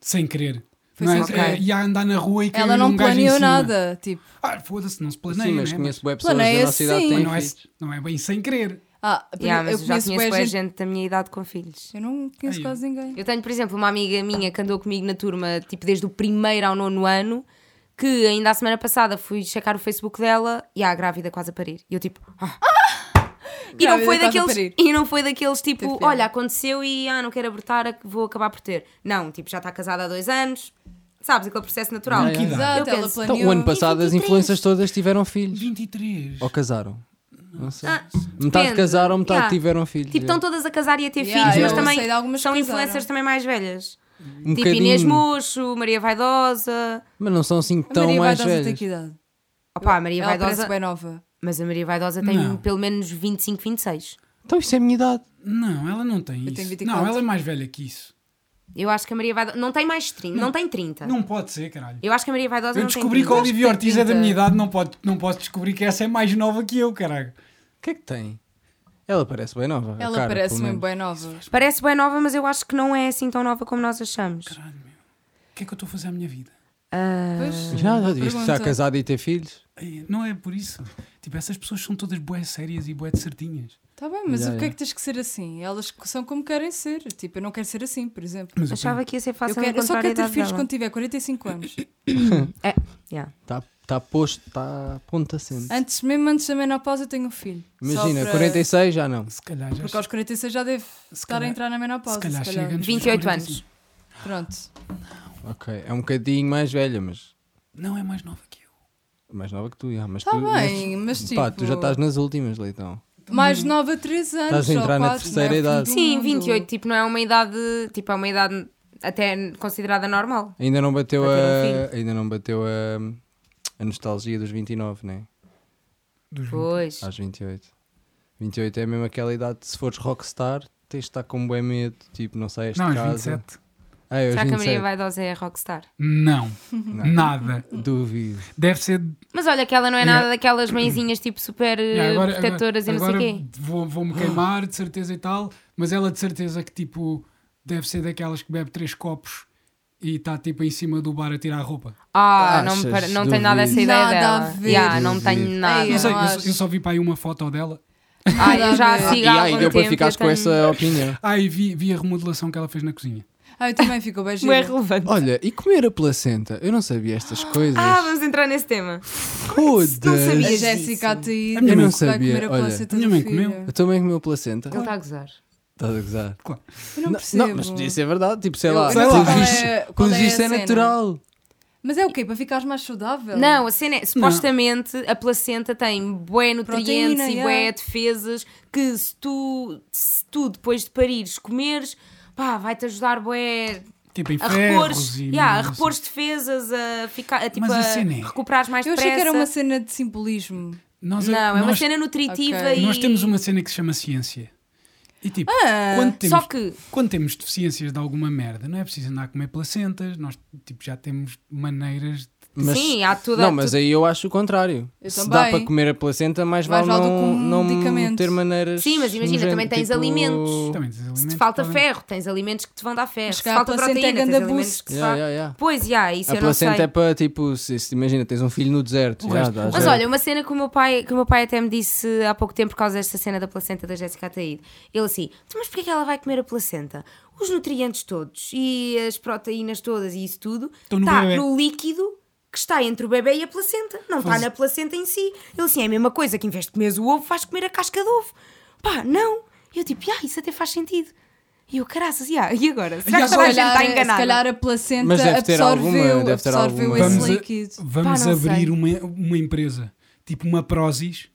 [SPEAKER 3] Sem querer.
[SPEAKER 1] Foi
[SPEAKER 3] Não é?
[SPEAKER 1] sem
[SPEAKER 3] É,
[SPEAKER 2] querer.
[SPEAKER 3] ia andar na rua e caiu
[SPEAKER 1] Ela não
[SPEAKER 3] um gajo em
[SPEAKER 1] planeou
[SPEAKER 3] cima.
[SPEAKER 1] nada. Tipo,
[SPEAKER 3] Ah, foda-se, não se planeia.
[SPEAKER 4] Sim, mas
[SPEAKER 3] né?
[SPEAKER 4] conheço bué pessoas
[SPEAKER 1] Planeia
[SPEAKER 4] da nossa idade
[SPEAKER 1] é sim.
[SPEAKER 4] têm
[SPEAKER 3] Mas não, é,
[SPEAKER 4] filhos.
[SPEAKER 3] não é bem sem querer.
[SPEAKER 1] ah,
[SPEAKER 2] Yeah, mas
[SPEAKER 1] eu
[SPEAKER 2] eu já
[SPEAKER 1] conheço
[SPEAKER 2] conheço
[SPEAKER 1] bué
[SPEAKER 2] boé
[SPEAKER 1] gente.
[SPEAKER 2] gente da minha idade com filhos.
[SPEAKER 1] Eu não conheço
[SPEAKER 3] Ai, eu-
[SPEAKER 1] quase ninguém.
[SPEAKER 2] Eu tenho, por exemplo, uma amiga minha que andou comigo na turma, tipo, desde o primeiro ao nono ano, que ainda a semana passada fui checar o Facebook dela e há a grávida quase a parir. E eu, tipo, ah. E não,
[SPEAKER 1] Grávida quase
[SPEAKER 2] foi
[SPEAKER 1] a
[SPEAKER 2] daqueles,
[SPEAKER 1] parir.
[SPEAKER 2] e não foi daqueles tipo,
[SPEAKER 1] Teve piada.
[SPEAKER 2] olha, aconteceu e ah, não quero abortar, ac- vou acabar por ter. Não, tipo, já está casada há dois anos, sabes, aquele processo natural.
[SPEAKER 3] Não, que idade?
[SPEAKER 1] Exato,
[SPEAKER 2] Eu
[SPEAKER 1] ela
[SPEAKER 2] penso,
[SPEAKER 1] planeou.
[SPEAKER 4] Então, o ano passado as
[SPEAKER 2] 23.
[SPEAKER 4] influências todas tiveram filhos.
[SPEAKER 3] 23.
[SPEAKER 4] Ou casaram. Não sei.
[SPEAKER 2] Ah,
[SPEAKER 4] Metade
[SPEAKER 2] depende.
[SPEAKER 4] casaram, metade
[SPEAKER 2] Yeah.
[SPEAKER 4] tiveram filhos. é.
[SPEAKER 2] Tipo, estão
[SPEAKER 4] yeah.
[SPEAKER 2] todas a casar e a ter
[SPEAKER 1] Yeah,
[SPEAKER 2] filhos,
[SPEAKER 4] eu
[SPEAKER 2] mas
[SPEAKER 1] sei
[SPEAKER 2] também
[SPEAKER 1] de algumas
[SPEAKER 2] são
[SPEAKER 1] que
[SPEAKER 2] influencers
[SPEAKER 1] casaram.
[SPEAKER 2] também mais velhas.
[SPEAKER 4] um
[SPEAKER 2] tipo, Inês
[SPEAKER 4] bocadinho.
[SPEAKER 2] Mocho, Maria Vaidosa.
[SPEAKER 4] Mas não são assim
[SPEAKER 1] A
[SPEAKER 4] tão
[SPEAKER 1] Maria
[SPEAKER 4] mais
[SPEAKER 1] Vaidosa tem
[SPEAKER 4] velhas.
[SPEAKER 1] que idade?
[SPEAKER 2] Opa, a Maria
[SPEAKER 1] Ela
[SPEAKER 2] Vaidosa.
[SPEAKER 1] parece bem nova.
[SPEAKER 2] Mas a Maria Vaidosa tem
[SPEAKER 3] Não.
[SPEAKER 2] pelo menos 25, 26.
[SPEAKER 4] Então isso é a minha idade.
[SPEAKER 3] Não, ela não tem
[SPEAKER 1] Eu
[SPEAKER 3] isso.
[SPEAKER 1] tenho 24.
[SPEAKER 3] não, ela é mais velha que isso.
[SPEAKER 2] Eu acho que a Maria Vaidosa. Não tem mais 30. Não, tem
[SPEAKER 1] Ah.
[SPEAKER 2] 30.
[SPEAKER 3] Não pode ser, caralho.
[SPEAKER 2] Eu acho que a Maria Vaidosa
[SPEAKER 3] Eu
[SPEAKER 2] não
[SPEAKER 3] descobri
[SPEAKER 2] tem
[SPEAKER 3] que a
[SPEAKER 2] 30.
[SPEAKER 3] Olivia
[SPEAKER 1] Acho que tem
[SPEAKER 3] Ortiz é da
[SPEAKER 1] 30.
[SPEAKER 3] minha idade, não, pode, não posso descobrir que essa é mais nova que eu, caralho.
[SPEAKER 4] O que é que tem? Ela parece bem nova. a
[SPEAKER 1] Ela
[SPEAKER 4] Ah, cara,
[SPEAKER 1] parece
[SPEAKER 4] pelo
[SPEAKER 1] mesmo
[SPEAKER 4] menos.
[SPEAKER 1] bem nova.
[SPEAKER 2] Parece bem nova, mas eu acho que não é assim tão nova como nós achamos.
[SPEAKER 3] Caralho, meu. O que é que eu estou a fazer à minha vida?
[SPEAKER 2] Ah,
[SPEAKER 1] Pois,
[SPEAKER 4] Já, já
[SPEAKER 1] boa
[SPEAKER 4] disse
[SPEAKER 1] pergunta.
[SPEAKER 4] estar casado e ter filhos?
[SPEAKER 3] Ei, Não é por isso. Tipo, essas pessoas são todas boé sérias e boé de certinhas.
[SPEAKER 1] Tá bem, mas
[SPEAKER 4] Já,
[SPEAKER 1] o que
[SPEAKER 4] já.
[SPEAKER 1] é que tens que ser assim? Elas são como querem ser. Tipo, eu não quero ser assim, por exemplo.
[SPEAKER 3] Mas eu
[SPEAKER 2] achava que ia ser
[SPEAKER 1] Eu,
[SPEAKER 2] fácil
[SPEAKER 1] quero- eu só
[SPEAKER 2] encontrar
[SPEAKER 1] quero
[SPEAKER 2] a
[SPEAKER 1] ter
[SPEAKER 2] idade
[SPEAKER 1] filhos
[SPEAKER 2] dela.
[SPEAKER 1] quando tiver 45 anos.
[SPEAKER 2] Yeah.
[SPEAKER 4] Está tá posto, está a ponta sempre.
[SPEAKER 1] Antes, mesmo antes da menopausa, eu tenho um filho.
[SPEAKER 4] Imagina,
[SPEAKER 1] Só para-
[SPEAKER 4] 46 já não.
[SPEAKER 3] penso, se calhar já
[SPEAKER 1] Porque aos 46 já deve estar
[SPEAKER 3] calhar-
[SPEAKER 1] a entrar na menopausa.
[SPEAKER 3] se calhar
[SPEAKER 1] se calhar.
[SPEAKER 3] chega-nos.
[SPEAKER 2] 28
[SPEAKER 3] aos 45.
[SPEAKER 2] anos.
[SPEAKER 1] Pronto.
[SPEAKER 4] Ok, é um bocadinho mais velha, mas
[SPEAKER 3] Não é mais nova que eu.
[SPEAKER 4] mais nova que tu, já. Mas
[SPEAKER 1] Tá
[SPEAKER 4] tu,
[SPEAKER 1] bem, mas
[SPEAKER 4] Pá,
[SPEAKER 1] tipo-
[SPEAKER 4] tu já estás nas últimas, Leitão.
[SPEAKER 1] Mais nova, 3 anos.
[SPEAKER 4] Estás a entrar
[SPEAKER 1] ou
[SPEAKER 4] na
[SPEAKER 1] quatro,
[SPEAKER 4] terceira
[SPEAKER 1] não é?
[SPEAKER 4] idade.
[SPEAKER 1] Fim do
[SPEAKER 2] Sim,
[SPEAKER 1] mundo.
[SPEAKER 2] 28, tipo, não é uma idade, tipo, é uma idade até considerada normal.
[SPEAKER 4] Ainda não bateu
[SPEAKER 2] Para ter um
[SPEAKER 4] a. ainda não bateu a. a nostalgia dos 29, né?
[SPEAKER 3] Dos
[SPEAKER 2] Pois.
[SPEAKER 4] Aos 28. 28 é mesmo aquela idade, se fores rockstar, tens de estar com bem medo, tipo, não sais
[SPEAKER 3] 20. Não,
[SPEAKER 4] de
[SPEAKER 3] aos
[SPEAKER 4] casa.
[SPEAKER 3] 27.
[SPEAKER 4] Ah, é aos
[SPEAKER 2] Será que a Maria
[SPEAKER 4] 27.
[SPEAKER 2] Vaidosa é rockstar?
[SPEAKER 3] Não, nada.
[SPEAKER 4] Duvido.
[SPEAKER 3] Deve ser.
[SPEAKER 2] Mas olha que ela não é
[SPEAKER 3] Yeah.
[SPEAKER 2] nada daquelas mãezinhas tipo super eh,
[SPEAKER 3] Yeah, agora,
[SPEAKER 2] protetoras e não
[SPEAKER 3] agora
[SPEAKER 2] sei o quê.
[SPEAKER 3] vou- Vou-me queimar, de certeza e tal. Mas ela, de certeza, que tipo. Deve ser daquelas que bebe três copos e está tipo em cima do bar a tirar a roupa.
[SPEAKER 2] Ah, não, me
[SPEAKER 4] Achas?
[SPEAKER 2] pare- não tenho nada essa
[SPEAKER 1] Duvido.
[SPEAKER 2] ideia
[SPEAKER 1] Nada
[SPEAKER 2] dela.
[SPEAKER 1] a ver.
[SPEAKER 2] Yeah, não
[SPEAKER 4] Duvido.
[SPEAKER 2] tenho nada.
[SPEAKER 1] Ei,
[SPEAKER 3] Não
[SPEAKER 1] Eu
[SPEAKER 3] sei,
[SPEAKER 1] não
[SPEAKER 3] eu,
[SPEAKER 1] acho.
[SPEAKER 3] só- eu só vi para aí uma foto dela.
[SPEAKER 2] Ah, eu já a
[SPEAKER 1] Nada a ver.
[SPEAKER 2] sigo
[SPEAKER 4] E
[SPEAKER 2] há
[SPEAKER 4] aí
[SPEAKER 2] algum
[SPEAKER 4] deu para
[SPEAKER 2] tempo,
[SPEAKER 4] ficares
[SPEAKER 2] eu
[SPEAKER 4] com
[SPEAKER 2] tenho-
[SPEAKER 4] essa opinião.
[SPEAKER 3] Ah, e vi, vi a remodelação que ela fez na cozinha.
[SPEAKER 1] Ah, eu também fico bem
[SPEAKER 2] Não é
[SPEAKER 1] gira.
[SPEAKER 2] relevante.
[SPEAKER 4] Olha, e comer a placenta? Eu não sabia estas coisas.
[SPEAKER 2] Ah, vamos entrar nesse tema.
[SPEAKER 4] Foda-se.
[SPEAKER 2] não sabia.
[SPEAKER 1] A
[SPEAKER 2] Diz
[SPEAKER 1] Jéssica Ataíde
[SPEAKER 3] A minha mãe
[SPEAKER 1] vai
[SPEAKER 4] sabia,
[SPEAKER 1] comer a
[SPEAKER 4] olha.
[SPEAKER 1] placenta
[SPEAKER 3] A minha
[SPEAKER 1] do
[SPEAKER 3] mãe
[SPEAKER 1] filho.
[SPEAKER 3] comeu.
[SPEAKER 4] Eu também comi a placenta.
[SPEAKER 2] Ele está a gozar.
[SPEAKER 4] Estás a gozar?
[SPEAKER 1] Eu não percebo.
[SPEAKER 4] Não, mas podia ser verdade. Tipo, sei
[SPEAKER 1] Eu-
[SPEAKER 4] lá,
[SPEAKER 1] eu
[SPEAKER 3] não sei
[SPEAKER 4] pelos
[SPEAKER 3] qual é-
[SPEAKER 4] vistos-
[SPEAKER 1] qual
[SPEAKER 4] pelos
[SPEAKER 1] é a
[SPEAKER 4] vistos é
[SPEAKER 1] cena.
[SPEAKER 4] natural.
[SPEAKER 1] Mas é o quê? Para ficares mais saudável?
[SPEAKER 2] Não, a cena é, supostamente a placenta tem bué nutrientes
[SPEAKER 1] Proteína,
[SPEAKER 2] e
[SPEAKER 1] yeah.
[SPEAKER 2] bué defesas que se tu, se tu depois de parires comeres, pá, vai-te ajudar bué
[SPEAKER 3] Tipo, em
[SPEAKER 2] a
[SPEAKER 3] ferros
[SPEAKER 2] repores,
[SPEAKER 3] e.
[SPEAKER 2] yeah, a
[SPEAKER 3] não sei.
[SPEAKER 2] repores defesas, a ficar, a, tipo,
[SPEAKER 3] Mas a
[SPEAKER 2] a
[SPEAKER 3] cena é-
[SPEAKER 2] recuperares mais
[SPEAKER 1] Eu
[SPEAKER 2] depressa.
[SPEAKER 1] achei que era uma cena de simbolismo.
[SPEAKER 3] Nós-
[SPEAKER 2] Não, é uma
[SPEAKER 3] nós-
[SPEAKER 2] cena nutritiva
[SPEAKER 1] Ok.
[SPEAKER 2] e
[SPEAKER 3] Nós temos uma cena que se chama ciência. E tipo,
[SPEAKER 1] Ah,
[SPEAKER 3] quando, temos,
[SPEAKER 2] só que
[SPEAKER 3] quando temos deficiências de alguma merda, não é preciso andar a comer placentas, nós tipo, já temos maneiras.
[SPEAKER 4] Mas-
[SPEAKER 2] sim, há tudo,
[SPEAKER 4] não,
[SPEAKER 2] há
[SPEAKER 4] mas
[SPEAKER 2] tudo.
[SPEAKER 4] aí eu acho o contrário.
[SPEAKER 1] Eu
[SPEAKER 4] Se
[SPEAKER 1] também.
[SPEAKER 4] dá para comer a placenta, mais,
[SPEAKER 1] Mais
[SPEAKER 4] vale
[SPEAKER 1] vale do que um
[SPEAKER 4] não, não
[SPEAKER 1] medicamento.
[SPEAKER 4] ter maneiras.
[SPEAKER 2] Sim, mas imagina,
[SPEAKER 4] nojentas,
[SPEAKER 2] também tens
[SPEAKER 4] tipo-
[SPEAKER 2] alimentos.
[SPEAKER 3] Também, desses
[SPEAKER 2] se te
[SPEAKER 3] alimentos
[SPEAKER 2] falta
[SPEAKER 3] podem-
[SPEAKER 2] ferro, tens alimentos que te vão dar ferro,
[SPEAKER 1] Mas
[SPEAKER 2] se
[SPEAKER 1] cá a
[SPEAKER 2] falta
[SPEAKER 1] placenta é
[SPEAKER 2] proteína, tens
[SPEAKER 1] ganda
[SPEAKER 2] alimentos
[SPEAKER 1] boost.
[SPEAKER 2] que se
[SPEAKER 4] Yeah,
[SPEAKER 2] fa-
[SPEAKER 4] yeah, yeah.
[SPEAKER 2] Pois, yeah, isso
[SPEAKER 4] A
[SPEAKER 2] eu não sei.
[SPEAKER 4] placenta é para tipo, se, se- imagina, tens um filho no deserto.
[SPEAKER 3] O
[SPEAKER 4] já,
[SPEAKER 3] resto-
[SPEAKER 4] dá
[SPEAKER 2] Mas
[SPEAKER 4] jeito.
[SPEAKER 2] olha, uma cena que o meu pai, que o meu pai até me disse há pouco tempo por causa desta cena da placenta da Jéssica Ataíde. Ele assim, "Então, mas porquê é que ela vai comer a placenta? Os nutrientes todos e as proteínas todas e isso tudo
[SPEAKER 3] Estão no
[SPEAKER 2] está
[SPEAKER 3] bebé."
[SPEAKER 2] no líquido que está entre o bebê e a placenta. Não está na placenta em si. Ele assim, é a mesma coisa que em vez de comeres o ovo, vais comer a casca de ovo. Pá, não. E eu tipo, ah, isso até faz sentido. E eu, caraças, yeah, e agora? Será que
[SPEAKER 3] E
[SPEAKER 2] toda a
[SPEAKER 1] Se
[SPEAKER 3] agora?
[SPEAKER 2] gente está
[SPEAKER 1] calhar, se
[SPEAKER 2] enganada?
[SPEAKER 1] calhar a placenta
[SPEAKER 4] Mas deve ter
[SPEAKER 1] absorveu,
[SPEAKER 4] alguma, deve ter
[SPEAKER 1] absorveu
[SPEAKER 4] alguma.
[SPEAKER 1] esse
[SPEAKER 3] Vamos, a-
[SPEAKER 1] líquido.
[SPEAKER 3] vamos
[SPEAKER 2] Pá, não sei.
[SPEAKER 3] abrir uma, uma empresa, tipo uma Prozis,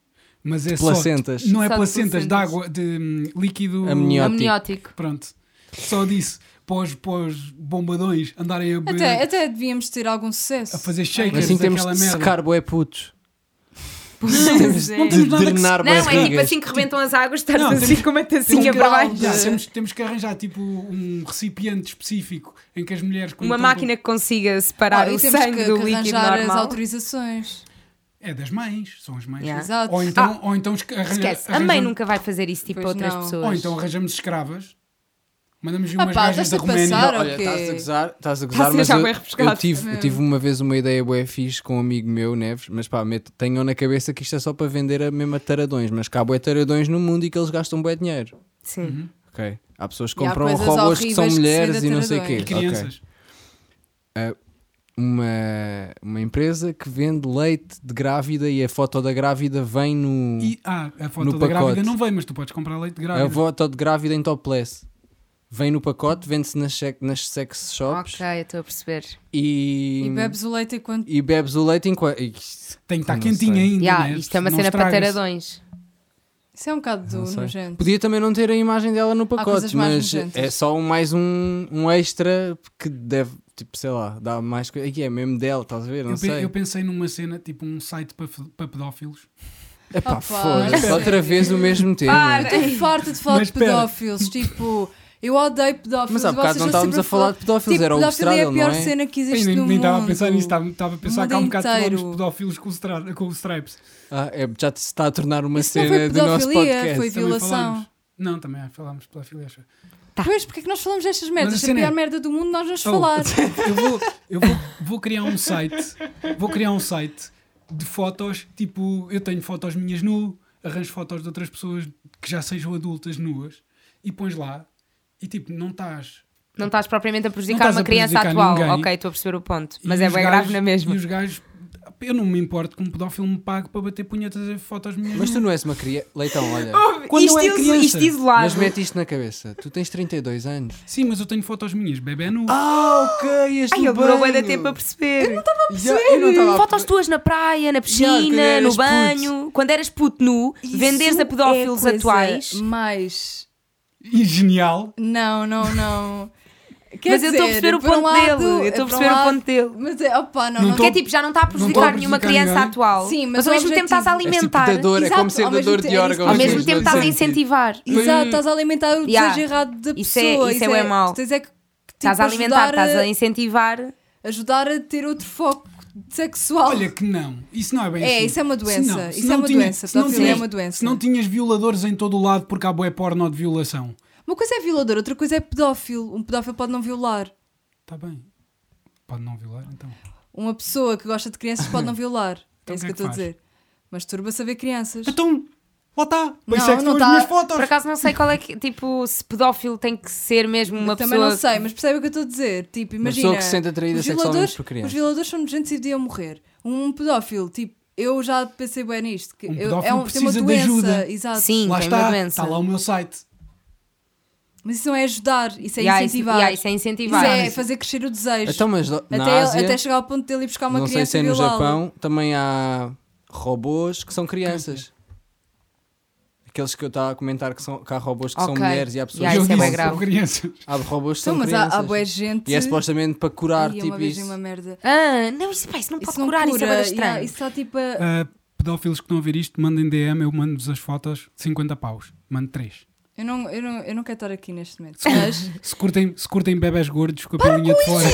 [SPEAKER 3] mas é
[SPEAKER 4] Placentas.
[SPEAKER 3] só. Não é
[SPEAKER 2] Só de
[SPEAKER 3] placentas,
[SPEAKER 2] placentas.
[SPEAKER 3] de água, de hum, líquido.
[SPEAKER 4] Amniótico.
[SPEAKER 2] Amniótico.
[SPEAKER 3] Pronto. Só disso. Pós, pós bombadões andarem a, beber-
[SPEAKER 1] Até, até devíamos ter algum sucesso.
[SPEAKER 3] a fazer shakers
[SPEAKER 4] assim temos
[SPEAKER 3] daquela
[SPEAKER 4] de
[SPEAKER 3] merda.
[SPEAKER 4] secar boé putos.
[SPEAKER 2] Pois é.
[SPEAKER 4] De
[SPEAKER 3] temos nada que
[SPEAKER 4] drenar
[SPEAKER 2] Não,
[SPEAKER 4] bué
[SPEAKER 2] é tipo
[SPEAKER 4] rigas.
[SPEAKER 2] assim que rebentam as águas, estás
[SPEAKER 3] Não,
[SPEAKER 2] assim
[SPEAKER 3] temos-
[SPEAKER 2] com uma tacinha
[SPEAKER 1] um
[SPEAKER 2] para
[SPEAKER 1] grau
[SPEAKER 2] baixo.
[SPEAKER 1] de-
[SPEAKER 3] Já, temos, temos que arranjar tipo um recipiente específico em que as mulheres. quando
[SPEAKER 2] Uma
[SPEAKER 3] estão
[SPEAKER 2] máquina que consiga separar
[SPEAKER 1] Ah,
[SPEAKER 2] o
[SPEAKER 1] e temos
[SPEAKER 2] sangue
[SPEAKER 1] que,
[SPEAKER 2] do
[SPEAKER 1] que
[SPEAKER 2] líquido
[SPEAKER 1] arranjar as
[SPEAKER 2] normal.
[SPEAKER 1] autorizações.
[SPEAKER 3] com- É das mães, são as mães.
[SPEAKER 2] Yeah. Ah,
[SPEAKER 1] Exato.
[SPEAKER 3] Ou então, ou então esca- arranja-
[SPEAKER 2] Esquece, a
[SPEAKER 3] arranjam-
[SPEAKER 2] mãe nunca vai fazer isso tipo
[SPEAKER 1] Pois
[SPEAKER 2] a outras
[SPEAKER 1] não.
[SPEAKER 2] pessoas.
[SPEAKER 3] Uhum. Ou então arranjamos escravas, mandamos vir
[SPEAKER 1] Ah
[SPEAKER 3] umas
[SPEAKER 1] pá,
[SPEAKER 3] gajas da
[SPEAKER 1] estás-te a
[SPEAKER 3] Roménia.
[SPEAKER 1] passar,
[SPEAKER 4] Olha,
[SPEAKER 1] Ok.
[SPEAKER 4] estás a gozar, estás
[SPEAKER 2] Estás
[SPEAKER 4] a gozar,
[SPEAKER 2] a
[SPEAKER 4] mas
[SPEAKER 2] já
[SPEAKER 4] eu,
[SPEAKER 2] bué refrescado.
[SPEAKER 4] eu tive, eu tive uma vez uma ideia bué fixe com um amigo meu, Neves, mas pá, met- tenham na cabeça que isto é só para vender a mesma taradões, mas que há bué taradões no mundo e que eles gastam bué dinheiro,
[SPEAKER 2] Sim.
[SPEAKER 4] ok? Há pessoas que
[SPEAKER 1] E há
[SPEAKER 4] compram
[SPEAKER 1] coisas
[SPEAKER 4] robôs que
[SPEAKER 1] horríveis
[SPEAKER 4] são
[SPEAKER 1] que se
[SPEAKER 4] mulheres
[SPEAKER 1] vende
[SPEAKER 4] e
[SPEAKER 1] a
[SPEAKER 4] não sei o quê.
[SPEAKER 1] taradões.
[SPEAKER 3] E crianças.
[SPEAKER 4] Uma, uma empresa que vende leite de grávida e a foto da grávida vem no...
[SPEAKER 3] E, ah, a foto
[SPEAKER 4] No
[SPEAKER 3] da grávida
[SPEAKER 4] pacote.
[SPEAKER 3] não vem, mas tu podes comprar leite de
[SPEAKER 4] A
[SPEAKER 3] grávida.
[SPEAKER 4] foto de grávida em topless. Vem no pacote, vende-se nas, sec- nas sex shops
[SPEAKER 2] Ok, eu estou a perceber.
[SPEAKER 4] e...
[SPEAKER 1] E bebes o leite enquanto.
[SPEAKER 4] e bebes o leite enquanto...
[SPEAKER 3] Tem que estar
[SPEAKER 4] Não
[SPEAKER 3] quentinha
[SPEAKER 4] sei.
[SPEAKER 3] ainda.
[SPEAKER 2] Yeah,
[SPEAKER 3] né?
[SPEAKER 2] isto é uma
[SPEAKER 3] Não
[SPEAKER 2] cena para
[SPEAKER 3] estraga-se.
[SPEAKER 2] taradões.
[SPEAKER 1] Isso é um bocado do nojento.
[SPEAKER 4] Podia também não ter a imagem dela no
[SPEAKER 1] coisas
[SPEAKER 4] pacote,
[SPEAKER 1] mais
[SPEAKER 4] mas
[SPEAKER 1] nojentas.
[SPEAKER 4] é só um- mais um, um extra que deve, tipo, sei lá, dá mais coisa. Aqui é mesmo dela, estás a ver? Não
[SPEAKER 3] Eu, pe-
[SPEAKER 4] sei.
[SPEAKER 3] eu pensei numa cena, tipo um site para, fe- para pedófilos.
[SPEAKER 4] Epá,
[SPEAKER 1] Opa,
[SPEAKER 4] foda-se,
[SPEAKER 1] sério.
[SPEAKER 4] outra vez o mesmo tema.
[SPEAKER 2] Para.
[SPEAKER 1] Eu estou farta de falar
[SPEAKER 3] Mas
[SPEAKER 1] de
[SPEAKER 3] espera.
[SPEAKER 1] pedófilos. Tipo, eu odeio pedófilos.
[SPEAKER 4] Mas há
[SPEAKER 1] e
[SPEAKER 4] bocado
[SPEAKER 1] vocês
[SPEAKER 4] não
[SPEAKER 1] já
[SPEAKER 4] estávamos
[SPEAKER 1] sempre
[SPEAKER 4] a falar de pedófilos,
[SPEAKER 1] Tipo,
[SPEAKER 4] era o
[SPEAKER 1] pedofilia é a
[SPEAKER 4] Estrada, não
[SPEAKER 1] pior
[SPEAKER 4] é?
[SPEAKER 1] cena que
[SPEAKER 3] Eu
[SPEAKER 1] existe
[SPEAKER 3] nem
[SPEAKER 1] no
[SPEAKER 3] nem estava a
[SPEAKER 1] mundo.
[SPEAKER 3] pensar nisso, estava, estava a pensar
[SPEAKER 1] mundo
[SPEAKER 3] que há um bocado
[SPEAKER 1] inteiro.
[SPEAKER 3] falamos de pedófilos com, o stra- com os stripes.
[SPEAKER 4] Ah, é- já se está a tornar uma
[SPEAKER 1] Isso não
[SPEAKER 4] cena
[SPEAKER 1] foi
[SPEAKER 4] do nosso
[SPEAKER 1] pedofilia,
[SPEAKER 4] podcast.
[SPEAKER 1] foi
[SPEAKER 3] Também ah,
[SPEAKER 1] violação.
[SPEAKER 3] falámos. Não, também falámos de pedofilia. acho.
[SPEAKER 2] Tá.
[SPEAKER 1] Pois, porque é que nós falamos destas merdas?
[SPEAKER 3] Mas a
[SPEAKER 1] Se a
[SPEAKER 3] cena
[SPEAKER 1] pior
[SPEAKER 3] é-
[SPEAKER 1] merda do mundo, nós vamos
[SPEAKER 3] Oh,
[SPEAKER 1] falar.
[SPEAKER 3] Eu, vou, eu vou, vou criar um site. Vou criar um site de fotos. Tipo, eu tenho fotos minhas nu, arranjo fotos de outras pessoas que já sejam adultas nuas e pões lá e tipo, não estás.
[SPEAKER 2] Não estás propriamente a
[SPEAKER 3] Não
[SPEAKER 2] prejudicar
[SPEAKER 3] estás
[SPEAKER 2] uma
[SPEAKER 3] a
[SPEAKER 2] criança
[SPEAKER 3] prejudicar
[SPEAKER 2] atual.
[SPEAKER 3] ninguém.
[SPEAKER 2] Ok, estou a perceber o ponto.
[SPEAKER 3] E
[SPEAKER 2] Mas é
[SPEAKER 3] os
[SPEAKER 2] bem
[SPEAKER 3] gajos-
[SPEAKER 2] grave na mesma.
[SPEAKER 3] E os gajos. Eu não me importo que um pedófilo me pague para bater punhetas a fotos minhas.
[SPEAKER 4] Mas
[SPEAKER 3] nu.
[SPEAKER 4] tu não és uma criança. Leitão, olha.
[SPEAKER 3] Quando
[SPEAKER 2] isto,
[SPEAKER 3] eu era
[SPEAKER 2] iso-
[SPEAKER 3] criança,
[SPEAKER 2] isto isolado.
[SPEAKER 4] Mas mete isto na cabeça. Tu tens 32 anos.
[SPEAKER 3] Sim, mas eu tenho fotos minhas, bebê nu.
[SPEAKER 4] Ah, ok. Este
[SPEAKER 2] Ai, ele demorou bem da tempo a perceber.
[SPEAKER 4] eu não estava
[SPEAKER 2] Fotos tuas na praia, na
[SPEAKER 4] quando
[SPEAKER 2] piscina,
[SPEAKER 4] eras
[SPEAKER 2] no
[SPEAKER 4] puto.
[SPEAKER 2] banho. Quando eras puto nu, venderes
[SPEAKER 1] Isso
[SPEAKER 2] a pedófilos
[SPEAKER 1] é coisa
[SPEAKER 2] atuais.
[SPEAKER 1] Mas.
[SPEAKER 3] E genial.
[SPEAKER 1] Não, não, não. Quer
[SPEAKER 2] mas eu estou a
[SPEAKER 1] dizer,
[SPEAKER 2] perceber o
[SPEAKER 1] por um
[SPEAKER 2] ponto
[SPEAKER 1] lado-
[SPEAKER 2] dele. Eu
[SPEAKER 1] é
[SPEAKER 2] estou a
[SPEAKER 1] por um
[SPEAKER 2] perceber o
[SPEAKER 1] lado-
[SPEAKER 2] ponto dele.
[SPEAKER 1] Mas é, opa, não,
[SPEAKER 3] Não
[SPEAKER 1] não
[SPEAKER 3] tô-
[SPEAKER 2] Que é tipo, já não está a prejudicar
[SPEAKER 3] a
[SPEAKER 2] nenhuma
[SPEAKER 3] prejudicar
[SPEAKER 2] criança
[SPEAKER 3] ninguém.
[SPEAKER 2] atual.
[SPEAKER 1] Sim, mas
[SPEAKER 2] ao
[SPEAKER 1] o
[SPEAKER 2] mesmo tempo
[SPEAKER 1] objetivo-
[SPEAKER 2] estás a
[SPEAKER 1] És
[SPEAKER 2] alimentar.
[SPEAKER 4] predador, é
[SPEAKER 1] Exato,
[SPEAKER 4] como ser
[SPEAKER 1] ao mesmo
[SPEAKER 4] dador de
[SPEAKER 1] tempo- é isso que
[SPEAKER 4] órgãos.
[SPEAKER 2] Ao
[SPEAKER 1] Mas
[SPEAKER 2] mesmo
[SPEAKER 1] não tipo,
[SPEAKER 2] tempo
[SPEAKER 1] faz
[SPEAKER 2] estás a incentivar.
[SPEAKER 1] Exato, estás a alimentar o
[SPEAKER 2] Yeah.
[SPEAKER 1] desejo errado da
[SPEAKER 2] Isso é-
[SPEAKER 1] pessoa.
[SPEAKER 2] isso é o é mau.
[SPEAKER 1] tu Tens é que,
[SPEAKER 2] Estás a
[SPEAKER 1] tipo,
[SPEAKER 2] alimentar,
[SPEAKER 1] ajudar
[SPEAKER 2] estás a incentivar.
[SPEAKER 1] ajudar a ter outro foco sexual.
[SPEAKER 3] Olha que não, isso não é bem
[SPEAKER 1] Oh. É,
[SPEAKER 3] assim.
[SPEAKER 1] isso é uma
[SPEAKER 3] Se
[SPEAKER 1] doença,
[SPEAKER 3] não- se
[SPEAKER 1] isso
[SPEAKER 3] não
[SPEAKER 1] é uma
[SPEAKER 3] tinha-
[SPEAKER 1] doença,
[SPEAKER 3] se não
[SPEAKER 1] pedofilia é
[SPEAKER 3] tinhas-
[SPEAKER 1] uma doença.
[SPEAKER 3] Se não tinhas violadores em todo o lado porque há bué porno de violação,
[SPEAKER 1] Uma coisa é violador, outra coisa é pedófilo. Um pedófilo pode não violar.
[SPEAKER 3] está Tá bem. Pode não violar, então.
[SPEAKER 1] Uma pessoa que gosta de crianças pode não violar.
[SPEAKER 3] Então
[SPEAKER 1] é isso
[SPEAKER 3] o
[SPEAKER 1] que,
[SPEAKER 3] que é
[SPEAKER 1] eu estou a
[SPEAKER 3] que faz?
[SPEAKER 1] dizer. Masturba-se a ver crianças.
[SPEAKER 3] Então, lá está. Por
[SPEAKER 1] Não,
[SPEAKER 3] isso é que
[SPEAKER 1] não
[SPEAKER 3] estão
[SPEAKER 1] tá.
[SPEAKER 3] as minhas fotos.
[SPEAKER 2] Por acaso não sei qual é que, tipo, se pedófilo tem que ser mesmo uma
[SPEAKER 1] Eu também
[SPEAKER 2] pessoa.
[SPEAKER 1] não sei, mas percebe o que eu estou a dizer? Tipo, imagina.
[SPEAKER 4] pessoa que se sente atraída
[SPEAKER 1] os
[SPEAKER 4] sexualmente
[SPEAKER 1] violadores-
[SPEAKER 4] por crianças.
[SPEAKER 1] Os violadores são nojentes e deviam morrer. Um pedófilo, tipo, eu já pensei bem nisto. Que
[SPEAKER 3] Um
[SPEAKER 1] eu- é
[SPEAKER 3] pedófilo
[SPEAKER 1] um, tem uma
[SPEAKER 3] precisa de
[SPEAKER 1] doença.
[SPEAKER 3] ajuda.
[SPEAKER 1] Exato.
[SPEAKER 2] Sim,
[SPEAKER 3] lá
[SPEAKER 2] tem
[SPEAKER 3] está,
[SPEAKER 2] uma doença.
[SPEAKER 3] está lá o meu site.
[SPEAKER 1] Mas isso não é ajudar, isso é
[SPEAKER 2] Yeah, isso-
[SPEAKER 1] incentivar.
[SPEAKER 2] yeah, isso é
[SPEAKER 1] Isso
[SPEAKER 2] incentivar.
[SPEAKER 1] é fazer crescer o desejo.
[SPEAKER 4] Então, mas na
[SPEAKER 1] até,
[SPEAKER 4] Ásia,
[SPEAKER 1] até chegar ao ponto dele ir buscar uma
[SPEAKER 4] não sei
[SPEAKER 1] criança
[SPEAKER 4] se é
[SPEAKER 1] e
[SPEAKER 4] no
[SPEAKER 1] violá-la.
[SPEAKER 4] Japão, também há robôs que são crianças. Aqueles que eu estava a comentar que, são, que há robôs que são
[SPEAKER 2] Ok.
[SPEAKER 4] mulheres e há pessoas
[SPEAKER 2] Ah,
[SPEAKER 3] Eu
[SPEAKER 2] isso
[SPEAKER 4] que
[SPEAKER 2] é
[SPEAKER 3] disse,
[SPEAKER 2] bué
[SPEAKER 4] são-
[SPEAKER 2] grave.
[SPEAKER 3] são crianças.
[SPEAKER 4] Há robôs que
[SPEAKER 1] Não,
[SPEAKER 4] são
[SPEAKER 1] Então, mas há,
[SPEAKER 4] crianças.
[SPEAKER 1] há boa gente.
[SPEAKER 4] E é supostamente para curar,
[SPEAKER 1] Ai,
[SPEAKER 4] tipo
[SPEAKER 1] uma vez vi
[SPEAKER 4] isso.
[SPEAKER 1] uma merda.
[SPEAKER 2] Ah, não, isso, pá, isso não pode
[SPEAKER 1] Isso não
[SPEAKER 2] curar, isso é
[SPEAKER 1] cura,
[SPEAKER 2] bué
[SPEAKER 1] yeah,
[SPEAKER 2] estranho.
[SPEAKER 1] isso está tipo a-
[SPEAKER 3] Ah, pedófilos que estão a ver isto, mandem DM, eu mando-vos as fotos, 50 paus. Mando 3.
[SPEAKER 1] Eu não, eu, não, eu não quero estar aqui neste momento, mas
[SPEAKER 3] Se curtem, se curtem bebés gordos com a pelinha de fora.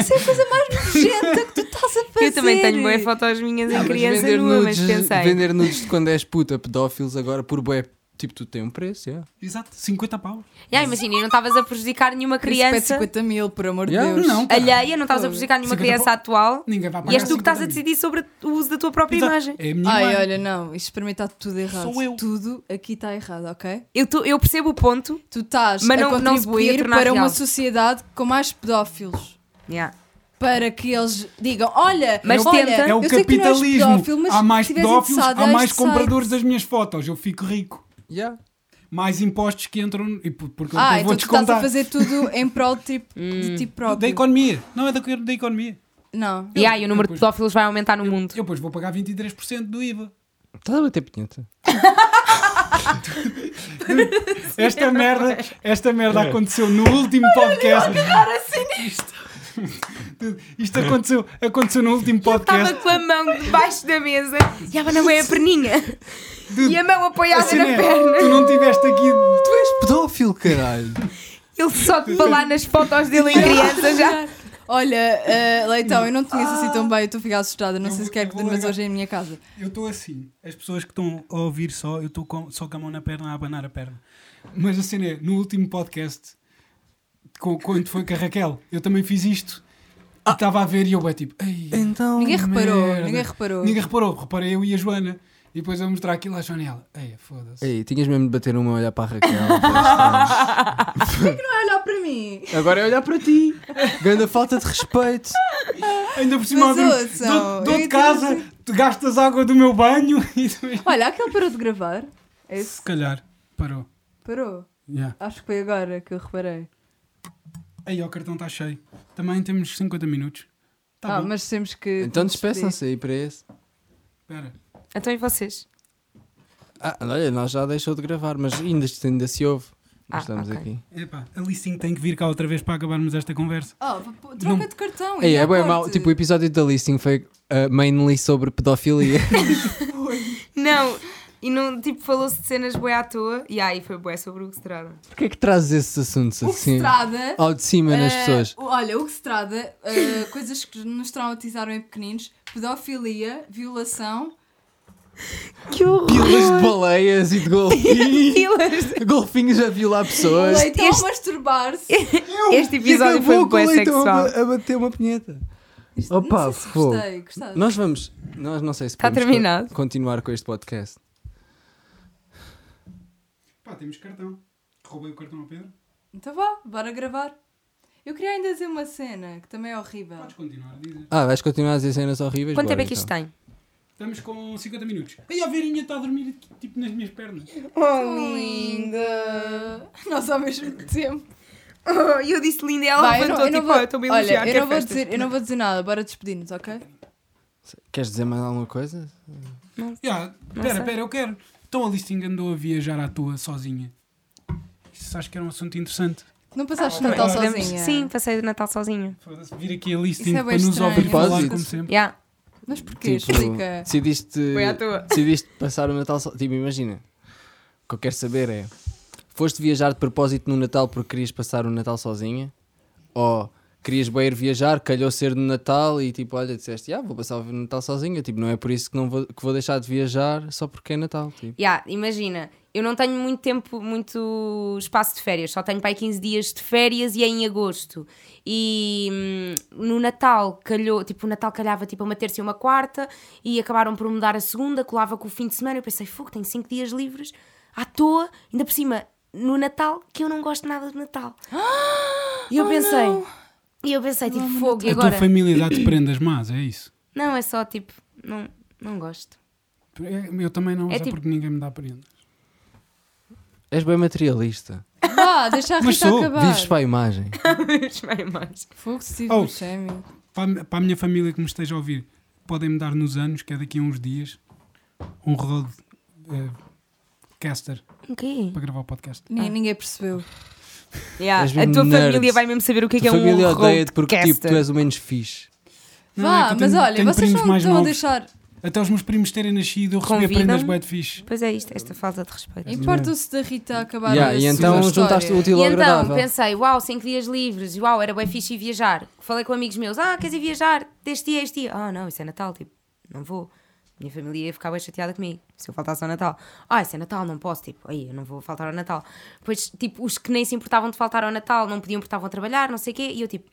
[SPEAKER 1] isso é a coisa mais nojenta que tu estás a fazer.
[SPEAKER 2] Eu também tenho boas fotos minhas
[SPEAKER 4] Ah,
[SPEAKER 2] em
[SPEAKER 4] mas
[SPEAKER 2] criança
[SPEAKER 4] vender
[SPEAKER 2] nua, mas
[SPEAKER 4] nudes-
[SPEAKER 2] pensei.
[SPEAKER 4] Vender nudes de quando és puta, pedófilos, agora por boé, tipo, tu tem um preço, yeah.
[SPEAKER 3] Exato, 50 paus.
[SPEAKER 2] Yeah, imagina, e não estavas a prejudicar nenhuma
[SPEAKER 1] Criança...
[SPEAKER 2] criança
[SPEAKER 1] 50 mil, por amor
[SPEAKER 4] Yeah,
[SPEAKER 1] de Deus.
[SPEAKER 3] não.
[SPEAKER 2] alheia, não estavas a prejudicar nenhuma
[SPEAKER 3] 50
[SPEAKER 2] criança atual
[SPEAKER 3] Ninguém vai pagar
[SPEAKER 2] e és tu que
[SPEAKER 3] 50
[SPEAKER 2] estás a
[SPEAKER 3] mil.
[SPEAKER 2] decidir sobre o uso da tua própria
[SPEAKER 3] Exato,
[SPEAKER 2] imagem.
[SPEAKER 3] É a minha
[SPEAKER 1] Ai,
[SPEAKER 3] imagem.
[SPEAKER 1] olha, não, isto para mim está tudo errado.
[SPEAKER 3] Sou eu.
[SPEAKER 1] Tudo aqui está errado, ok?
[SPEAKER 2] Eu, tô- eu percebo o ponto.
[SPEAKER 1] Tu estás
[SPEAKER 2] Mas não-
[SPEAKER 1] a
[SPEAKER 2] não se podia
[SPEAKER 1] contribuir
[SPEAKER 2] tornar
[SPEAKER 1] para uma
[SPEAKER 2] real.
[SPEAKER 1] sociedade com mais pedófilos.
[SPEAKER 2] Yeah.
[SPEAKER 1] Para que eles digam, olha,
[SPEAKER 2] Mas
[SPEAKER 1] olha,
[SPEAKER 2] tenta-
[SPEAKER 3] É o
[SPEAKER 1] eu sei que tu não és
[SPEAKER 3] capitalismo.
[SPEAKER 1] pedófilo, mas
[SPEAKER 3] há
[SPEAKER 1] se
[SPEAKER 3] mais
[SPEAKER 1] estiveres
[SPEAKER 3] pedófilos,
[SPEAKER 1] interessado,
[SPEAKER 3] há
[SPEAKER 1] há
[SPEAKER 3] mais
[SPEAKER 1] este site.
[SPEAKER 3] compradores das minhas fotos. Eu fico rico.
[SPEAKER 4] Yeah.
[SPEAKER 3] Mais impostos que entram. E por- porque
[SPEAKER 1] Ah,
[SPEAKER 3] eu
[SPEAKER 1] então
[SPEAKER 3] vou
[SPEAKER 1] tu estás a
[SPEAKER 3] descontar.
[SPEAKER 1] fazer tudo em prol de ti, de ti próprio.
[SPEAKER 3] Da economia. Não é da, da economia.
[SPEAKER 1] Não.
[SPEAKER 2] E aí o número de
[SPEAKER 3] depois-
[SPEAKER 2] pedófilos vai aumentar no mundo.
[SPEAKER 3] Eu depois vou pagar 23% do IVA.
[SPEAKER 4] Estás Tá a bater pinheta.
[SPEAKER 3] Esta merda, esta merda aconteceu no último podcast.
[SPEAKER 2] assim nisto.
[SPEAKER 3] Isto aconteceu, aconteceu no último
[SPEAKER 2] Estava
[SPEAKER 3] podcast.
[SPEAKER 2] com a mão debaixo da mesa e a Ana bem a perninha. E a mão apoiada
[SPEAKER 3] Assim,
[SPEAKER 2] na
[SPEAKER 3] né?
[SPEAKER 2] perna.
[SPEAKER 3] Tu não tiveste aqui.
[SPEAKER 4] Tu és pedófilo, caralho.
[SPEAKER 2] Ele só de falar nas fotos dele em criança já.
[SPEAKER 1] Olha, eh, Leitão, eu não te conheço assim
[SPEAKER 3] Ah.
[SPEAKER 1] tão bem, eu estou a ficar assustada. Não
[SPEAKER 3] Eu
[SPEAKER 1] sei se
[SPEAKER 3] vou-
[SPEAKER 1] quero
[SPEAKER 3] eu
[SPEAKER 1] que
[SPEAKER 3] vou
[SPEAKER 1] dormas
[SPEAKER 3] largar.
[SPEAKER 1] hoje em minha casa.
[SPEAKER 3] Eu estou assim. As pessoas que estão a ouvir só, eu estou com- só com a mão na perna a abanar a perna. Mas a cena é, no último podcast, com- quando foi com a Raquel, eu também fiz isto.
[SPEAKER 1] Ah.
[SPEAKER 3] E Estava a ver e eu é tipo, "Ei,
[SPEAKER 4] Então.
[SPEAKER 1] Ninguém reparou,
[SPEAKER 3] merda."
[SPEAKER 1] ninguém reparou.
[SPEAKER 3] Ninguém reparou, reparei eu e a Joana. E depois eu mostrar aquilo à Joana e ela, ei, foda-se.
[SPEAKER 4] Ei, tinhas mesmo de bater uma e olhar para a Raquel. pois,
[SPEAKER 1] Não é olhar para mim.
[SPEAKER 4] não. Agora é olhar para ti. Ganda falta de respeito.
[SPEAKER 3] Ainda por cima
[SPEAKER 1] Mas
[SPEAKER 3] abri-
[SPEAKER 1] ouçam,
[SPEAKER 3] dou- dou
[SPEAKER 1] eu
[SPEAKER 3] de
[SPEAKER 1] ia
[SPEAKER 3] casa,
[SPEAKER 1] dizer
[SPEAKER 3] tu gastas água do meu banho e depois...
[SPEAKER 1] Olha, aquele parou de gravar. É
[SPEAKER 3] Se
[SPEAKER 1] esse?
[SPEAKER 3] calhar, parou.
[SPEAKER 1] Parou.
[SPEAKER 3] Yeah.
[SPEAKER 1] Acho que foi agora que eu reparei.
[SPEAKER 3] Aí o cartão está cheio. Também temos 50 minutos. Tá
[SPEAKER 1] ah,
[SPEAKER 3] bom.
[SPEAKER 1] mas temos que.
[SPEAKER 4] Então
[SPEAKER 1] que despedir.
[SPEAKER 4] despeçam-se aí para esse.
[SPEAKER 3] Espera.
[SPEAKER 2] Então e vocês?
[SPEAKER 4] Ah, olha, nós já deixou de gravar, mas ainda, ainda se ouve.
[SPEAKER 2] Ah,
[SPEAKER 4] Nós estamos
[SPEAKER 2] ok.
[SPEAKER 4] aqui.
[SPEAKER 3] Epá, a Lissim tem que vir cá outra vez para acabarmos esta conversa.
[SPEAKER 1] Oh, p- p- troca
[SPEAKER 3] Não.
[SPEAKER 1] de cartão.
[SPEAKER 4] Ei,
[SPEAKER 1] e
[SPEAKER 4] é bem
[SPEAKER 1] corte.
[SPEAKER 4] mau. Tipo, o episódio da listing foi uh, mainly sobre pedofilia.
[SPEAKER 2] Não, e não, tipo, falou-se de cenas bué à toa e aí foi bué sobre o que se trata.
[SPEAKER 4] Porquê é que trazes esses assuntos
[SPEAKER 1] O que se
[SPEAKER 4] assim?
[SPEAKER 1] trata.
[SPEAKER 4] Ao de cima nas
[SPEAKER 1] eh,
[SPEAKER 4] pessoas.
[SPEAKER 1] olha, o que se trata, eh, coisas que nos traumatizaram em pequeninos, pedofilia, violação
[SPEAKER 2] Que horror!
[SPEAKER 4] Pilas de baleias e de golfinhos.
[SPEAKER 2] Pilas.
[SPEAKER 4] golfinhos a violar pessoas.
[SPEAKER 1] Leitão
[SPEAKER 2] este-
[SPEAKER 1] a masturbar-se.
[SPEAKER 2] Este episódio foi
[SPEAKER 4] Acabou com o
[SPEAKER 2] bué
[SPEAKER 4] leitão a
[SPEAKER 2] sexual.
[SPEAKER 4] ba- a bater uma pinheta.
[SPEAKER 1] Isto-
[SPEAKER 4] Opa,
[SPEAKER 1] não sei se
[SPEAKER 4] fogo.
[SPEAKER 1] gostei, gostaste?
[SPEAKER 4] Nós vamos. Nós não sei se
[SPEAKER 2] Tá
[SPEAKER 4] podemos co-
[SPEAKER 2] terminado.
[SPEAKER 4] continuar com este podcast.
[SPEAKER 3] Pá, temos cartão. Roubei o cartão ao Pedro.
[SPEAKER 1] Então vá, bora gravar. Eu queria ainda dizer uma cena que também é horrível.
[SPEAKER 3] Podes continuar, dizes.
[SPEAKER 4] Ah, vais continuar a dizer cenas horríveis?
[SPEAKER 2] Quanto tempo
[SPEAKER 4] Bora,
[SPEAKER 2] é que isto
[SPEAKER 4] então.
[SPEAKER 2] tem?
[SPEAKER 3] Estamos com 50 minutos. Aí a verinha está a dormir tipo nas minhas pernas.
[SPEAKER 2] Oh,
[SPEAKER 1] Linda! Nós ao mesmo tempo.
[SPEAKER 2] Oh, eu disse linda e ela
[SPEAKER 1] Vai, eu não-
[SPEAKER 2] levantou
[SPEAKER 1] eu não
[SPEAKER 2] tipo,
[SPEAKER 1] vou-
[SPEAKER 2] oh, estou bem
[SPEAKER 1] Olha,
[SPEAKER 2] elogiar,
[SPEAKER 1] eu não,
[SPEAKER 2] quero
[SPEAKER 1] vou
[SPEAKER 2] festas.
[SPEAKER 1] dizer, eu não vou dizer nada, bora despedir-nos, ok?
[SPEAKER 4] Queres dizer mais alguma coisa?
[SPEAKER 3] Ya,
[SPEAKER 2] sei.
[SPEAKER 3] Pera, pera, eu quero. Então a Listing andou a viajar à toa sozinha. Isso acho que era um assunto interessante.
[SPEAKER 1] Não passaste
[SPEAKER 3] Ah,
[SPEAKER 1] Natal
[SPEAKER 3] ok.
[SPEAKER 2] Podemos-
[SPEAKER 1] sozinha?
[SPEAKER 2] Sim, passei o Natal sozinha.
[SPEAKER 3] Foda-se, vir aqui a Listing
[SPEAKER 1] Isso é
[SPEAKER 3] para
[SPEAKER 1] bem
[SPEAKER 3] nos
[SPEAKER 1] estranho.
[SPEAKER 3] ouvir falar
[SPEAKER 4] Propósito.
[SPEAKER 3] como sempre.
[SPEAKER 2] Yeah.
[SPEAKER 1] Mas porquê?
[SPEAKER 3] Tipo-
[SPEAKER 1] Explica.
[SPEAKER 4] Tipo, decidiste,
[SPEAKER 2] Foi à toa.
[SPEAKER 4] decidiste passar o Natal. so- Tipo, imagina. O que eu quero saber é: foste viajar de propósito no Natal porque querias passar o Natal sozinha? Ou querias bem ir viajar, calhou ser no Natal e tipo, olha, disseste, ah, vou passar o Natal sozinha? Tipo, não é por isso que, não vou, que vou deixar de viajar só porque é Natal. Tipo.
[SPEAKER 2] Yeah, imagina, eu não tenho muito tempo, muito espaço de férias, só tenho para aí 15 dias de férias e é em agosto. E hum, no Natal calhou, tipo, o Natal calhava tipo uma terça e uma quarta e acabaram por mudar a segunda, colava com o fim de semana. Eu pensei, fogo, tenho 5 dias livres à toa, ainda por cima, no Natal, que eu não gosto nada de Natal. e
[SPEAKER 1] Oh,
[SPEAKER 2] eu pensei, e eu pensei, tipo, fogo, e
[SPEAKER 3] A tua
[SPEAKER 2] agora?
[SPEAKER 3] família dá-te prendas más, é isso?
[SPEAKER 2] Não, é só tipo, não, não gosto.
[SPEAKER 3] É, Eu também não,
[SPEAKER 2] É
[SPEAKER 3] só
[SPEAKER 2] tipo-
[SPEAKER 3] porque ninguém me dá prendas.
[SPEAKER 4] És bem materialista.
[SPEAKER 1] Vá, deixa a
[SPEAKER 3] Mas
[SPEAKER 1] Rita
[SPEAKER 3] sou,
[SPEAKER 1] acabar.
[SPEAKER 4] Vives para a imagem.
[SPEAKER 2] Mas vai mais.
[SPEAKER 1] Fogo Steve
[SPEAKER 3] Oh.
[SPEAKER 1] Buscemi.
[SPEAKER 3] Para a, mi- para a minha família que me esteja a ouvir, podem-me dar nos anos, que é daqui a uns dias, um Rode eh, caster
[SPEAKER 2] Ok.
[SPEAKER 3] para gravar o podcast.
[SPEAKER 1] Ni-
[SPEAKER 2] Ah.
[SPEAKER 1] Ninguém percebeu.
[SPEAKER 2] Yeah,
[SPEAKER 4] És mesmo
[SPEAKER 2] a tua
[SPEAKER 4] nerd.
[SPEAKER 2] família vai mesmo saber o que é que
[SPEAKER 4] a
[SPEAKER 2] é um
[SPEAKER 4] família odeia-te
[SPEAKER 2] roadcaster.
[SPEAKER 4] porque tipo, tu és o menos fixe.
[SPEAKER 3] Não, é
[SPEAKER 1] Vá,
[SPEAKER 3] que eu
[SPEAKER 1] mas
[SPEAKER 3] tenho-
[SPEAKER 1] olha,
[SPEAKER 3] tenho
[SPEAKER 1] vocês
[SPEAKER 3] primos
[SPEAKER 1] não
[SPEAKER 3] mais
[SPEAKER 1] estão a
[SPEAKER 3] novos.
[SPEAKER 1] deixar.
[SPEAKER 3] Até os meus primos terem nascido, eu recebi
[SPEAKER 2] Convidam-me.
[SPEAKER 3] prendas bad fish.
[SPEAKER 2] Pois é isto, esta falta de respeito.
[SPEAKER 1] Importam-se da Rita acabar
[SPEAKER 4] Yeah,
[SPEAKER 1] a
[SPEAKER 4] e
[SPEAKER 1] sua
[SPEAKER 4] então
[SPEAKER 1] história.
[SPEAKER 4] juntaste o útil
[SPEAKER 2] E
[SPEAKER 4] ao
[SPEAKER 2] então
[SPEAKER 4] agradável.
[SPEAKER 2] pensei, uau, 5 dias livres, uau, era bem fixe ir viajar. Falei com amigos meus, ah, queres ir viajar deste dia a este dia? Ah, não, isso é Natal, tipo, não vou. Minha família ia ficar bem chateada comigo se eu faltasse ao Natal. Ah, isso é Natal, não posso, tipo, aí eu não vou faltar ao Natal. Pois, tipo, os que nem se importavam de faltar ao Natal não podiam porque estavam a trabalhar, não sei o quê, e eu tipo,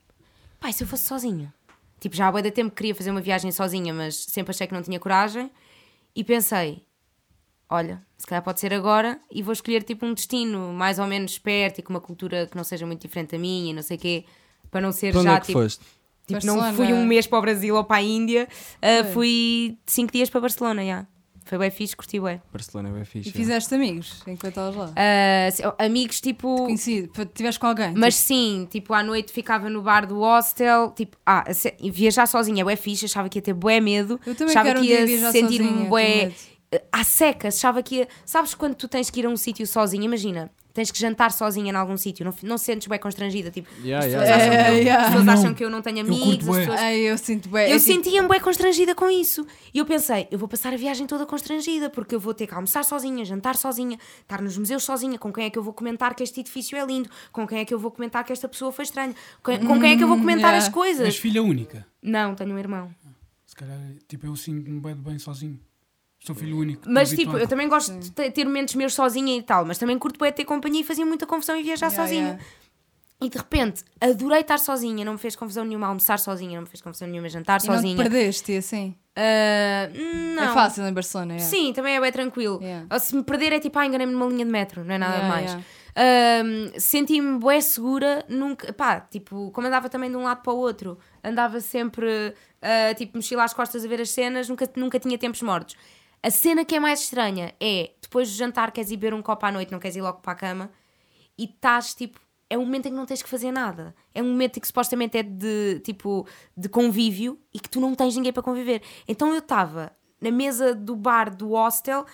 [SPEAKER 2] pai, se eu fosse sozinha? Tipo, já há bué de tempo que queria fazer uma viagem sozinha, mas sempre achei que não tinha coragem e pensei, olha, se calhar pode ser agora e vou escolher tipo um destino mais ou menos perto e com uma cultura que não seja muito diferente da minha e não sei o quê, para não ser
[SPEAKER 4] Para onde
[SPEAKER 2] já
[SPEAKER 4] é que
[SPEAKER 2] tipo,
[SPEAKER 4] foste?
[SPEAKER 2] tipo não
[SPEAKER 1] Barcelona.
[SPEAKER 2] fui um mês para o Brasil ou para a Índia, ah,
[SPEAKER 1] Foi.
[SPEAKER 2] fui cinco dias para Barcelona, já. Foi bem fixe, curti bem.
[SPEAKER 4] Barcelona é bem fixe.
[SPEAKER 1] E
[SPEAKER 4] é.
[SPEAKER 1] fizeste amigos enquanto estavas lá.
[SPEAKER 2] Ah, se- amigos tipo
[SPEAKER 1] Conhecido, pa- tiveste com alguém.
[SPEAKER 2] Mas sim, tipo, à noite ficava no bar do hostel, tipo, ah, a se- viajar sozinha é bué fixe, achava que ia ter bué medo,
[SPEAKER 1] Eu também
[SPEAKER 2] achava
[SPEAKER 1] quero um
[SPEAKER 2] que
[SPEAKER 1] dia
[SPEAKER 2] ia
[SPEAKER 1] viajar
[SPEAKER 2] sentir-me
[SPEAKER 1] sozinha, tenho
[SPEAKER 2] bué
[SPEAKER 1] medo.
[SPEAKER 2] eh, à seca, achava que ia... Sabes quando tu tens que ir a um sítio sozinha, imagina, tens que jantar sozinha em algum sítio, não, fi- não sentes bué constrangida, tipo,
[SPEAKER 4] Yeah,
[SPEAKER 2] as
[SPEAKER 4] yeah,
[SPEAKER 2] pessoas,
[SPEAKER 4] yeah,
[SPEAKER 2] acham,
[SPEAKER 4] yeah.
[SPEAKER 2] que eu, as
[SPEAKER 1] Yeah.
[SPEAKER 2] pessoas
[SPEAKER 3] Não,
[SPEAKER 2] acham que eu não tenho
[SPEAKER 3] eu curto
[SPEAKER 2] amigos, as
[SPEAKER 3] bué.
[SPEAKER 2] pessoas...
[SPEAKER 1] Ai, eu sinto bem.
[SPEAKER 2] Eu sentia-me bem constrangida com isso. E eu pensei, eu vou passar a viagem toda constrangida, porque eu vou ter que almoçar sozinha, jantar sozinha, estar nos museus sozinha, com quem é que eu vou comentar que este edifício é lindo, com quem é que eu vou comentar que esta pessoa foi estranha, com, com quem é que eu vou comentar
[SPEAKER 1] Hum, yeah.
[SPEAKER 2] as coisas.
[SPEAKER 3] És filha única.
[SPEAKER 2] Não, tenho um irmão.
[SPEAKER 3] Se calhar, tipo, eu sinto-me bem, bem sozinho. Sou filho único. estou
[SPEAKER 2] Mas tipo,
[SPEAKER 3] habituado.
[SPEAKER 2] eu também gosto de te- ter momentos meus sozinha e tal, mas também curto bem ter companhia e fazia muita confusão e viajar
[SPEAKER 1] Yeah,
[SPEAKER 2] sozinha.
[SPEAKER 1] yeah.
[SPEAKER 2] E de repente, adorei estar sozinha, não me fez confusão nenhuma almoçar sozinha, não me fez confusão nenhuma jantar
[SPEAKER 1] E
[SPEAKER 2] sozinha.
[SPEAKER 1] Não te perdeste e assim.
[SPEAKER 2] Ah, não.
[SPEAKER 1] É fácil em Barcelona, é.
[SPEAKER 2] Sim, também é bem tranquilo.
[SPEAKER 1] Yeah.
[SPEAKER 2] Ou se me perder é tipo, ah, enganei-me numa linha de metro, não é nada
[SPEAKER 1] Yeah,
[SPEAKER 2] mais.
[SPEAKER 1] yeah.
[SPEAKER 2] Ahm, Senti-me bué segura, nunca, pá, tipo, como andava também de um lado para o outro, andava sempre, ah, tipo, mochila às costas a ver as cenas, nunca, nunca tinha tempos mortos. A cena que é mais estranha é, depois do jantar queres ir beber um copo à noite, não queres ir logo para a cama, e estás, tipo, é um momento em que não tens que fazer nada. É um momento em que supostamente é de, tipo, de convívio e que tu não tens ninguém para conviver. Então eu estava na mesa do bar do hostel,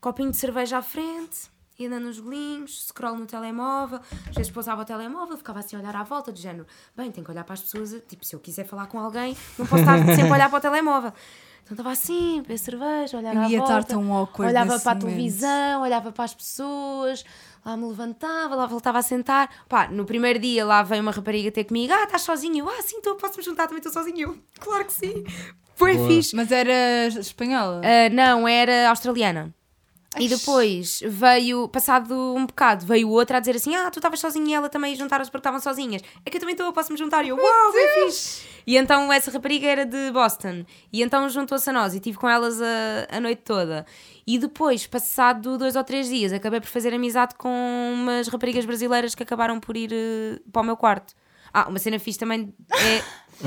[SPEAKER 2] copinho de cerveja à frente, ia andando nos golinhos, scroll no telemóvel, às vezes pousava o telemóvel, ficava assim a olhar à volta, do género, bem, tenho que olhar para as pessoas, tipo, se eu quiser falar com alguém, não posso estar sempre a olhar para o telemóvel. Então estava assim, beber cerveja, olhar
[SPEAKER 1] Eu
[SPEAKER 2] à
[SPEAKER 1] ia
[SPEAKER 2] volta,
[SPEAKER 1] estar tão awkward
[SPEAKER 2] olhava
[SPEAKER 1] nesse
[SPEAKER 2] para
[SPEAKER 1] momento.
[SPEAKER 2] a televisão, olhava para as pessoas, lá me levantava, lá voltava a sentar. Pá, no primeiro dia lá veio uma rapariga ter comigo, ah, estás sozinho, eu, ah, sim, estou, posso-me juntar, também estou sozinho. Eu, claro que sim, foi
[SPEAKER 4] Boa.
[SPEAKER 2] fixe.
[SPEAKER 1] Mas era espanhola.
[SPEAKER 2] Ah, não, era australiana.
[SPEAKER 1] Ai,
[SPEAKER 2] E depois veio, passado um bocado, veio outra a dizer assim: Ah, tu estavas sozinha e ela também juntaram-se porque estavam sozinhas. É que eu também estou, posso-me juntar. E eu, uau, bem fixe. E então essa rapariga era de Boston. E então juntou-se a nós e estive com elas a, a noite toda. E depois, passado dois ou três dias, acabei por fazer amizade com umas raparigas brasileiras que acabaram por ir eh, para o meu quarto. Ah, uma cena fixe também é.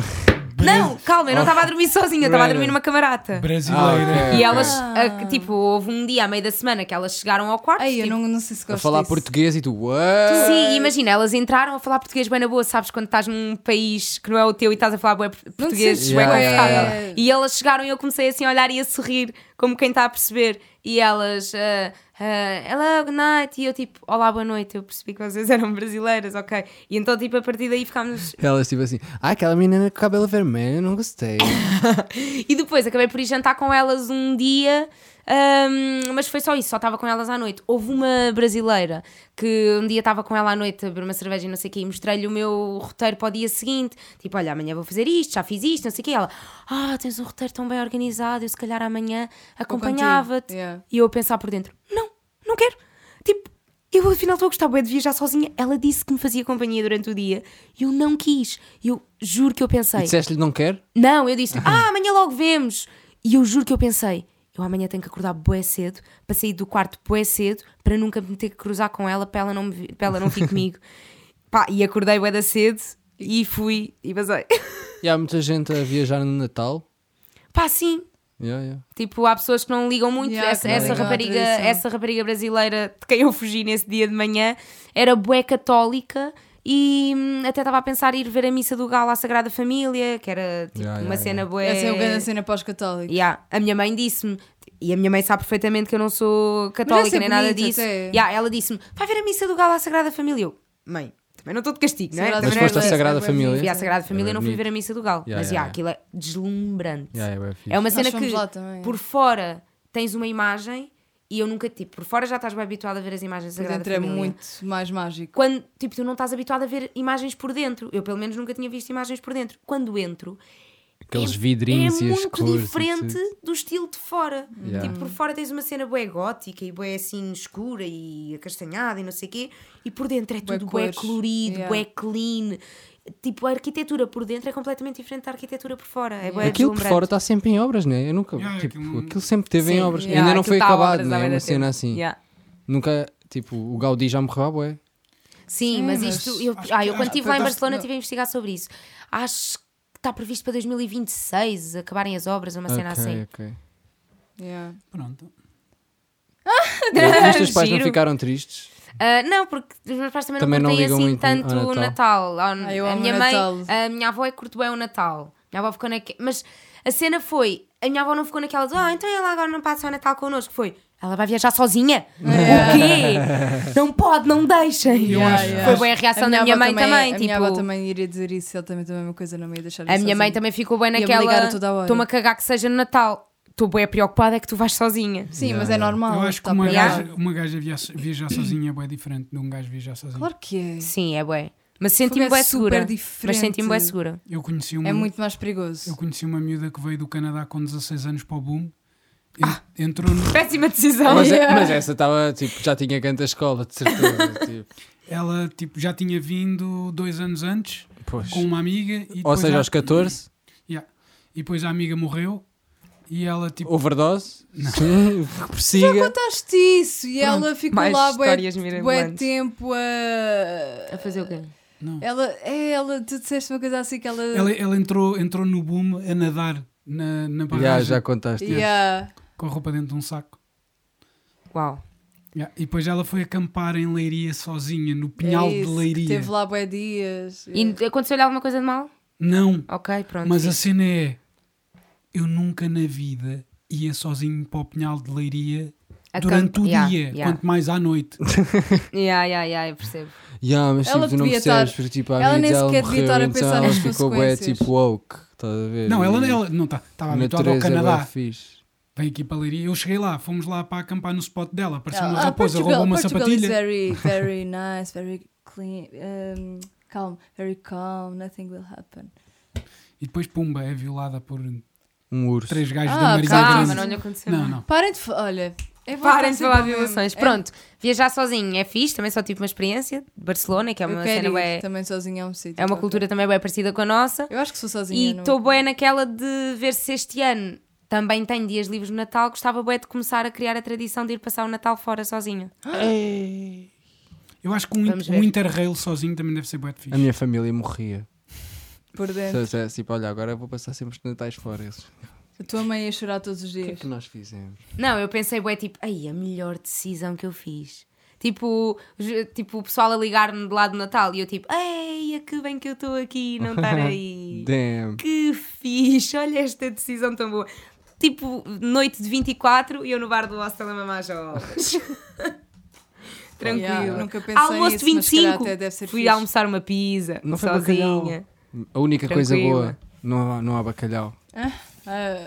[SPEAKER 2] não, calma, eu não estava a dormir sozinha, eu estava a dormir numa camarata.
[SPEAKER 3] Brasileira.
[SPEAKER 4] Ah, ok.
[SPEAKER 2] E elas, a- que, tipo, houve um dia à meia da semana que elas chegaram ao quarto.
[SPEAKER 1] Ai, eu
[SPEAKER 2] tipo,
[SPEAKER 1] não, não sei se
[SPEAKER 4] A
[SPEAKER 1] gosto
[SPEAKER 4] falar
[SPEAKER 1] disso.
[SPEAKER 4] português e tu, ué!
[SPEAKER 2] Sim, imagina, elas entraram a falar português bem na boa, sabes quando estás num país que não é o teu e estás a falar bué por-
[SPEAKER 1] Não te
[SPEAKER 2] português,
[SPEAKER 1] sentes
[SPEAKER 2] bem
[SPEAKER 4] bem.
[SPEAKER 2] confortável.
[SPEAKER 1] É.
[SPEAKER 2] E elas chegaram e eu comecei assim a olhar e a sorrir, como quem está a perceber. E elas, ah, ah, hello, good night. E eu tipo, olá, boa noite. Eu percebi que vocês eram brasileiras, ok. E então, tipo, a partir daí ficámos.
[SPEAKER 4] Elas tipo assim, ah, aquela menina com cabelo vermelho, não gostei.
[SPEAKER 2] E depois acabei por ir jantar com elas um dia, ahm, mas foi só isso, só estava com elas à noite. Houve uma brasileira que um dia estava com ela à noite a beber uma cerveja e não sei o quê, e mostrei-lhe o meu roteiro para o dia seguinte. Tipo, olha, amanhã vou fazer isto, já fiz isto, não sei o quê. Ela, ah, tens um roteiro tão bem organizado, eu se calhar amanhã
[SPEAKER 1] Vou contigo.
[SPEAKER 2] acompanhava-te.
[SPEAKER 1] Yeah.
[SPEAKER 2] E eu a pensar por dentro, não, não quero. Tipo, eu afinal estou a gostar bué de viajar sozinha. Ela disse que me fazia companhia durante o dia e eu não quis. E eu juro que eu pensei...
[SPEAKER 4] E disseste-lhe não quer?
[SPEAKER 2] Não, eu disse, ah, amanhã logo vemos. E eu juro que eu pensei, eu amanhã tenho que acordar bué cedo, para sair do quarto bué cedo, para nunca me ter que cruzar com ela, para ela não, me, vi- para ela não vir comigo. Pá, e acordei bué da cedo e fui e basei.
[SPEAKER 4] E há muita gente a viajar no Natal.
[SPEAKER 2] Pá, sim.
[SPEAKER 4] Yeah, yeah.
[SPEAKER 2] Tipo, há pessoas que não ligam muito.
[SPEAKER 1] Yeah,
[SPEAKER 2] essa,
[SPEAKER 1] que não
[SPEAKER 2] essa
[SPEAKER 1] ligam à
[SPEAKER 2] rapariga,
[SPEAKER 1] tradição.
[SPEAKER 2] essa rapariga brasileira de quem eu fugi nesse dia de manhã era bué católica e hum, até estava a pensar em ir ver a missa do Galo à Sagrada Família, que era tipo,
[SPEAKER 4] Yeah,
[SPEAKER 2] uma
[SPEAKER 4] yeah,
[SPEAKER 2] cena bué.
[SPEAKER 1] Essa é o grande cena para os católicos.
[SPEAKER 2] Yeah, a minha mãe disse-me, e a minha mãe sabe perfeitamente que eu não sou católica
[SPEAKER 1] é
[SPEAKER 2] nem nada
[SPEAKER 1] bonito
[SPEAKER 2] disso.
[SPEAKER 1] até.
[SPEAKER 2] Yeah, ela disse-me: vai ver a missa do Galo à Sagrada Família. Eu, mãe, também não estou de castigo, não é?
[SPEAKER 1] Sagrada
[SPEAKER 4] Mas
[SPEAKER 2] Também
[SPEAKER 1] Família.
[SPEAKER 4] foste à
[SPEAKER 2] não é?
[SPEAKER 4] Sagrada
[SPEAKER 1] é
[SPEAKER 4] Família.
[SPEAKER 2] Fui à Sagrada Família,
[SPEAKER 4] É
[SPEAKER 2] não fui
[SPEAKER 4] bonito.
[SPEAKER 2] ver a missa do Galo.
[SPEAKER 4] Yeah,
[SPEAKER 2] mas
[SPEAKER 4] yeah,
[SPEAKER 2] yeah, aquilo é deslumbrante.
[SPEAKER 4] Yeah, yeah, é fixe.
[SPEAKER 2] É uma
[SPEAKER 1] Nós
[SPEAKER 2] cena
[SPEAKER 1] fomos
[SPEAKER 2] que
[SPEAKER 1] lá também,
[SPEAKER 2] por
[SPEAKER 1] é.
[SPEAKER 2] fora tens uma imagem e eu nunca, tipo, por fora já estás bem habituado a ver as imagens da
[SPEAKER 1] Por
[SPEAKER 2] Sagrada
[SPEAKER 1] dentro é
[SPEAKER 2] Família.
[SPEAKER 1] muito mais mágico.
[SPEAKER 2] Quando, tipo, tu não estás habituado a ver imagens por dentro. Eu, pelo menos, nunca tinha visto imagens por dentro. Quando entro,
[SPEAKER 4] Aqueles vidrinhos
[SPEAKER 2] é
[SPEAKER 4] e as
[SPEAKER 2] muito
[SPEAKER 4] cores e
[SPEAKER 2] diferente
[SPEAKER 4] tudo.
[SPEAKER 2] do estilo de fora.
[SPEAKER 4] Yeah.
[SPEAKER 2] Tipo, por fora tens uma cena bué gótica e bué assim escura e acastanhada e não sei quê, e por dentro é
[SPEAKER 1] Bué
[SPEAKER 2] tudo bué
[SPEAKER 1] cores.
[SPEAKER 2] colorido,
[SPEAKER 1] Yeah.
[SPEAKER 2] bué clean. Tipo, a arquitetura por dentro é completamente diferente da arquitetura por fora. É bué
[SPEAKER 4] Aquilo por
[SPEAKER 2] deslumbrante.
[SPEAKER 4] fora está sempre em obras, né? Eu nunca,
[SPEAKER 3] Yeah,
[SPEAKER 4] tipo,
[SPEAKER 3] aquilo-
[SPEAKER 4] aquilo... sempre teve em
[SPEAKER 2] Sim,
[SPEAKER 4] obras.
[SPEAKER 2] yeah,
[SPEAKER 4] Ainda não
[SPEAKER 2] aquilo
[SPEAKER 4] foi
[SPEAKER 2] tá a
[SPEAKER 4] acabado,
[SPEAKER 2] obras há
[SPEAKER 4] né?
[SPEAKER 2] bué
[SPEAKER 4] Uma
[SPEAKER 2] de tempo.
[SPEAKER 4] cena assim.
[SPEAKER 2] Yeah.
[SPEAKER 4] Nunca, tipo, o Gaudí já morreu à bué.
[SPEAKER 2] Sim,
[SPEAKER 1] Sim,
[SPEAKER 2] mas
[SPEAKER 1] mas
[SPEAKER 2] isto. Eu,
[SPEAKER 3] acho
[SPEAKER 2] ah,
[SPEAKER 3] que-
[SPEAKER 2] eu quando
[SPEAKER 3] acho que
[SPEAKER 2] estive lá em
[SPEAKER 3] tentaste-
[SPEAKER 2] Barcelona
[SPEAKER 3] não.
[SPEAKER 2] estive a investigar sobre isso. Acho que está previsto para 2026 acabarem as obras, uma cena
[SPEAKER 4] Ok,
[SPEAKER 2] assim.
[SPEAKER 4] ok.
[SPEAKER 1] Yeah.
[SPEAKER 3] Pronto.
[SPEAKER 4] Os teus pais não
[SPEAKER 2] Giro.
[SPEAKER 4] ficaram tristes?
[SPEAKER 2] Ah, não, porque os meus pais também,
[SPEAKER 4] Também não
[SPEAKER 2] não curtem
[SPEAKER 4] ligam
[SPEAKER 2] assim
[SPEAKER 4] muito
[SPEAKER 2] tanto
[SPEAKER 4] ao
[SPEAKER 2] o Natal. Ah,
[SPEAKER 1] Ah, eu
[SPEAKER 2] a
[SPEAKER 1] amo
[SPEAKER 2] minha
[SPEAKER 1] o
[SPEAKER 2] mãe,
[SPEAKER 1] Natal.
[SPEAKER 2] a minha avó é que curte bem o Natal. Minha avó ficou naque... Mas a cena foi, a minha avó não ficou naquela de, ah, então ela agora não passa o Natal connosco. Foi, ela vai viajar sozinha?
[SPEAKER 1] É.
[SPEAKER 2] O quê? não pode, não deixem.
[SPEAKER 1] Yeah, yeah.
[SPEAKER 2] Foi bem a reação da minha
[SPEAKER 1] avó é-
[SPEAKER 2] mãe também.
[SPEAKER 1] A
[SPEAKER 2] tipo,
[SPEAKER 1] minha avó também iria dizer isso, ela também tem a mesma coisa, não me ia deixar assim.
[SPEAKER 2] a
[SPEAKER 1] ir
[SPEAKER 2] minha mãe
[SPEAKER 1] sozinha.
[SPEAKER 2] também ficou bem
[SPEAKER 1] Ia-me
[SPEAKER 2] naquela,
[SPEAKER 1] ligar a toda hora.
[SPEAKER 2] estou-me a cagar que seja no Natal. Estou bem preocupada é que tu vais sozinha.
[SPEAKER 1] Sim,
[SPEAKER 4] Yeah,
[SPEAKER 1] mas é
[SPEAKER 4] yeah.
[SPEAKER 1] normal.
[SPEAKER 3] Eu acho que
[SPEAKER 1] tá
[SPEAKER 3] uma
[SPEAKER 1] para
[SPEAKER 2] Yeah.
[SPEAKER 3] gaja, uma gaja via- viajar sozinha é bem diferente de um gajo viajar sozinho.
[SPEAKER 1] Claro que é.
[SPEAKER 2] Sim, é bué. Mas
[SPEAKER 1] é
[SPEAKER 2] senti-me bué
[SPEAKER 1] super
[SPEAKER 2] segura. Mas
[SPEAKER 1] diferente.
[SPEAKER 2] senti-me bué segura.
[SPEAKER 3] Eu conheci uma,
[SPEAKER 1] É muito mais
[SPEAKER 3] eu
[SPEAKER 1] perigoso.
[SPEAKER 3] conheci uma miúda que veio do Canadá com 16 anos para o boom. en-
[SPEAKER 2] Ah.
[SPEAKER 3] Entrou no,
[SPEAKER 2] Péssima decisão.
[SPEAKER 4] Mas, é-
[SPEAKER 1] Yeah.
[SPEAKER 4] mas essa estava, tipo, já tinha canto a escola, de certeza. tipo,
[SPEAKER 3] ela tipo, já tinha vindo dois anos antes
[SPEAKER 4] pois.
[SPEAKER 3] com uma amiga. E
[SPEAKER 4] Ou
[SPEAKER 3] depois
[SPEAKER 4] seja,
[SPEAKER 3] a-
[SPEAKER 4] aos 14,
[SPEAKER 3] Yeah. E depois a amiga morreu e ela tipo.
[SPEAKER 4] overdose, sim, persiga.
[SPEAKER 1] Contaste isso e
[SPEAKER 3] Pronto,
[SPEAKER 1] ela ficou
[SPEAKER 2] mais
[SPEAKER 1] lá bué,
[SPEAKER 2] histórias
[SPEAKER 1] bué
[SPEAKER 2] mirabolantes.
[SPEAKER 1] tempo a...
[SPEAKER 4] é
[SPEAKER 2] A fazer o quê?
[SPEAKER 3] Não.
[SPEAKER 1] Ela, é, ela, tu disseste uma coisa assim que ela...
[SPEAKER 3] Ela, é ela entrou, entrou no boom a nadar na, na barragem
[SPEAKER 4] Já, já contaste. isso.
[SPEAKER 1] Yeah. é
[SPEAKER 3] com a roupa dentro de um saco.
[SPEAKER 2] Uau.
[SPEAKER 3] Yeah, E depois ela foi acampar em Leiria sozinha, no Pinhal
[SPEAKER 1] é isso,
[SPEAKER 3] de
[SPEAKER 1] que
[SPEAKER 3] Leiria.
[SPEAKER 1] Teve lá bué dias. Yeah.
[SPEAKER 2] E aconteceu-lhe alguma coisa de mal?
[SPEAKER 3] Não,
[SPEAKER 2] Ok, pronto.
[SPEAKER 3] mas a cena é: eu nunca na vida ia sozinho para o Pinhal de Leiria
[SPEAKER 2] A
[SPEAKER 3] durante
[SPEAKER 2] camp-
[SPEAKER 3] o
[SPEAKER 2] yeah,
[SPEAKER 3] dia,
[SPEAKER 2] yeah.
[SPEAKER 3] quanto mais à noite.
[SPEAKER 2] Yeah, yeah, yeah, eu percebo.
[SPEAKER 4] Yeah, mas
[SPEAKER 1] Ela
[SPEAKER 4] tipo, tu não
[SPEAKER 1] devia
[SPEAKER 4] percebes,
[SPEAKER 1] estar-
[SPEAKER 4] porque tipo, a
[SPEAKER 1] ela
[SPEAKER 4] vida
[SPEAKER 1] nem
[SPEAKER 4] dela
[SPEAKER 1] sequer
[SPEAKER 4] morreu,
[SPEAKER 1] devia estar a
[SPEAKER 4] então
[SPEAKER 1] pensar
[SPEAKER 4] ela
[SPEAKER 1] nas
[SPEAKER 4] ficou bué
[SPEAKER 1] consequências.
[SPEAKER 4] tipo woke, estás a ver?
[SPEAKER 3] Não, ela,
[SPEAKER 4] E
[SPEAKER 3] ela não está, estava
[SPEAKER 4] a
[SPEAKER 3] habituada ao
[SPEAKER 4] é. natureza é bué
[SPEAKER 3] Canadá.
[SPEAKER 4] fixe.
[SPEAKER 3] Vem aqui para a Leiria. Eu cheguei lá, fomos lá para acampar no spot dela. Apareceu uma
[SPEAKER 1] Ah,
[SPEAKER 3] raposa, roubou uma
[SPEAKER 1] Portugal
[SPEAKER 3] sapatilha.
[SPEAKER 1] Is very, very nice, very clean, um, calm, very calm, nothing will happen.
[SPEAKER 3] E depois, pumba, é violada por
[SPEAKER 4] Um urso.
[SPEAKER 3] três gajos
[SPEAKER 1] Ah,
[SPEAKER 3] da Marinha
[SPEAKER 1] calma,
[SPEAKER 3] Grande.
[SPEAKER 1] não
[SPEAKER 2] lhe aconteceu.
[SPEAKER 3] Não, não.
[SPEAKER 1] Parem de fa- olha. É bom estar
[SPEAKER 2] Parem de
[SPEAKER 1] sempre
[SPEAKER 2] falar
[SPEAKER 1] a
[SPEAKER 2] de
[SPEAKER 1] ver-
[SPEAKER 2] violações.
[SPEAKER 1] É-
[SPEAKER 2] Pronto, viajar sozinho é fixe, também só tive uma experiência. Barcelona, que é
[SPEAKER 1] eu
[SPEAKER 2] uma
[SPEAKER 1] quero
[SPEAKER 2] cena
[SPEAKER 1] ir
[SPEAKER 2] bué,
[SPEAKER 1] também sozinha a um sítio.
[SPEAKER 2] é uma
[SPEAKER 1] qualquer.
[SPEAKER 2] cultura também bem parecida com a nossa.
[SPEAKER 1] Eu acho que sou sozinha.
[SPEAKER 2] E
[SPEAKER 1] não-
[SPEAKER 2] estou bué naquela de ver se este ano também tenho dias livres no Natal. Gostava bué de começar a criar a tradição de ir passar o Natal fora sozinha.
[SPEAKER 3] Eu acho que um,
[SPEAKER 2] Vamos
[SPEAKER 3] in-
[SPEAKER 2] ver.
[SPEAKER 3] um interrail sozinho também deve ser bué de fixe.
[SPEAKER 4] A minha família morria.
[SPEAKER 1] por dentro.
[SPEAKER 4] Se se- se, tipo, olha, agora vou passar sempre os natais fora. Eles, o
[SPEAKER 1] A tua mãe ia chorar todos os
[SPEAKER 4] que é
[SPEAKER 1] dias.
[SPEAKER 4] que nós fizemos?
[SPEAKER 2] Não, eu pensei bué tipo, ai, a melhor decisão que eu fiz. Tipo, ju- tipo o pessoal a ligar-me de lá do Natal e eu tipo, ei, que bem que eu estou aqui, não estar aí.
[SPEAKER 4] Damn.
[SPEAKER 2] que fixe, olha esta decisão tão boa. Tipo, noite de 24 e eu no bar do hostel a mamar jovens. Tranquilo.
[SPEAKER 1] Yeah, nunca pensei
[SPEAKER 2] Almoço de
[SPEAKER 1] nisso, mas se calhar
[SPEAKER 2] 25,
[SPEAKER 1] até deve ser
[SPEAKER 2] fui
[SPEAKER 1] fixe.
[SPEAKER 2] almoçar uma pizza,
[SPEAKER 4] Não foi
[SPEAKER 2] sozinha.
[SPEAKER 4] A única coisa
[SPEAKER 2] Tranquila.
[SPEAKER 4] boa, não há, não há bacalhau.
[SPEAKER 1] Ah,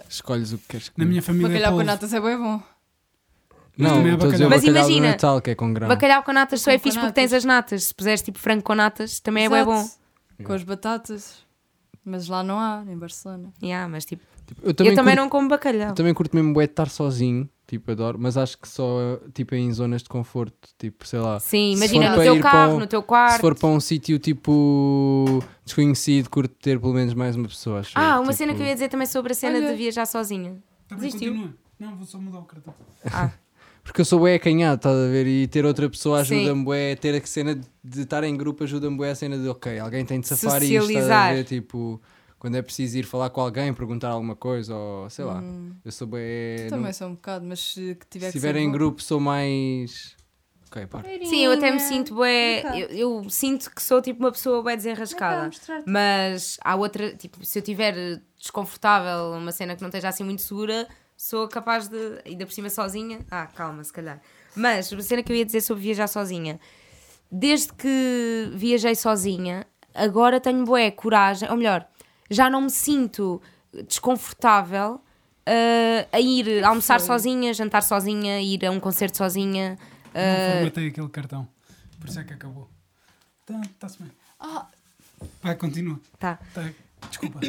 [SPEAKER 4] Escolhes o que queres comer.
[SPEAKER 3] Na minha família é
[SPEAKER 1] bacalhau com
[SPEAKER 3] polvo.
[SPEAKER 1] natas é bem bom.
[SPEAKER 4] Não,
[SPEAKER 3] também há
[SPEAKER 4] estou a dizer
[SPEAKER 3] bacalhau.
[SPEAKER 4] o
[SPEAKER 2] Mas
[SPEAKER 4] bacalhau do
[SPEAKER 2] imagina,
[SPEAKER 4] Natal, que é com grão.
[SPEAKER 2] Bacalhau com natas só é
[SPEAKER 1] Com
[SPEAKER 2] fixe porque
[SPEAKER 1] natas.
[SPEAKER 2] tens as natas. Se puseres tipo frango com natas, também é
[SPEAKER 1] Exato.
[SPEAKER 2] bué bom.
[SPEAKER 1] Com as batatas. Mas lá não há, em Barcelona.
[SPEAKER 2] Yeah, mas tipo,
[SPEAKER 4] Tipo, eu também,
[SPEAKER 2] eu também
[SPEAKER 4] curto,
[SPEAKER 2] não como bacalhau.
[SPEAKER 4] eu também curto mesmo bué de estar sozinho, tipo, adoro, mas acho que só tipo em zonas de conforto, tipo, sei lá.
[SPEAKER 2] Sim,
[SPEAKER 4] Se
[SPEAKER 2] imagina,
[SPEAKER 4] for
[SPEAKER 2] no
[SPEAKER 4] para
[SPEAKER 2] teu
[SPEAKER 4] ir para
[SPEAKER 2] carro,
[SPEAKER 4] um-
[SPEAKER 2] no teu
[SPEAKER 4] Se
[SPEAKER 2] quarto.
[SPEAKER 4] for para um sítio tipo desconhecido, curto ter pelo menos mais uma pessoa. Acho
[SPEAKER 2] Ah,
[SPEAKER 4] eu,
[SPEAKER 2] uma
[SPEAKER 4] tipo,
[SPEAKER 2] cena que eu ia dizer também sobre a cena
[SPEAKER 1] Olha.
[SPEAKER 2] de viajar sozinha.
[SPEAKER 3] Tá bem,
[SPEAKER 2] Desistiu?
[SPEAKER 3] continua. Não, vou só mudar o cartão.
[SPEAKER 2] Ah.
[SPEAKER 4] Porque eu sou bué acanhado, estás a ver? E ter outra pessoa
[SPEAKER 2] Sim.
[SPEAKER 4] ajuda-me bué, ter a cena de- de estar em grupo ajuda-me bué a cena de ok, alguém tem de safar isto, estás a
[SPEAKER 2] Socializar.
[SPEAKER 4] ver? Tipo, quando é preciso ir falar com alguém, perguntar alguma coisa ou sei lá.
[SPEAKER 2] Hum.
[SPEAKER 4] Eu sou bué.
[SPEAKER 2] Então,
[SPEAKER 1] Também
[SPEAKER 4] não-
[SPEAKER 1] sou um bocado, mas se que tiver
[SPEAKER 4] se
[SPEAKER 1] que
[SPEAKER 4] estiver
[SPEAKER 1] ser
[SPEAKER 4] em
[SPEAKER 1] bom-
[SPEAKER 4] grupo sou mais. Ok, para.
[SPEAKER 2] Sim, eu até me sinto bué, eu, eu sinto que sou tipo uma pessoa bué desenrascada. Mas há outra, tipo, se eu estiver eh, desconfortável, uma cena que não esteja assim muito segura, sou capaz de, ainda por cima sozinha. Ah, calma, se calhar. Mas uma cena que eu ia dizer sobre viajar sozinha. Desde que viajei sozinha, agora tenho bué coragem, ou melhor, já não me sinto desconfortável eh, a ir almoçar sozinha, jantar sozinha, ir a um concerto sozinha. Eh,
[SPEAKER 3] Não
[SPEAKER 1] Eh,
[SPEAKER 3] formatei aquele cartão. Por isso é que acabou. Está-se bem.
[SPEAKER 1] Ah,
[SPEAKER 3] Vai, continua.
[SPEAKER 2] Tá.
[SPEAKER 3] Tá. Desculpa.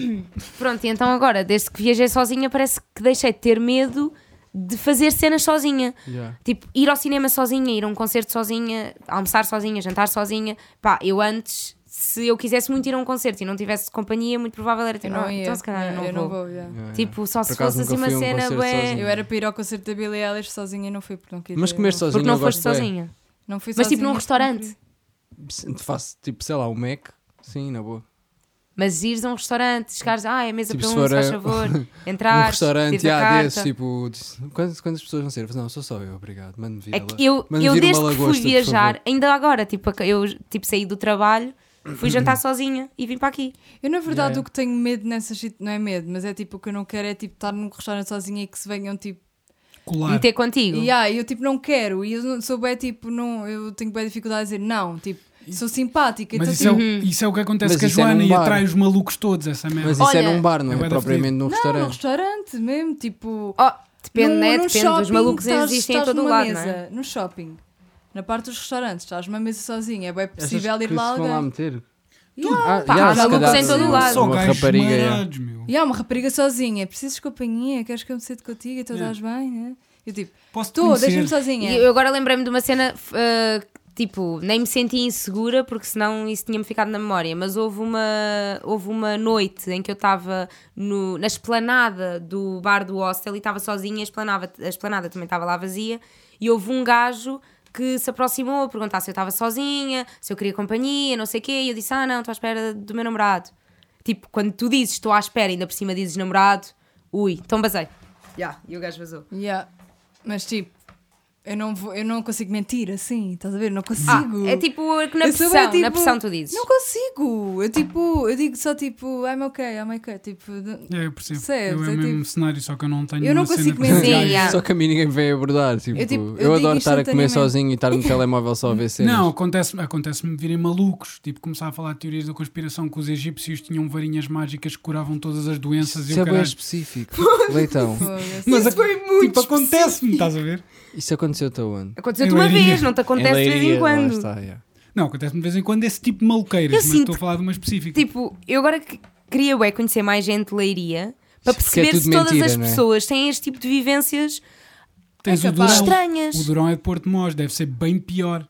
[SPEAKER 2] Pronto, e então agora, desde que viajei sozinha, parece que deixei de ter medo de fazer cenas sozinha.
[SPEAKER 4] Yeah.
[SPEAKER 2] Tipo, ir ao cinema sozinha, ir a um concerto sozinha, almoçar sozinha, jantar sozinha. Pá, eu antes, se eu quisesse muito ir a um concerto e não tivesse companhia, muito provável era
[SPEAKER 1] eu
[SPEAKER 2] tipo,
[SPEAKER 1] não
[SPEAKER 2] ah,
[SPEAKER 1] ia.
[SPEAKER 2] então se calhar eu
[SPEAKER 1] eu não
[SPEAKER 2] não vou.
[SPEAKER 1] vou. yeah.
[SPEAKER 4] Yeah,
[SPEAKER 2] Tipo, só
[SPEAKER 4] Por
[SPEAKER 2] se
[SPEAKER 4] acaso
[SPEAKER 2] fosse assim uma
[SPEAKER 4] nunca fui a um
[SPEAKER 2] cena,
[SPEAKER 4] concerto
[SPEAKER 2] bué.
[SPEAKER 4] sozinho.
[SPEAKER 1] Eu era para ir ao concerto da Billie Eilish sozinha e não fui porque não queria.
[SPEAKER 4] Mas comer sozinho.
[SPEAKER 2] Porque não
[SPEAKER 4] eu
[SPEAKER 2] foste
[SPEAKER 4] gosto bué.
[SPEAKER 2] sozinha.
[SPEAKER 1] Não fui
[SPEAKER 2] Mas tipo
[SPEAKER 1] sozinha.
[SPEAKER 2] num restaurante.
[SPEAKER 4] Se- Faço tipo, sei lá, um Mac. Sim, na boa.
[SPEAKER 2] Mas ires a um restaurante, chegares, ah, é mesa
[SPEAKER 4] Tipo,
[SPEAKER 2] para um,
[SPEAKER 4] se
[SPEAKER 2] se
[SPEAKER 4] for
[SPEAKER 2] faz
[SPEAKER 4] a-
[SPEAKER 2] favor,
[SPEAKER 4] Um
[SPEAKER 2] entrares,
[SPEAKER 4] restaurante,
[SPEAKER 2] pedires a
[SPEAKER 4] há
[SPEAKER 2] carta.
[SPEAKER 4] desses, tipo. de- Quantas, quantas pessoas vão ser? Não, sou só eu, obrigado. Mande-me vir.
[SPEAKER 2] É que eu, eu desde que fui viajar, ainda agora, tipo, eu tipo, saí do trabalho, fui jantar sozinha e vim para aqui.
[SPEAKER 1] Eu, na verdade,
[SPEAKER 4] Yeah.
[SPEAKER 1] o que tenho medo nessas sit- não é medo, mas é tipo o que eu não quero é tipo estar num restaurante sozinha e que se venham tipo.
[SPEAKER 3] Colar.
[SPEAKER 2] Meter contigo.
[SPEAKER 1] E ah, eu tipo não quero. E eu não- sou bem tipo, não, eu tenho bem dificuldade a dizer não. Tipo, sou simpática.
[SPEAKER 3] Mas
[SPEAKER 1] então,
[SPEAKER 3] isso é,
[SPEAKER 1] tipo,
[SPEAKER 3] o, isso é o que acontece
[SPEAKER 4] Mas
[SPEAKER 3] com a
[SPEAKER 4] isso é
[SPEAKER 3] Joana
[SPEAKER 4] num
[SPEAKER 3] e
[SPEAKER 4] bar.
[SPEAKER 3] atrai os malucos todos, essa merda.
[SPEAKER 4] Mas isso
[SPEAKER 2] Olha,
[SPEAKER 4] é num bar, não
[SPEAKER 3] é
[SPEAKER 4] é,
[SPEAKER 3] bué da
[SPEAKER 4] propriamente num
[SPEAKER 1] não, num
[SPEAKER 4] restaurante.
[SPEAKER 1] restaurante mesmo. Tipo,
[SPEAKER 2] Oh, depende,
[SPEAKER 1] Num-
[SPEAKER 2] né?
[SPEAKER 1] num
[SPEAKER 2] Depende, os
[SPEAKER 1] shopping
[SPEAKER 2] malucos
[SPEAKER 1] estás-
[SPEAKER 2] existem em
[SPEAKER 1] estás
[SPEAKER 2] todo o
[SPEAKER 1] numa
[SPEAKER 2] lado,
[SPEAKER 1] mesa,
[SPEAKER 2] não é?
[SPEAKER 1] No shopping, na parte dos restaurantes, estás numa mesa sozinha, é bem
[SPEAKER 4] Achas
[SPEAKER 1] possível ir
[SPEAKER 4] que
[SPEAKER 1] lá
[SPEAKER 4] se vão lá
[SPEAKER 1] alguém.
[SPEAKER 4] meter.
[SPEAKER 1] Yeah.
[SPEAKER 4] Ah, yeah,
[SPEAKER 2] há
[SPEAKER 4] se
[SPEAKER 2] malucos
[SPEAKER 4] calhar
[SPEAKER 2] em todo
[SPEAKER 4] uma-
[SPEAKER 2] lado.
[SPEAKER 3] Só
[SPEAKER 4] Uma
[SPEAKER 3] gajos
[SPEAKER 4] rapariga, é. yeah.
[SPEAKER 3] marados, meu.
[SPEAKER 1] E há uma rapariga sozinha, precisas de companhia, queres que eu me sente contigo, então
[SPEAKER 3] Yeah.
[SPEAKER 1] estás bem, né? Eu tipo,
[SPEAKER 3] Posso
[SPEAKER 1] tu,
[SPEAKER 3] conhecer?
[SPEAKER 1] deixa-me
[SPEAKER 2] E
[SPEAKER 1] sozinha.
[SPEAKER 2] eu agora lembrei-me de uma cena, eh, tipo, nem me senti insegura porque senão isso tinha-me ficado na memória, mas houve uma, houve uma noite em que eu estava no- na esplanada do bar do hostel e estava sozinha, a esplanava- a esplanada também estava lá vazia e houve um gajo que se aproximou a perguntar se eu estava sozinha, se eu queria companhia, não sei o quê, e eu disse, ah não, estou à espera do meu namorado. Tipo, quando tu dizes estou à espera e ainda por cima dizes namorado, ui, então basei. Ya, e o gajo vazou.
[SPEAKER 1] Yeah. Mas tipo, Eu não, vou, eu não consigo mentir assim, estás a ver? Não
[SPEAKER 2] Ah,
[SPEAKER 1] consigo.
[SPEAKER 2] é tipo na
[SPEAKER 1] Eu sou
[SPEAKER 2] pressão,
[SPEAKER 1] bué,
[SPEAKER 2] na
[SPEAKER 1] tipo,
[SPEAKER 2] pressão tu dizes.
[SPEAKER 1] Não consigo. Eu tipo, eu digo só tipo, I'm okay, I'm okay. Tipo, de-
[SPEAKER 3] É, eu percebo.
[SPEAKER 1] Percebes?
[SPEAKER 3] eu é
[SPEAKER 1] É
[SPEAKER 3] o mesmo
[SPEAKER 1] tipo-
[SPEAKER 3] cenário, só que eu não tenho
[SPEAKER 1] Eu não
[SPEAKER 3] uma cena
[SPEAKER 1] consigo
[SPEAKER 3] com os
[SPEAKER 2] mentir.
[SPEAKER 3] gajos.
[SPEAKER 2] Sim, yeah.
[SPEAKER 4] Só que a mim ninguém vem abordar. Tipo, eu,
[SPEAKER 1] Eu, tipo, eu digo
[SPEAKER 4] adoro estar a comer
[SPEAKER 1] instantaneamente.
[SPEAKER 4] sozinho e estar no telemóvel só a ver cenas.
[SPEAKER 3] Não, acontece-me acontece virem malucos. Tipo, começar a falar de teorias da conspiração que os egípcios tinham varinhas mágicas que curavam todas as doenças e
[SPEAKER 4] isso é
[SPEAKER 3] o
[SPEAKER 4] bem
[SPEAKER 3] caralho.
[SPEAKER 4] específico. Leitão,
[SPEAKER 1] foda-se.
[SPEAKER 3] Mas
[SPEAKER 2] Isso
[SPEAKER 3] a-
[SPEAKER 2] foi muito
[SPEAKER 3] Tipo, acontece-me, estás a ver?
[SPEAKER 4] isso aconteceu-te aonde?
[SPEAKER 2] Aconteceu-te
[SPEAKER 3] Em
[SPEAKER 2] uma
[SPEAKER 3] Leiria.
[SPEAKER 2] vez, não te acontece de vez em
[SPEAKER 4] Leiria, lá
[SPEAKER 2] quando.
[SPEAKER 4] está, yeah.
[SPEAKER 3] Não, acontece-me de vez em quando esse tipo de maluqueiras,
[SPEAKER 2] Eu
[SPEAKER 3] mas
[SPEAKER 2] sinto-
[SPEAKER 3] estou a falar de uma específica.
[SPEAKER 2] Tipo, eu agora que- queria bué, conhecer mais gente de leiria para
[SPEAKER 4] Porque é
[SPEAKER 2] perceber se
[SPEAKER 4] tudo
[SPEAKER 2] todas
[SPEAKER 4] mentira,
[SPEAKER 2] as
[SPEAKER 4] não é?
[SPEAKER 2] pessoas têm este tipo de vivências
[SPEAKER 3] Tens
[SPEAKER 1] é
[SPEAKER 3] o
[SPEAKER 1] capaz.
[SPEAKER 3] Durão.
[SPEAKER 2] estranhas.
[SPEAKER 3] O Durão é de Porto Mós, deve ser bem pior.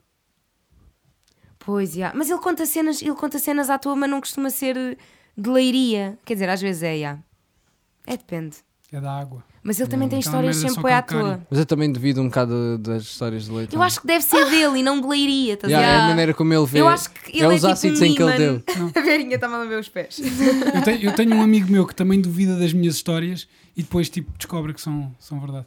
[SPEAKER 2] Pois, já. Mas ele conta cenas, ele conta cenas à toa, mas não costuma ser de leiria. Quer dizer, às vezes é, já. É, depende.
[SPEAKER 3] É da água.
[SPEAKER 2] Mas ele
[SPEAKER 4] Hum,
[SPEAKER 2] também tem
[SPEAKER 3] aquela
[SPEAKER 2] histórias
[SPEAKER 3] merda é
[SPEAKER 2] sempre
[SPEAKER 3] só
[SPEAKER 2] bué à
[SPEAKER 3] calcário.
[SPEAKER 2] toa.
[SPEAKER 4] Mas eu também devido um bocado das histórias de Leitão.
[SPEAKER 2] Eu acho que deve ser dele e não de leiria, estás a
[SPEAKER 4] Yeah,
[SPEAKER 2] ver?
[SPEAKER 4] É a maneira como ele vê.
[SPEAKER 2] Eu acho que ele
[SPEAKER 4] é
[SPEAKER 2] é,
[SPEAKER 4] os
[SPEAKER 2] tipo
[SPEAKER 4] ácidos
[SPEAKER 2] um
[SPEAKER 4] em que ele
[SPEAKER 2] imã.
[SPEAKER 4] deu.
[SPEAKER 2] A verinha estava a lamber os pés.
[SPEAKER 3] Eu tenho, eu tenho um amigo meu que também duvida das minhas histórias e depois tipo, descobre que são, são verdade.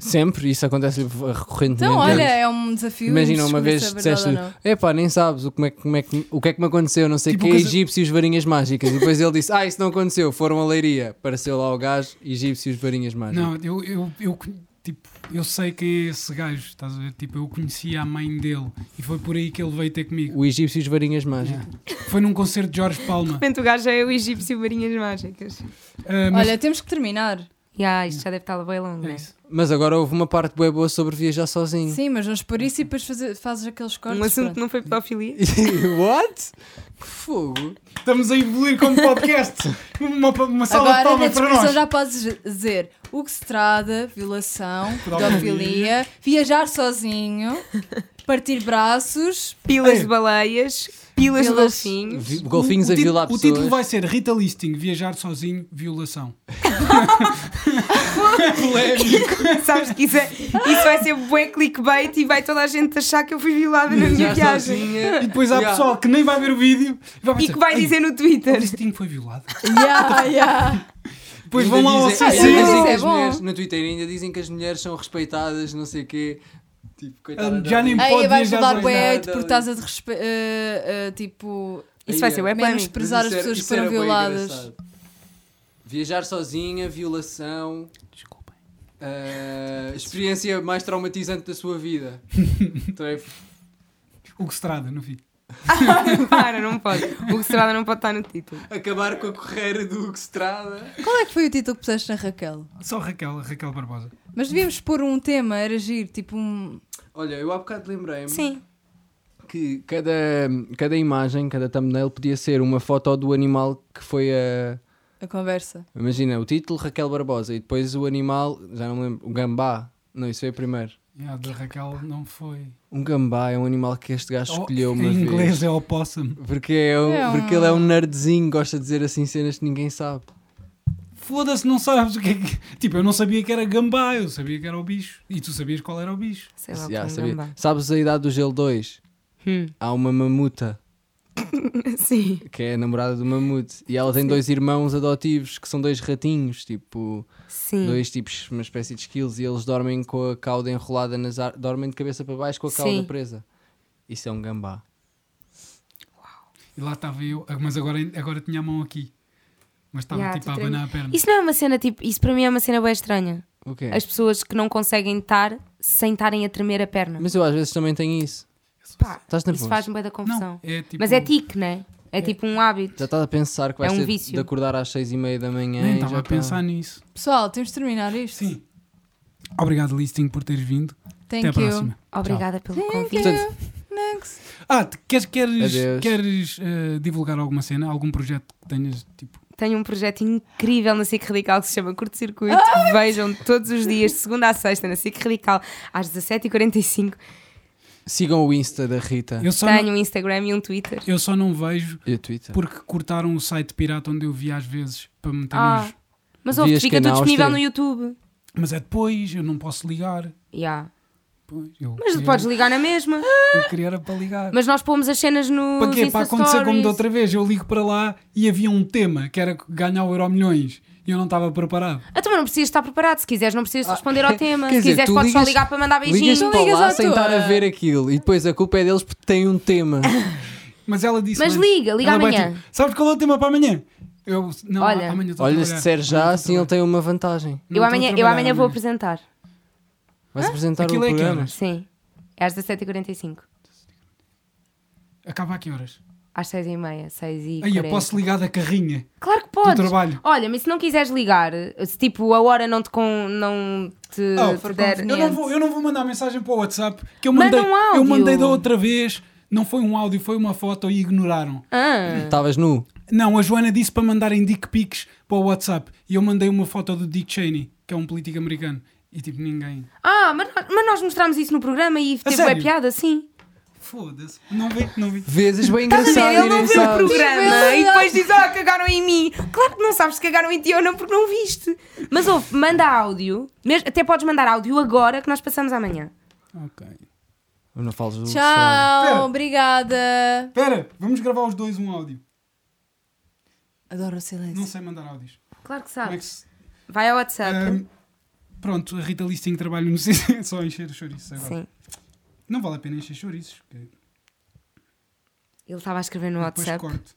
[SPEAKER 4] Sempre, isso acontece recorrentemente.
[SPEAKER 1] Então, olha, é um desafio.
[SPEAKER 4] Imagina uma
[SPEAKER 1] descobrir
[SPEAKER 4] vez
[SPEAKER 1] se é verdade
[SPEAKER 4] disseste
[SPEAKER 1] ou não.
[SPEAKER 4] Epá, nem sabes o, como é, que- como é que- o que é que me aconteceu, não sei o
[SPEAKER 3] Tipo
[SPEAKER 4] que,
[SPEAKER 3] coisa-
[SPEAKER 4] egípcios, varinhas mágicas. E depois ele disse, ah, isso não aconteceu, foram a leiria. Apareceu lá o gajo, egípcios, varinhas mágicas.
[SPEAKER 3] Não, eu, eu, eu, con- tipo, eu sei quem é esse gajo, estás a ver? Tipo, eu conhecia a mãe dele e foi por aí que ele veio ter comigo.
[SPEAKER 4] O egípcios, varinhas mágicas.
[SPEAKER 3] Foi num concerto de Jorge Palma.
[SPEAKER 2] repente o gajo é o egípcio varinhas mágicas.
[SPEAKER 3] Ah, mas-
[SPEAKER 1] Olha, temos que terminar.
[SPEAKER 2] Já, ah, isto já deve estar bem longo,
[SPEAKER 3] é
[SPEAKER 2] né?
[SPEAKER 3] isso.
[SPEAKER 4] Mas agora houve uma parte bué boa sobre viajar sozinho.
[SPEAKER 1] Sim, mas vamos por isso e depois fazer- fazes aqueles cortes.
[SPEAKER 2] Um assunto
[SPEAKER 1] pronto.
[SPEAKER 2] que não foi pedofilia.
[SPEAKER 4] What? Que fogo.
[SPEAKER 3] Estamos a evoluir como podcast. uma, uma sala de
[SPEAKER 1] Agora na
[SPEAKER 3] palmas para
[SPEAKER 1] descrição
[SPEAKER 3] nós.
[SPEAKER 1] já podes dizer Hugo Estrada, violação,
[SPEAKER 3] Pedofilia.
[SPEAKER 1] pedofilia, viajar sozinho, partir braços,
[SPEAKER 2] Pilas
[SPEAKER 3] Ei.
[SPEAKER 2] de baleias, pilas de
[SPEAKER 1] Pilas-
[SPEAKER 2] golfinhos.
[SPEAKER 4] Vi- golfinhos
[SPEAKER 3] o,
[SPEAKER 4] a
[SPEAKER 3] título-
[SPEAKER 4] violar
[SPEAKER 3] o
[SPEAKER 4] pessoas.
[SPEAKER 3] título vai ser Rita Listing, viajar sozinho, violação. Polémico.
[SPEAKER 2] Sabes que isso, é- isso vai ser bué clickbait e vai toda a gente achar que eu fui violada
[SPEAKER 1] Uhum.
[SPEAKER 2] na minha
[SPEAKER 4] Viajar
[SPEAKER 2] viagem.
[SPEAKER 4] sozinha.
[SPEAKER 3] E depois há
[SPEAKER 4] Yeah.
[SPEAKER 3] pessoal que nem vai ver o vídeo e vai,
[SPEAKER 2] E que vai
[SPEAKER 3] "Ei,
[SPEAKER 2] dizer no
[SPEAKER 3] Rita
[SPEAKER 2] Twitter.
[SPEAKER 3] Listing foi violada.
[SPEAKER 1] Yeah, yeah.
[SPEAKER 3] Depois
[SPEAKER 4] Ainda
[SPEAKER 3] vão lá ao
[SPEAKER 4] dizem-
[SPEAKER 1] Ah,
[SPEAKER 3] CC.
[SPEAKER 4] ainda dizem
[SPEAKER 1] Isso
[SPEAKER 4] que
[SPEAKER 1] é
[SPEAKER 4] as
[SPEAKER 1] bom.
[SPEAKER 4] mulheres- No Twitter ainda dizem que as mulheres são respeitadas, não sei o quê. Tipo, coitada
[SPEAKER 3] Já
[SPEAKER 4] da-
[SPEAKER 3] nem-
[SPEAKER 1] Aí
[SPEAKER 3] pode
[SPEAKER 1] vais
[SPEAKER 3] viajar
[SPEAKER 1] mudar
[SPEAKER 3] sozinho.
[SPEAKER 1] o
[SPEAKER 4] Nada,
[SPEAKER 1] porque estás a de respe- eh, eh, tipo
[SPEAKER 2] Isso
[SPEAKER 4] é.
[SPEAKER 2] vai ser web planning.
[SPEAKER 4] Mas
[SPEAKER 1] menosprezar as
[SPEAKER 4] isso era-
[SPEAKER 1] pessoas que
[SPEAKER 4] isso era
[SPEAKER 1] foram
[SPEAKER 4] bué
[SPEAKER 1] violadas.
[SPEAKER 4] engraçado. Viajar sozinha, violação. ah, experiência mais traumatizante da sua vida. então é
[SPEAKER 3] O que Estrada, no fim.
[SPEAKER 2] Para, não pode. O Estrada não pode estar no título.
[SPEAKER 4] acabar com a carreira do Hugo Estrada.
[SPEAKER 1] Qual é que foi o título que puseste na Raquel?
[SPEAKER 3] Só Raquel, Raquel Barbosa.
[SPEAKER 1] Mas devíamos pôr um tema, era giro, tipo um.
[SPEAKER 4] Olha, eu há bocado lembrei-me
[SPEAKER 2] Sim.
[SPEAKER 4] que cada, cada imagem, cada thumbnail podia ser uma foto do animal que foi a.
[SPEAKER 1] a conversa.
[SPEAKER 4] Imagina, o título Raquel Barbosa e depois o animal, já não me lembro, o gambá. Não, isso foi o primeiro.
[SPEAKER 3] Yeah, da Raquel não foi.
[SPEAKER 4] Um gambá é um animal que este gajo escolheu
[SPEAKER 3] Oh,
[SPEAKER 4] uma
[SPEAKER 3] em
[SPEAKER 4] vez.
[SPEAKER 3] inglês é opossum.
[SPEAKER 4] Porque, é um-
[SPEAKER 1] É um-
[SPEAKER 4] porque ele é um nerdzinho, gosta de dizer assim cenas que ninguém sabe.
[SPEAKER 3] Foda-se, não sabes o que é que. Tipo, eu não sabia que era gambá, eu sabia que era o bicho. E tu sabias qual era o bicho.
[SPEAKER 1] É
[SPEAKER 2] Sei lá, um
[SPEAKER 4] Já,
[SPEAKER 1] um
[SPEAKER 2] yeah,
[SPEAKER 4] sabia. Sabes a idade do Gelo 2?
[SPEAKER 1] Hum.
[SPEAKER 4] Há uma mamuta
[SPEAKER 2] Sim.
[SPEAKER 4] que é a namorada do mamute e ela tem dois irmãos adotivos que são dois ratinhos, tipo,
[SPEAKER 2] Sim.
[SPEAKER 4] dois tipos, uma espécie de esquilos e eles dormem com a cauda enrolada nas ar... dormem de cabeça para baixo com a cauda
[SPEAKER 2] Sim.
[SPEAKER 4] presa. Isso é um gambá.
[SPEAKER 3] E lá estava eu, ah, mas agora, agora tinha a mão aqui. Mas estava
[SPEAKER 2] Yeah,
[SPEAKER 3] tipo
[SPEAKER 2] tu
[SPEAKER 3] a
[SPEAKER 2] treme-
[SPEAKER 3] abanar a perna.
[SPEAKER 2] Isso não é uma cena tipo. Isso para mim é uma cena bem estranha.
[SPEAKER 4] O quê?
[SPEAKER 2] As pessoas que não conseguem estar sem estarem a tremer a perna.
[SPEAKER 4] Mas eu às vezes também tenho isso.
[SPEAKER 3] assim.
[SPEAKER 2] Pá,
[SPEAKER 4] Estás nervoso?
[SPEAKER 2] isso faz-me bem da confusão.
[SPEAKER 3] Não, é tipo.
[SPEAKER 2] Mas é tique, né? É tipo um hábito.
[SPEAKER 4] Já estás a pensar que vais
[SPEAKER 2] É um
[SPEAKER 4] ter
[SPEAKER 2] vício.
[SPEAKER 4] de acordar às seis e meia da manhã
[SPEAKER 3] Nem
[SPEAKER 4] e
[SPEAKER 3] estava
[SPEAKER 4] É, já tá-
[SPEAKER 3] a pensar nisso.
[SPEAKER 1] Pessoal, temos de terminar isto.
[SPEAKER 3] Sim. Obrigado, Listing, por teres vindo.
[SPEAKER 1] Thank
[SPEAKER 3] Até à
[SPEAKER 1] you.
[SPEAKER 3] próxima.
[SPEAKER 2] Obrigada pelo convite.
[SPEAKER 4] Portanto,
[SPEAKER 1] Next.
[SPEAKER 3] Ah, te- queres, queres,
[SPEAKER 4] Adeus.
[SPEAKER 3] queres ah, divulgar alguma cena? Algum projeto que tenhas? Tipo,
[SPEAKER 2] Tenho um projeto incrível na SIC Radical que se chama Curto Circuito. Vejam todos os dias, de segunda à sexta, na SIC Radical, às 17h45.
[SPEAKER 4] sigam o Insta da Rita
[SPEAKER 3] eu, só
[SPEAKER 2] Tenho
[SPEAKER 3] não,
[SPEAKER 2] um Instagram e um Twitter.
[SPEAKER 3] eu só não vejo
[SPEAKER 4] e o Twitter.
[SPEAKER 3] porque cortaram o site pirata onde eu vi às vezes para meter
[SPEAKER 2] Ah.
[SPEAKER 3] nos.
[SPEAKER 2] Mas
[SPEAKER 4] Dias
[SPEAKER 2] ouve,
[SPEAKER 4] que é
[SPEAKER 2] fica
[SPEAKER 4] na
[SPEAKER 2] tudo disponível no
[SPEAKER 4] Áustria.
[SPEAKER 2] YouTube.
[SPEAKER 3] Mas é depois, eu não posso ligar.
[SPEAKER 2] Yeah.
[SPEAKER 3] Pois, eu
[SPEAKER 2] Mas
[SPEAKER 3] queria,
[SPEAKER 2] podes ligar na mesma.
[SPEAKER 3] eu queria era para ligar.
[SPEAKER 2] Mas nós pomos as cenas no.
[SPEAKER 3] para quê? Para acontecer como da outra vez. Eu ligo para lá e havia um tema que era ganhar o Euro Milhões e eu não estava preparado.
[SPEAKER 2] Ah, tu não precisas estar preparado. Se quiseres, não
[SPEAKER 3] Ah,
[SPEAKER 2] precisas responder ao tema.
[SPEAKER 4] Quer
[SPEAKER 2] Se
[SPEAKER 4] dizer,
[SPEAKER 2] quiseres,
[SPEAKER 4] tu
[SPEAKER 2] podes só
[SPEAKER 4] ligas-
[SPEAKER 2] ligar para mandar beijinhos.
[SPEAKER 4] Ligas
[SPEAKER 1] Não
[SPEAKER 4] para
[SPEAKER 1] ligas
[SPEAKER 4] lá
[SPEAKER 1] à
[SPEAKER 4] sem
[SPEAKER 1] tua.
[SPEAKER 4] estar a ver aquilo e depois a culpa é deles porque têm um tema.
[SPEAKER 3] Mas ela disse.
[SPEAKER 2] Mas liga, liga
[SPEAKER 3] ela vai
[SPEAKER 2] amanhã.
[SPEAKER 3] tipo, Sabes qual é o tema para amanhã? Eu, não,
[SPEAKER 2] Olha.
[SPEAKER 3] amanhã estou a
[SPEAKER 4] Olha, se
[SPEAKER 3] trabalhar.
[SPEAKER 4] disser já,
[SPEAKER 3] Amanhã
[SPEAKER 4] assim
[SPEAKER 3] estou a
[SPEAKER 4] ele tem uma vantagem.
[SPEAKER 3] trabalhar.
[SPEAKER 2] Eu
[SPEAKER 3] Não estou a
[SPEAKER 2] amanhã, eu
[SPEAKER 3] trabalhar
[SPEAKER 2] amanhã vou apresentar. Ah?
[SPEAKER 4] Vai-se apresentar
[SPEAKER 3] Aquilo
[SPEAKER 4] o
[SPEAKER 3] é que
[SPEAKER 4] programa.
[SPEAKER 3] horas?
[SPEAKER 2] Sim. É às 17h45.
[SPEAKER 3] Acaba a que horas?
[SPEAKER 2] Às 6h30, 6h40.
[SPEAKER 3] Aí eu posso ligar da carrinha.
[SPEAKER 2] Claro que podes.
[SPEAKER 3] Do trabalho.
[SPEAKER 2] Olha, mas se não quiseres ligar, se tipo a hora não te, com, não te,
[SPEAKER 3] Oh,
[SPEAKER 2] te
[SPEAKER 3] for
[SPEAKER 2] der.
[SPEAKER 3] conveniente. eu, não vou, eu não vou mandar mensagem para o WhatsApp que eu
[SPEAKER 2] Manda
[SPEAKER 3] mandei,
[SPEAKER 2] um áudio.
[SPEAKER 3] eu mandei da outra vez. Não foi um áudio, foi uma foto e ignoraram.
[SPEAKER 2] Ah,
[SPEAKER 4] Estavas nu.
[SPEAKER 3] Não, a Joana disse para mandarem dick pics para o WhatsApp e eu mandei uma foto do Dick Cheney, que é um político americano. E tipo, ninguém.
[SPEAKER 2] Ah, mas, nós- mas nós mostramos isso no programa e teve
[SPEAKER 3] sério?
[SPEAKER 2] é piada, sim.
[SPEAKER 3] Foda-se. Não vi, não vi.
[SPEAKER 4] Vezes bem
[SPEAKER 2] Estás a
[SPEAKER 4] engraçado
[SPEAKER 2] ver? Ele
[SPEAKER 4] e
[SPEAKER 2] não
[SPEAKER 4] nem
[SPEAKER 2] viu o
[SPEAKER 4] sabes.
[SPEAKER 2] programa e depois diz: Ah, cagaram em mim. Claro que não sabes se cagaram em ti ou não porque não viste. Mas ouve, manda áudio. Mes- Até podes mandar áudio agora que nós passamos amanhã.
[SPEAKER 3] Ok.
[SPEAKER 4] Não fales do Sérgio.
[SPEAKER 1] Tchau,
[SPEAKER 3] Pera.
[SPEAKER 1] obrigada.
[SPEAKER 3] Espera, vamos gravar os dois um áudio.
[SPEAKER 1] Adoro o
[SPEAKER 3] Não
[SPEAKER 1] silêncio.
[SPEAKER 3] sei mandar áudios.
[SPEAKER 2] Claro que
[SPEAKER 3] Como é
[SPEAKER 2] sabes.
[SPEAKER 3] que se-
[SPEAKER 2] Vai ao WhatsApp.
[SPEAKER 3] Ahm, pronto, a Rita Listing trabalha no CC, só encher chouriços agora.
[SPEAKER 2] Sim.
[SPEAKER 3] Não vale a pena encher chouriços, que
[SPEAKER 2] Ele estava a escrever no
[SPEAKER 3] depois
[SPEAKER 2] WhatsApp.
[SPEAKER 3] corto.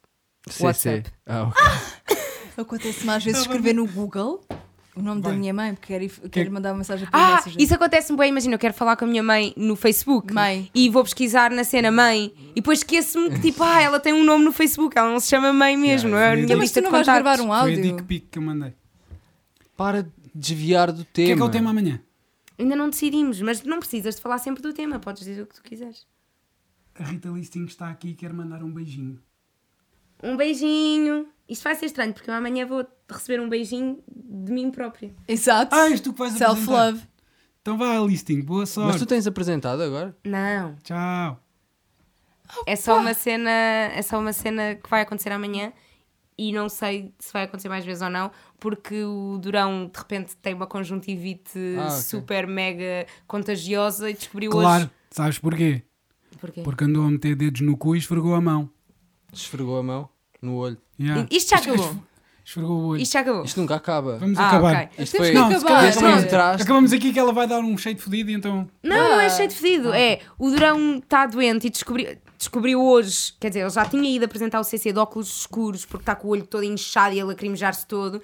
[SPEAKER 4] CC.
[SPEAKER 2] WhatsApp.
[SPEAKER 4] Ah, ok.
[SPEAKER 1] Acontece-me às vezes escrever no Google o nome da
[SPEAKER 3] Vai.
[SPEAKER 1] minha mãe, porque quero, ir- quero mandar uma mensagem para
[SPEAKER 2] Ah,
[SPEAKER 1] essa gente.
[SPEAKER 2] isso acontece-me bem, imagina, eu quero falar com a minha mãe no Facebook
[SPEAKER 1] Mãe.
[SPEAKER 2] e vou pesquisar na cena mãe e depois esqueço-me que tipo, ah, ela tem um nome no Facebook, ela não se chama mãe mesmo,
[SPEAKER 3] Yeah,
[SPEAKER 2] não é a
[SPEAKER 3] sim.
[SPEAKER 2] minha
[SPEAKER 3] Então,
[SPEAKER 1] Mas tu
[SPEAKER 2] lista de
[SPEAKER 1] não vais gravar
[SPEAKER 2] contactos.
[SPEAKER 1] um
[SPEAKER 3] Foi a
[SPEAKER 1] áudio?
[SPEAKER 3] dick pic que eu mandei.
[SPEAKER 4] Para de desviar do
[SPEAKER 3] O
[SPEAKER 4] tema.
[SPEAKER 3] que é que é o tema amanhã?
[SPEAKER 2] Ainda não decidimos, mas não precisas de falar sempre do tema, podes dizer o que tu quiseres.
[SPEAKER 3] A Rita Listing está aqui e quer mandar um beijinho.
[SPEAKER 2] Um beijinho. Isto vai ser estranho, porque eu amanhã vou receber um beijinho de mim própria.
[SPEAKER 1] Exato.
[SPEAKER 3] Ah, és tu que vais apresentar.
[SPEAKER 1] Self-love.
[SPEAKER 3] Então vá, Listing, boa sorte.
[SPEAKER 4] Mas tu tens apresentado agora?
[SPEAKER 2] Não.
[SPEAKER 3] Tchau.
[SPEAKER 2] É só uma cena, é só uma cena que vai acontecer amanhã e não sei se vai acontecer mais vezes ou não, porque o Durão de repente tem uma conjuntivite
[SPEAKER 4] Ah, ok.
[SPEAKER 2] super mega contagiosa e descobriu
[SPEAKER 3] Claro,
[SPEAKER 2] hoje.
[SPEAKER 3] sabes porquê?
[SPEAKER 2] Porquê?
[SPEAKER 3] Porque andou a meter dedos no cu e esfregou a mão.
[SPEAKER 4] Esfregou a mão no olho.
[SPEAKER 3] Yeah.
[SPEAKER 2] Isto já acabou.
[SPEAKER 3] Esfregou o olho.
[SPEAKER 2] Isto já acabou.
[SPEAKER 4] Isto nunca acaba.
[SPEAKER 3] Vamos
[SPEAKER 2] Ah,
[SPEAKER 3] acabar.
[SPEAKER 2] ok.
[SPEAKER 1] Temos
[SPEAKER 4] Isto foi
[SPEAKER 1] que
[SPEAKER 4] Não, se
[SPEAKER 1] acabar,
[SPEAKER 4] calhar foi um
[SPEAKER 1] pronto.
[SPEAKER 4] contraste.
[SPEAKER 3] Acabamos aqui que ela vai dar um cheio de fodido, então.
[SPEAKER 2] Não, não é cheio de
[SPEAKER 4] Ah,
[SPEAKER 2] fedido. É, o Durão está doente e descobri, descobriu hoje, quer dizer, ele já tinha ido apresentar o CC de óculos escuros porque está com o olho todo inchado e a lacrimejar-se todo.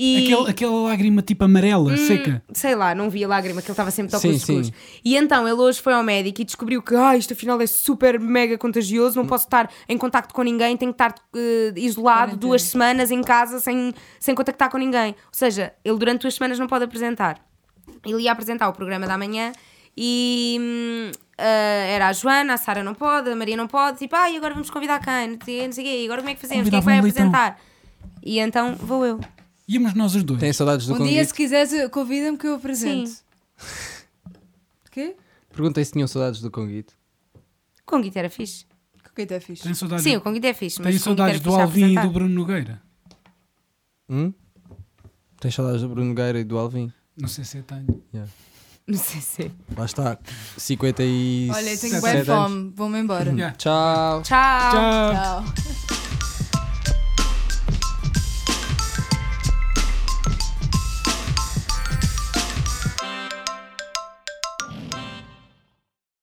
[SPEAKER 2] E... Hum.
[SPEAKER 3] Aquele, aquela lágrima tipo amarela, seca.
[SPEAKER 2] sei lá, não vi a lágrima, que ele estava sempre de
[SPEAKER 4] Sim,
[SPEAKER 2] óculos
[SPEAKER 4] sim.
[SPEAKER 2] escuros. E então ele hoje foi ao médico e descobriu que ah, isto afinal é super mega contagioso, não posso estar em contacto com ninguém, tenho que estar eh, isolado duas semanas em casa sem, sem contactar com ninguém. Ou seja, ele durante duas semanas não pode apresentar. Ele ia apresentar o programa da manhã e hum, ah, era a Joana, a Sara não pode, a Maria não pode, tipo, ah, e agora vamos convidar quem? Não sei, não sei o quê, e agora como é que fazemos? Quem é que vai
[SPEAKER 3] Convidava um leitão.
[SPEAKER 2] apresentar? E então vou eu.
[SPEAKER 3] Íamos nós os dois.
[SPEAKER 4] Tem saudades do
[SPEAKER 1] Um dia,
[SPEAKER 4] convite?
[SPEAKER 1] se quiseres, eu- convida-me que eu apresento.
[SPEAKER 2] Sim.
[SPEAKER 1] Quê?
[SPEAKER 4] Perguntei se tinham saudades do convite.
[SPEAKER 2] Com guitarra fixe.
[SPEAKER 1] O que é que é fixe?
[SPEAKER 3] Tem saudades,
[SPEAKER 2] Sim, o Conguito é fixe.
[SPEAKER 3] tem
[SPEAKER 2] mas o Conguito
[SPEAKER 3] saudades
[SPEAKER 2] era
[SPEAKER 3] do
[SPEAKER 2] fixe a
[SPEAKER 3] Alvin e
[SPEAKER 2] apresentar.
[SPEAKER 3] do Bruno Nogueira.
[SPEAKER 4] Hum? Tens saudades do Bruno Nogueira e do Alvin?
[SPEAKER 3] Não sei se eu tenho.
[SPEAKER 4] Yeah.
[SPEAKER 2] Não sei se. é.
[SPEAKER 4] Lá está. 57
[SPEAKER 1] Olha, eu tenho bem
[SPEAKER 4] anos.
[SPEAKER 1] fome. Vou-me embora.
[SPEAKER 3] Yeah.
[SPEAKER 4] Tchau.
[SPEAKER 2] Hum. Tchau.
[SPEAKER 3] Tchau.
[SPEAKER 1] Tchau.